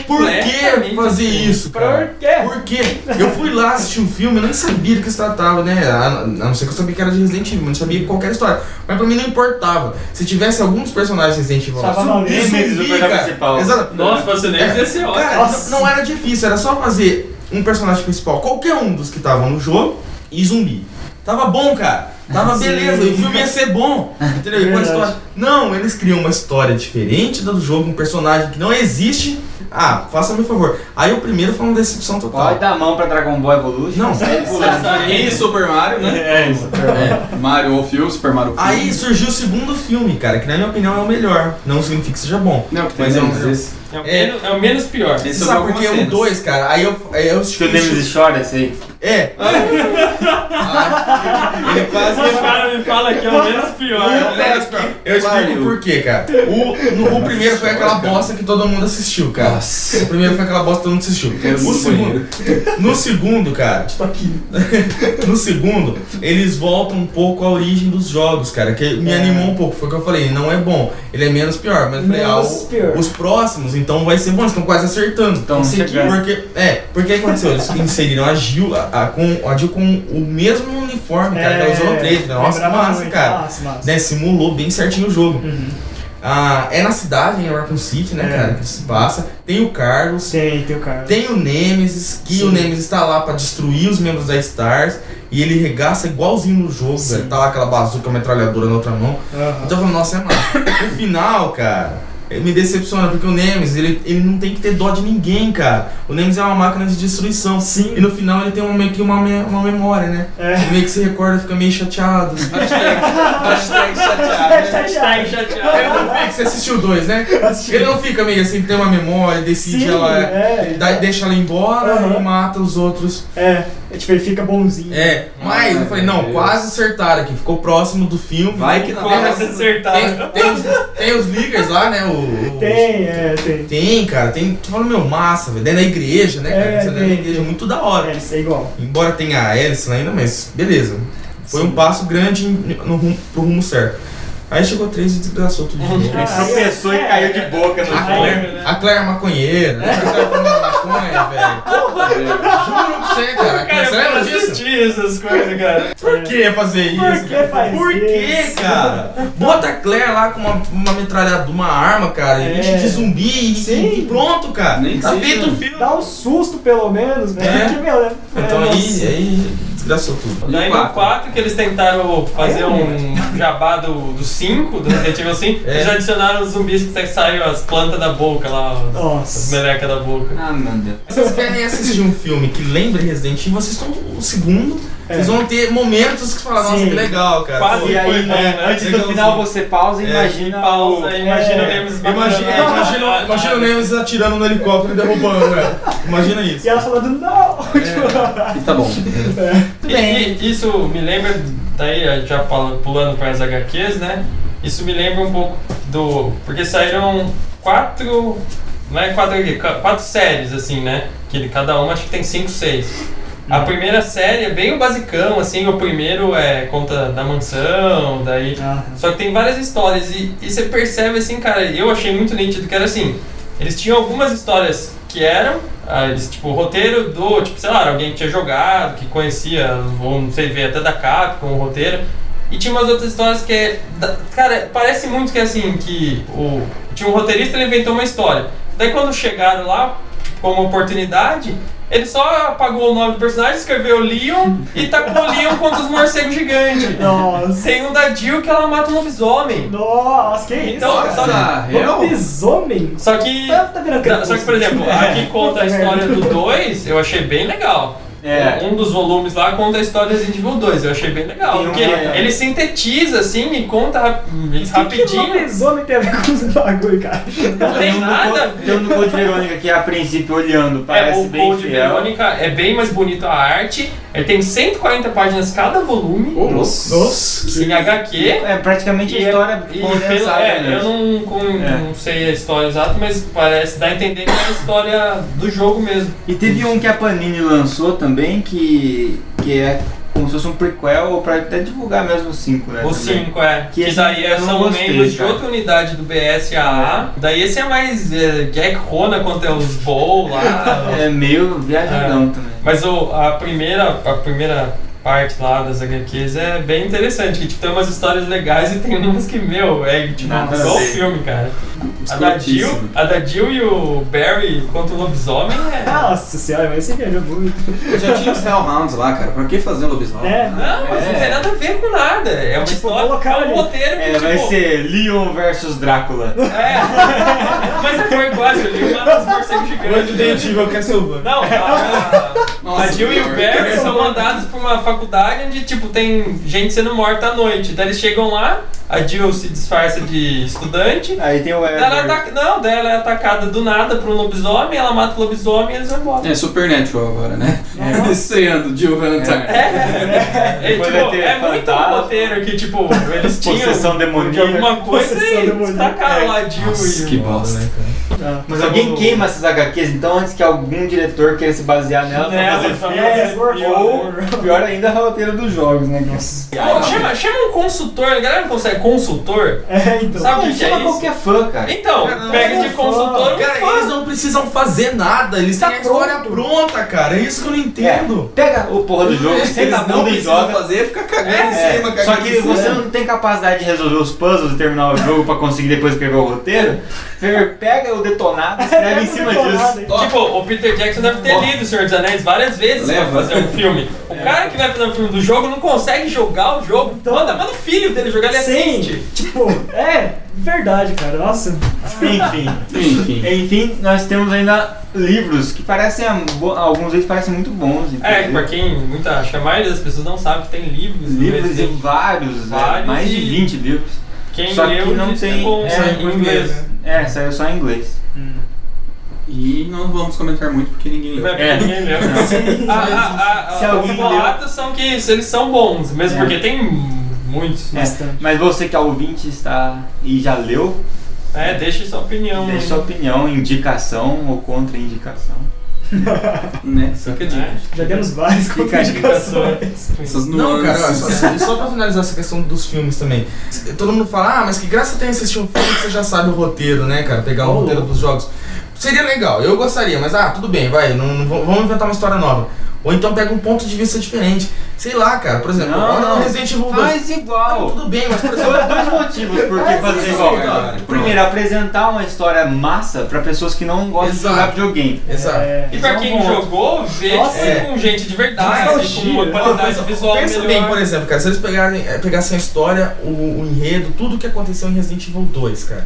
Por que Completamente fazer assim. isso, cara? Por quê? Por quê? Eu fui lá assistir um filme, eu nem sabia do que se tratava, né? A, a não ser que eu sabia que era de Resident Evil, mas eu sabia qualquer história. Mas pra mim não importava. Se tivesse alguns personagens de Resident Evil, lá, Tava zumbi, maluco. zumbi, Meses do personagem cara. principal. Exato. Nossa, você nem ia ser ótimo. Cara, Nossa. não, não era difícil, era só fazer um personagem principal, qualquer um dos que estavam no jogo, e zumbi. Tava bom, cara. Tava Sim. beleza, e o filme ia ser bom. Entendeu? E com a Verdade. história. Não, eles criam uma história diferente da do jogo, um personagem que não existe. Ah, faça-me um favor. Aí o primeiro foi uma decepção total. Pode dar a mão pra Dragon Ball Evolution. Não. sai pulando. É E Super Mario, né? É isso. É. Mario ou filme, Super Mario filme. Aí surgiu o segundo filme, cara, que na minha opinião é o melhor. Não significa que seja bom. Não, que tem Mas é um- menos esse. É o, menos, é o menos pior. Esse Você eu vi sabe é um por que algumas o cenas. 2, cara? Aí eu. Aí eu assisti Que o Nemesis chora, esse aí. É. Ah, Ele é quase um O cara me fala que é o menos pior. né? Eu explico Pariu. por quê, cara. O, no- o primeiro foi aquela bosta que todo mundo assistiu, cara. O primeiro foi aquela bosta que todo mundo assistiu. Um O segundo, no segundo, cara. Tipo no segundo, eles voltam um pouco à origem dos jogos, cara. Que É. me animou um pouco. Foi o que eu falei, não é bom. Ele é menos pior. Mas eu falei, ah, Menos o- pior. os próximos, então vai ser bom. Eles estão quase acertando. Estão Sim, chegando. Porque, é, porque aconteceu, eles inseriram a Gil, a, a- com, a Gil com o mesmo uniforme, cara, que ela usou no 3. né? Nossa, É, lembrava massa, muito. cara Massa, massa. né, simulou bem certinho o jogo. Ah, é na cidade, em Raccoon City, né, É. cara, que se passa. Tem o Carlos, Tem, tem o cara. tem o Nemesis, que o Nemesis tá lá pra destruir os membros da Stars. E ele regaça igualzinho no jogo, velho. Tá lá aquela bazuca metralhadora na outra mão. Aham. Então eu falei, nossa, é massa. O final, cara, ele me decepciona, porque o Nemesis, ele, ele não tem que ter dó de ninguém, cara. O Nemesis é uma máquina de destruição. Sim. E no final ele tem uma, meio que uma, me- uma memória, né? É. Ele meio que se recorda e fica meio chateado. Hashtag chateado. né? Hashtag chateado. Ele não fica, você assistiu dois, né? Ele não fica meio assim, tem uma memória, decide Sim, ela. é. dá- deixa ela embora Aham. e mata os outros. É, é, tipo, ele fica bonzinho. É, mas eu falei, não, Deus. quase acertaram aqui, ficou próximo do filme. Vai que na Tem- Quase hora. acertaram. Tem, tem, os- tem os leakers lá, né? O, o- Tem, é, tem. Tem, cara, tem. Tu fala, meu, massa, velho. Dentro da igreja, né, É, cara? Você é, tem. da igreja muito da hora. É, isso é igual. Embora tenha a hélice lá ainda, mas beleza. Foi um passo grande em- no rumo, pro rumo certo. Aí chegou três e desgraçou tudo de novo. Ah, tropeçou é, e caiu de boca A no chão. Claire, a Claire é maconheira, né? Você tá fumando maconha, velho. Juro pra você, cara. Cara, você eu lembra não disso? assisti essas coisas, cara. Por que fazer isso? É. Por que faz Por que, isso? cara? Bota a Claire lá com uma, uma metralhada, uma arma, cara, É. e enche de zumbi e- Sim. e pronto, cara. Nem tá sei, feito o né? filme. Dá um susto, pelo menos, né? É. Que meu, né? Então É, aí, nossa. aí desgraçou tudo. E Daí no quatro? 4 que eles tentaram é fazer um jabá do 5, do Resident Evil 5, É. eles adicionaram os zumbis que saem as plantas da boca lá, os- é. as Nossa. melecas da boca. Ah, meu Deus. Se vocês querem assistir um filme que lembre Resident Evil, vocês estão o segundo. É. Vocês vão ter momentos que falam, nossa, Sim. que legal, cara. Quase Pô, E aí, bom, né? antes do Legalzinho. final, você pausa e É. imagina o- Pausa, imagina o Nemesis Imagina, é, imagina, imagina o Nemesis atirando no helicóptero e derrubando, velho. Imagina isso. É. E ela falando, não! Tá bom. E, e isso me lembra, daí já fala- pulando para as HQs, né? Isso me lembra um pouco do. Porque saíram quatro. Não é quatro HQ, ca- quatro séries, assim, né? Que de cada uma acho que tem cinco, seis. A primeira série é bem o basicão, assim, o primeiro é conta da mansão, daí. Ah. Só que tem várias histórias e, e você percebe assim, cara, eu achei muito nítido que era assim. Eles tinham algumas histórias que eram, ah, eles, tipo, o roteiro do, tipo, sei lá, era alguém que tinha jogado, que conhecia, ou não sei, veio até da Capcom, o roteiro. E tinha umas outras histórias que é. da- cara, parece muito que é assim, que o. Tinha um roteirista ele inventou uma história. Daí quando chegaram lá, tipo, como oportunidade, ele só apagou o nome do personagem, escreveu Leon e tacou Leon contra os morcegos gigantes. Nossa. Tem um da Jill que ela mata um lobisomem. Nossa, que isso? Então, cara? só- Ah, Nossa, real? Lobisomem? Só que. Tá- tá virando Não, Só que, por crepúsculo. exemplo, É. aqui conta a história do 2, eu achei bem legal. É. Um dos volumes lá conta a história do Resident Evil 2, eu achei bem legal. Tem um porque lá, é. ele sintetiza assim e conta rap- O que rapidinho. lobisomem tem a ver com os bagulho, cara? Não Tem tem um do nada a Code- Tem ver. um do Code Verônica que a princípio olhando É, parece o bem Gold fiel. Verônica é bem mais bonito a arte. Ele tem 140 páginas cada volume Nossa. Nossa. em HQ. É praticamente a E- história E pelo, condensada. é, né? eu não, com- É. não sei a história exata, mas parece dar a entender que é a história do jogo mesmo. E teve um que a Panini lançou também, que, que é como se fosse um prequel, ou pra até divulgar mesmo o 5, né? O também. 5, é. Que Que, esse daí eu não são gostei, membros de cara. outra unidade do BSAA. Daí esse é mais é, Jack Rona contra os Bowl lá. É meio É. viajadão também. Mas o, a, primeira, a primeira parte lá das HQs é bem interessante. Que tipo, tem umas histórias legais e tem umas que, meu, é tipo, Nada a igual o ver. filme, cara. A da, Jill, a da Jill e o Barry contra o lobisomem é. Nossa senhora, mas você viajou muito. Eu já tinha os Hellhounds lá, cara. Pra que fazer um lobisomem? É. Não, mas não tem nada a ver com nada. É uma Tipo, história. colocar É um ali. roteiro que, É, tipo, vai ser Leon versus Drácula. É, mas foi quase, eu li uma dos morcegos gigantes. Evil Castlevania. Não, a, a Nossa, Jill e o pior. Barry são mandados pra uma faculdade onde, tipo, tem gente sendo morta à noite. Daí eles chegam lá, a Jill se disfarça de estudante. Aí tem o Daí ela, é Edward. ataca- não, daí ela é atacada do nada por um lobisomem, ela mata o lobisomem e eles vão embora. É Supernatural agora, né? Estreando Jill Valentine. É, é, é, Depois tipo, vai ter é muito fantasma. um roteiro que, tipo, eles tinham Possessão de demoníaca. alguma coisa Possessão e demoníaca. tacaram lá a Jill Nossa, e o- que bosta. né, cara? Ah. Mas alguém Segundo- queima essas HQs, então antes que algum diretor queira se basear nela pra Nela, fazer pra filme, É, fazer ou pior ainda, a roteiro dos jogos, né? Nossa. Pô, chama, chama um consultor, a galera não consegue consultor? É, então. Sabe o que, que é Chama isso? qualquer fã, cara. Então, Cara, pega não, de não, consultor um Cara, fã. eles não precisam fazer nada, eles Tá têm a história pronto. pronta, cara. É isso que eu não entendo. É, pega o porra do jogo, Eles senta a não bunda e precisam joga. fazer, fica cagando em É, cima, né? cagando só que em cima. você não tem capacidade de resolver os puzzles e terminar o jogo pra conseguir depois escrever o roteiro. Você pega o detonado e escreve em cima disso. Tipo, o Peter Jackson deve ter lido O Senhor dos Anéis várias vezes Leva. pra fazer um filme. O É. cara que vai fazer um filme do jogo não consegue jogar o jogo. Então- manda, manda o filho dele jogar, ele Sim, assiste. tipo, é verdade, cara. Nossa, Enfim. É, Enfim. Enfim, nós temos ainda livros que parecem, bo- alguns livros parecem muito bons. É, inclusive. pra quem muita, acho que a maioria das pessoas não sabe que tem livros. no Livros e Resident. vários, né? Vários mais de e- 20 livros. Quem Só que leu não diz que tem- é bom, é, em inglês. É, saiu só em inglês. E não vamos comentar muito porque ninguém leu. É, ninguém leu. A- a- a- Se Os alguém leu- boatos são que isso, eles são bons, mesmo É. porque tem muitos. né? É, Bastante. mas você que é ouvinte está e já leu, É, deixa sua opinião. deixe sua opinião, indicação ou contraindicação. Né? Fica de- já demos várias Fica a indicação. contraindicações. Essas Não, cara, olha, só, nuances. e só pra finalizar essa questão dos filmes também. Todo mundo fala, ah, mas que graça tem assistir um filme que você já sabe o roteiro, né, cara? Pegar o Oh. roteiro dos jogos. Seria legal, eu gostaria, mas ah, tudo bem, vai, não, não vou- vamos inventar uma história nova. Ou então pega um ponto de vista diferente. Sei lá, cara, por exemplo, Não, olha não. no Resident Evil 2. Faz É. igual. Tudo bem, mas por exemplo. Dois dois motivos por que Faz fazer isso, igual. cara. Primeiro, apresentar uma história massa pra pessoas que não gostam Exato. de jogar videogame. Exato. É, E pra São quem bons. jogou, vê Nossa, assim, é. com gente de tá verdade, Nostalgia. assim, com uma qualidade Pensa- visual pensa melhor. bem, por exemplo, cara, se eles pegarem, eh, pegassem a história, o, o enredo, tudo que aconteceu em Resident Evil 2, cara.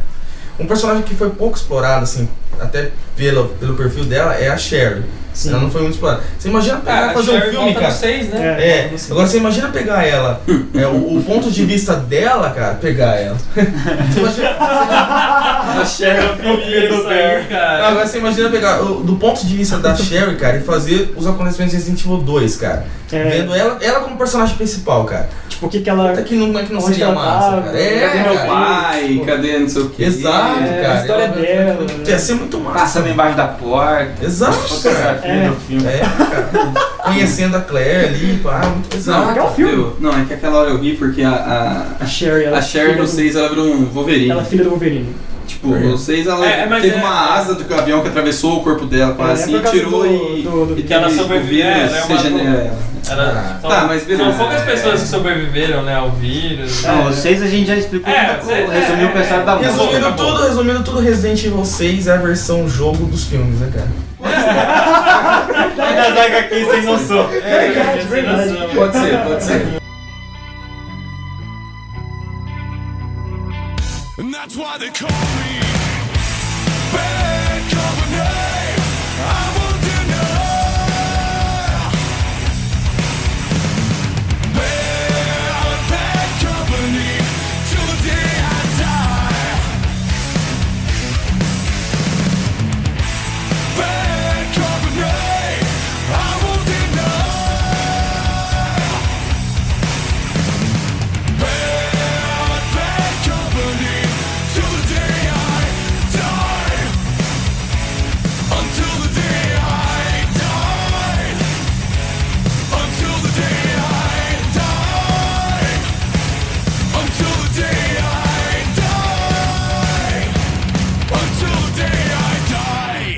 Um personagem que foi pouco explorado, assim, até pelo, pelo perfil dela, é a Sherry. Sim. Ela não foi muito explorada. Você imagina pegar Cara, e fazer um filme, cara. Vocês, né? é, É, agora você imagina pegar ela, é, o, o ponto de vista dela, cara, pegar ela. Você imagina- Chega pro isso aí, cara. agora você imagina pegar o- do ponto de vista da Sherry, cara, e fazer os acontecimentos de Resident Evil 2, cara. É. Vendo ela, ela como personagem principal, cara. tipo, o que que ela... Até que não, como é que não Onde seria ela massa, tava, cara. É, tá né? cadê meu cara. Pai, cadê não sei o que? Exato, É, cara. a história Ela- dela, né? Ia ser muito massa. né? Passando embaixo da porta, Exato, cara. fotografia É. do filme. É, cara. Conhecendo a Claire ali, pá, muito Não, exato. é um filme. eu- não, é que aquela hora eu ri porque a, A Sherry, a, ela a Sherry filha no do- 6 ela virou um Wolverine. Ela é filha do Wolverine. Tipo, no 6 ela É, é, mas teve é- uma asa do avião que atravessou o corpo dela, É, é quase assim, por e causa tirou do- e. do- do- e que teve ela o sobreviveu, vírus, ela é uma seja- louca. é, Era- são, Tá, mas beleza. São poucas pessoas que sobreviveram, né, ao vírus. Não, É. vocês a gente já explicou É, muita coisa. é, Resumiu o pensado da é, música. tá resumiu. Resumindo tudo, resumindo tudo, Resident Evil 6 é a versão jogo dos filmes, né, cara? Das HQs sem noção. Verdade, verdade. Pode ser, pode ser. And that's why they call me Bad Company. I won't deny. Bad, bad company till the day I die. Bad company. I won't deny. Bad, bad company till the day I die. Until the day I die. Until the day I die. Until the day I die. Until the day I die.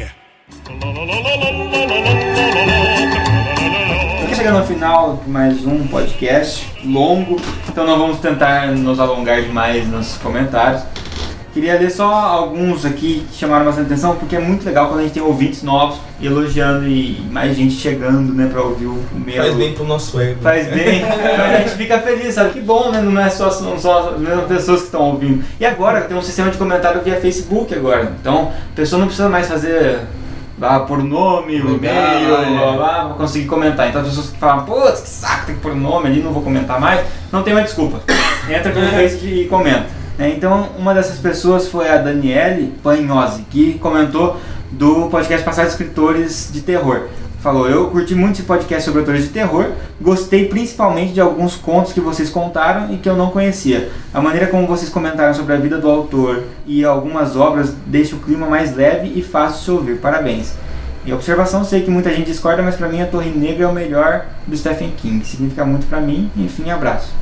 Aqui Tá chegando ao final de mais um podcast longo, então não vamos tentar nos alongar demais nos comentários. Queria ler só alguns aqui que chamaram bastante atenção, porque é muito legal quando a gente tem ouvintes novos elogiando e mais gente chegando, né, pra ouvir o É, meu. Faz bem pro nosso ego. Faz bem. Então a gente fica feliz, sabe? Que bom, né? Não é só, não só as mesmas pessoas que estão ouvindo. E agora tem um sistema de comentário via Facebook agora. Então a pessoa não precisa mais fazer lá por nome, o Legal, e-mail, é. blá, blá, pra conseguir comentar. Então as pessoas que falam, putz, que saco, tem que pôr o nome ali, não vou comentar mais, não tem mais desculpa. Entra pelo Facebook e comenta. É, né? Então uma dessas pessoas foi a Daniele Panhose, que comentou do podcast Passar Escritores de Terror. falou: Eu curti muito esse podcast sobre autores de terror, gostei principalmente de alguns contos que vocês contaram e que eu não conhecia. A maneira como vocês comentaram sobre a vida do autor e algumas obras deixa o clima mais leve e fácil de se ouvir. Parabéns. E observação, sei que muita gente discorda, mas pra mim a Torre Negra é o melhor do Stephen King. Significa muito pra mim. Enfim, abraço.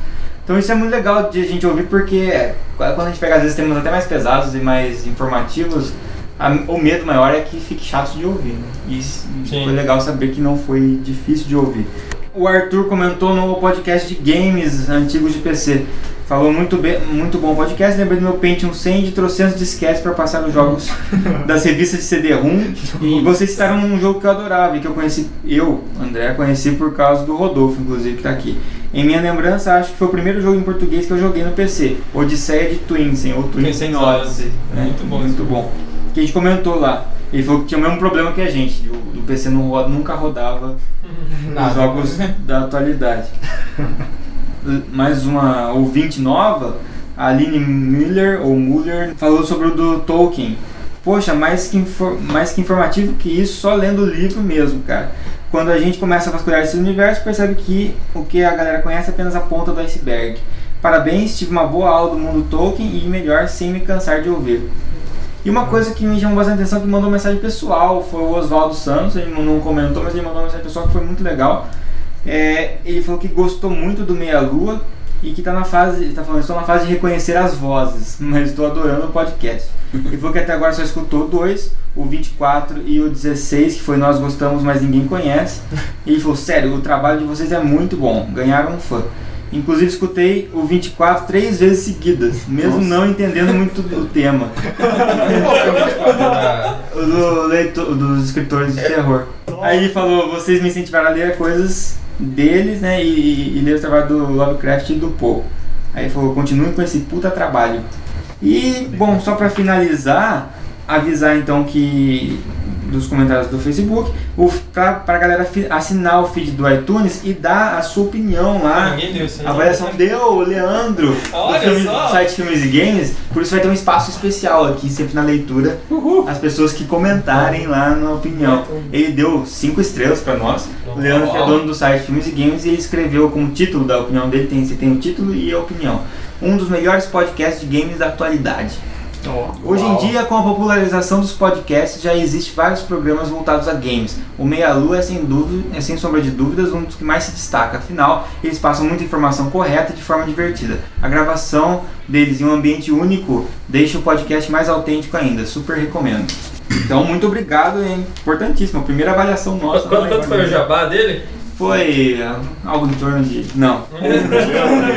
Então isso é muito legal de a gente ouvir porque é, quando a gente pega às vezes temas até mais pesados e mais informativos, a- o medo maior é que fique chato de ouvir. Né? E isso- Sim. foi legal saber que não foi difícil de ouvir. O Arthur comentou no podcast de games antigos de PC. Falou muito bem, muito bom podcast. Lembrei do meu Pentium 100 de trocentos disquetes para passar os jogos das revistas de CD-ROM. E vocês citaram um jogo que eu adorava e que eu conheci, eu, André, conheci por causa do Rodolfo, inclusive, que tá aqui. Em minha lembrança, acho que foi o primeiro jogo em português que eu joguei no PC, Odisseia de Twinsen, ou Twinsen Twinsen Odyssey. Odyssey. É Muito bom Muito esse jogo. bom. Que a gente comentou lá. Ele falou que tinha o mesmo problema que a gente, o, o PC não roda- nunca rodava os jogos da atualidade. L- Mais uma ouvinte nova, a Aline Miller, ou Muller, falou sobre o do Tolkien. Poxa, mais que, infor- mais que informativo que isso, só lendo o livro mesmo, cara. Quando a gente começa a vasculhar esse universo, percebe que o que a galera conhece é apenas a ponta do iceberg. Parabéns, tive uma boa aula do mundo Tolkien e melhor sem me cansar de ouvir. E uma coisa que me chamou bastante atenção, é que mandou mensagem pessoal, foi o Oswaldo Santos, ele não comentou, mas ele mandou uma mensagem pessoal que foi muito legal. É, ele falou que gostou muito do Meia Lua e que tá na fase, ele tá falando, estou na fase de reconhecer as vozes, mas estou adorando o podcast. Ele falou que até agora só escutou dois, o 24 e o 16, que foi Nós Gostamos, mas ninguém conhece. E ele falou, sério, o trabalho de vocês é muito bom, ganharam um fã. Inclusive escutei o 24 três vezes seguidas, mesmo não entendendo muito do tema. Qual que é o 24 da- O do leitor, o dos escritores de terror. Aí ele falou, vocês me incentivaram a ler coisas deles, né? E, e- e ler o trabalho do Lovecraft e do Poe. Aí ele falou, continue com esse puta trabalho. E, bom, só pra finalizar, avisar então que dos comentários do Facebook, o, pra, pra galera fi- assinar o feed do iTunes e dar a sua opinião lá. Ninguém deu isso. A avaliação deu o Leandro do, Olha filme- só. do site Filmes e Games, por isso vai ter um espaço especial aqui, sempre na leitura, as pessoas que comentarem lá na opinião. Ele deu cinco estrelas pra nós. O Leandro, que é dono do site Filmes e Games, ele escreveu como título da opinião dele, tem, você tem o título e a opinião. Um dos melhores podcasts de games da atualidade. Hoje em dia, com a popularização dos podcasts, já existe vários programas voltados a games. O Meia Lua é sem, dúvida, é sem sombra de dúvidas um dos que mais se destaca. Afinal, eles passam muita informação correta e de forma divertida. A gravação deles em um ambiente único deixa o podcast mais autêntico ainda. Super recomendo. Então, muito obrigado, hein? Importantíssimo. Primeira avaliação nossa. né? Quanto, quanto foi o jabá dele? Foi ah, algo em torno de... Não. Uma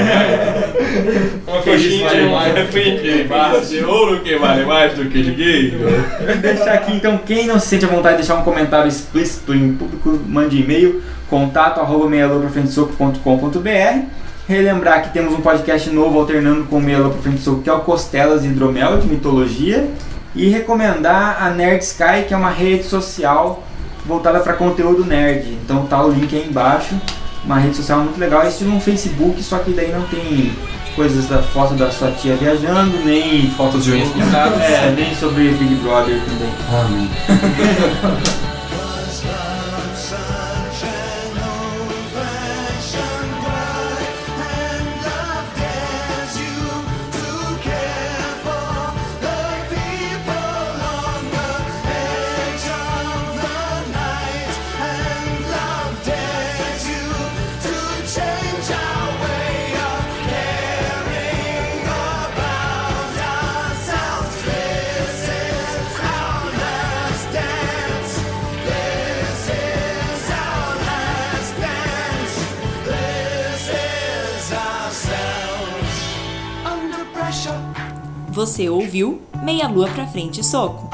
Que isso coxinha vale de um mais do que barras de ouro, que vale mais do que dinheiro. deixar aqui, então, quem não se sente à vontade de deixar um comentário explícito em público, mande e-mail, contato arroba meialou.frente-soco.com.br. Relembrar que temos um podcast novo alternando com o Meia para Frente Soco, que é o Costelas e Hidromel, de mitologia. E recomendar a Nerd Sky, que é uma rede social voltada para conteúdo nerd. Então tá o link aí embaixo. Uma rede social muito legal, é estilo um Facebook, só que daí não tem coisas da foto da sua tia viajando, nem Fotos de unhas pintadas. é, nem sobre Big Brother também. Você ouviu Meia Lua pra Frente Soco.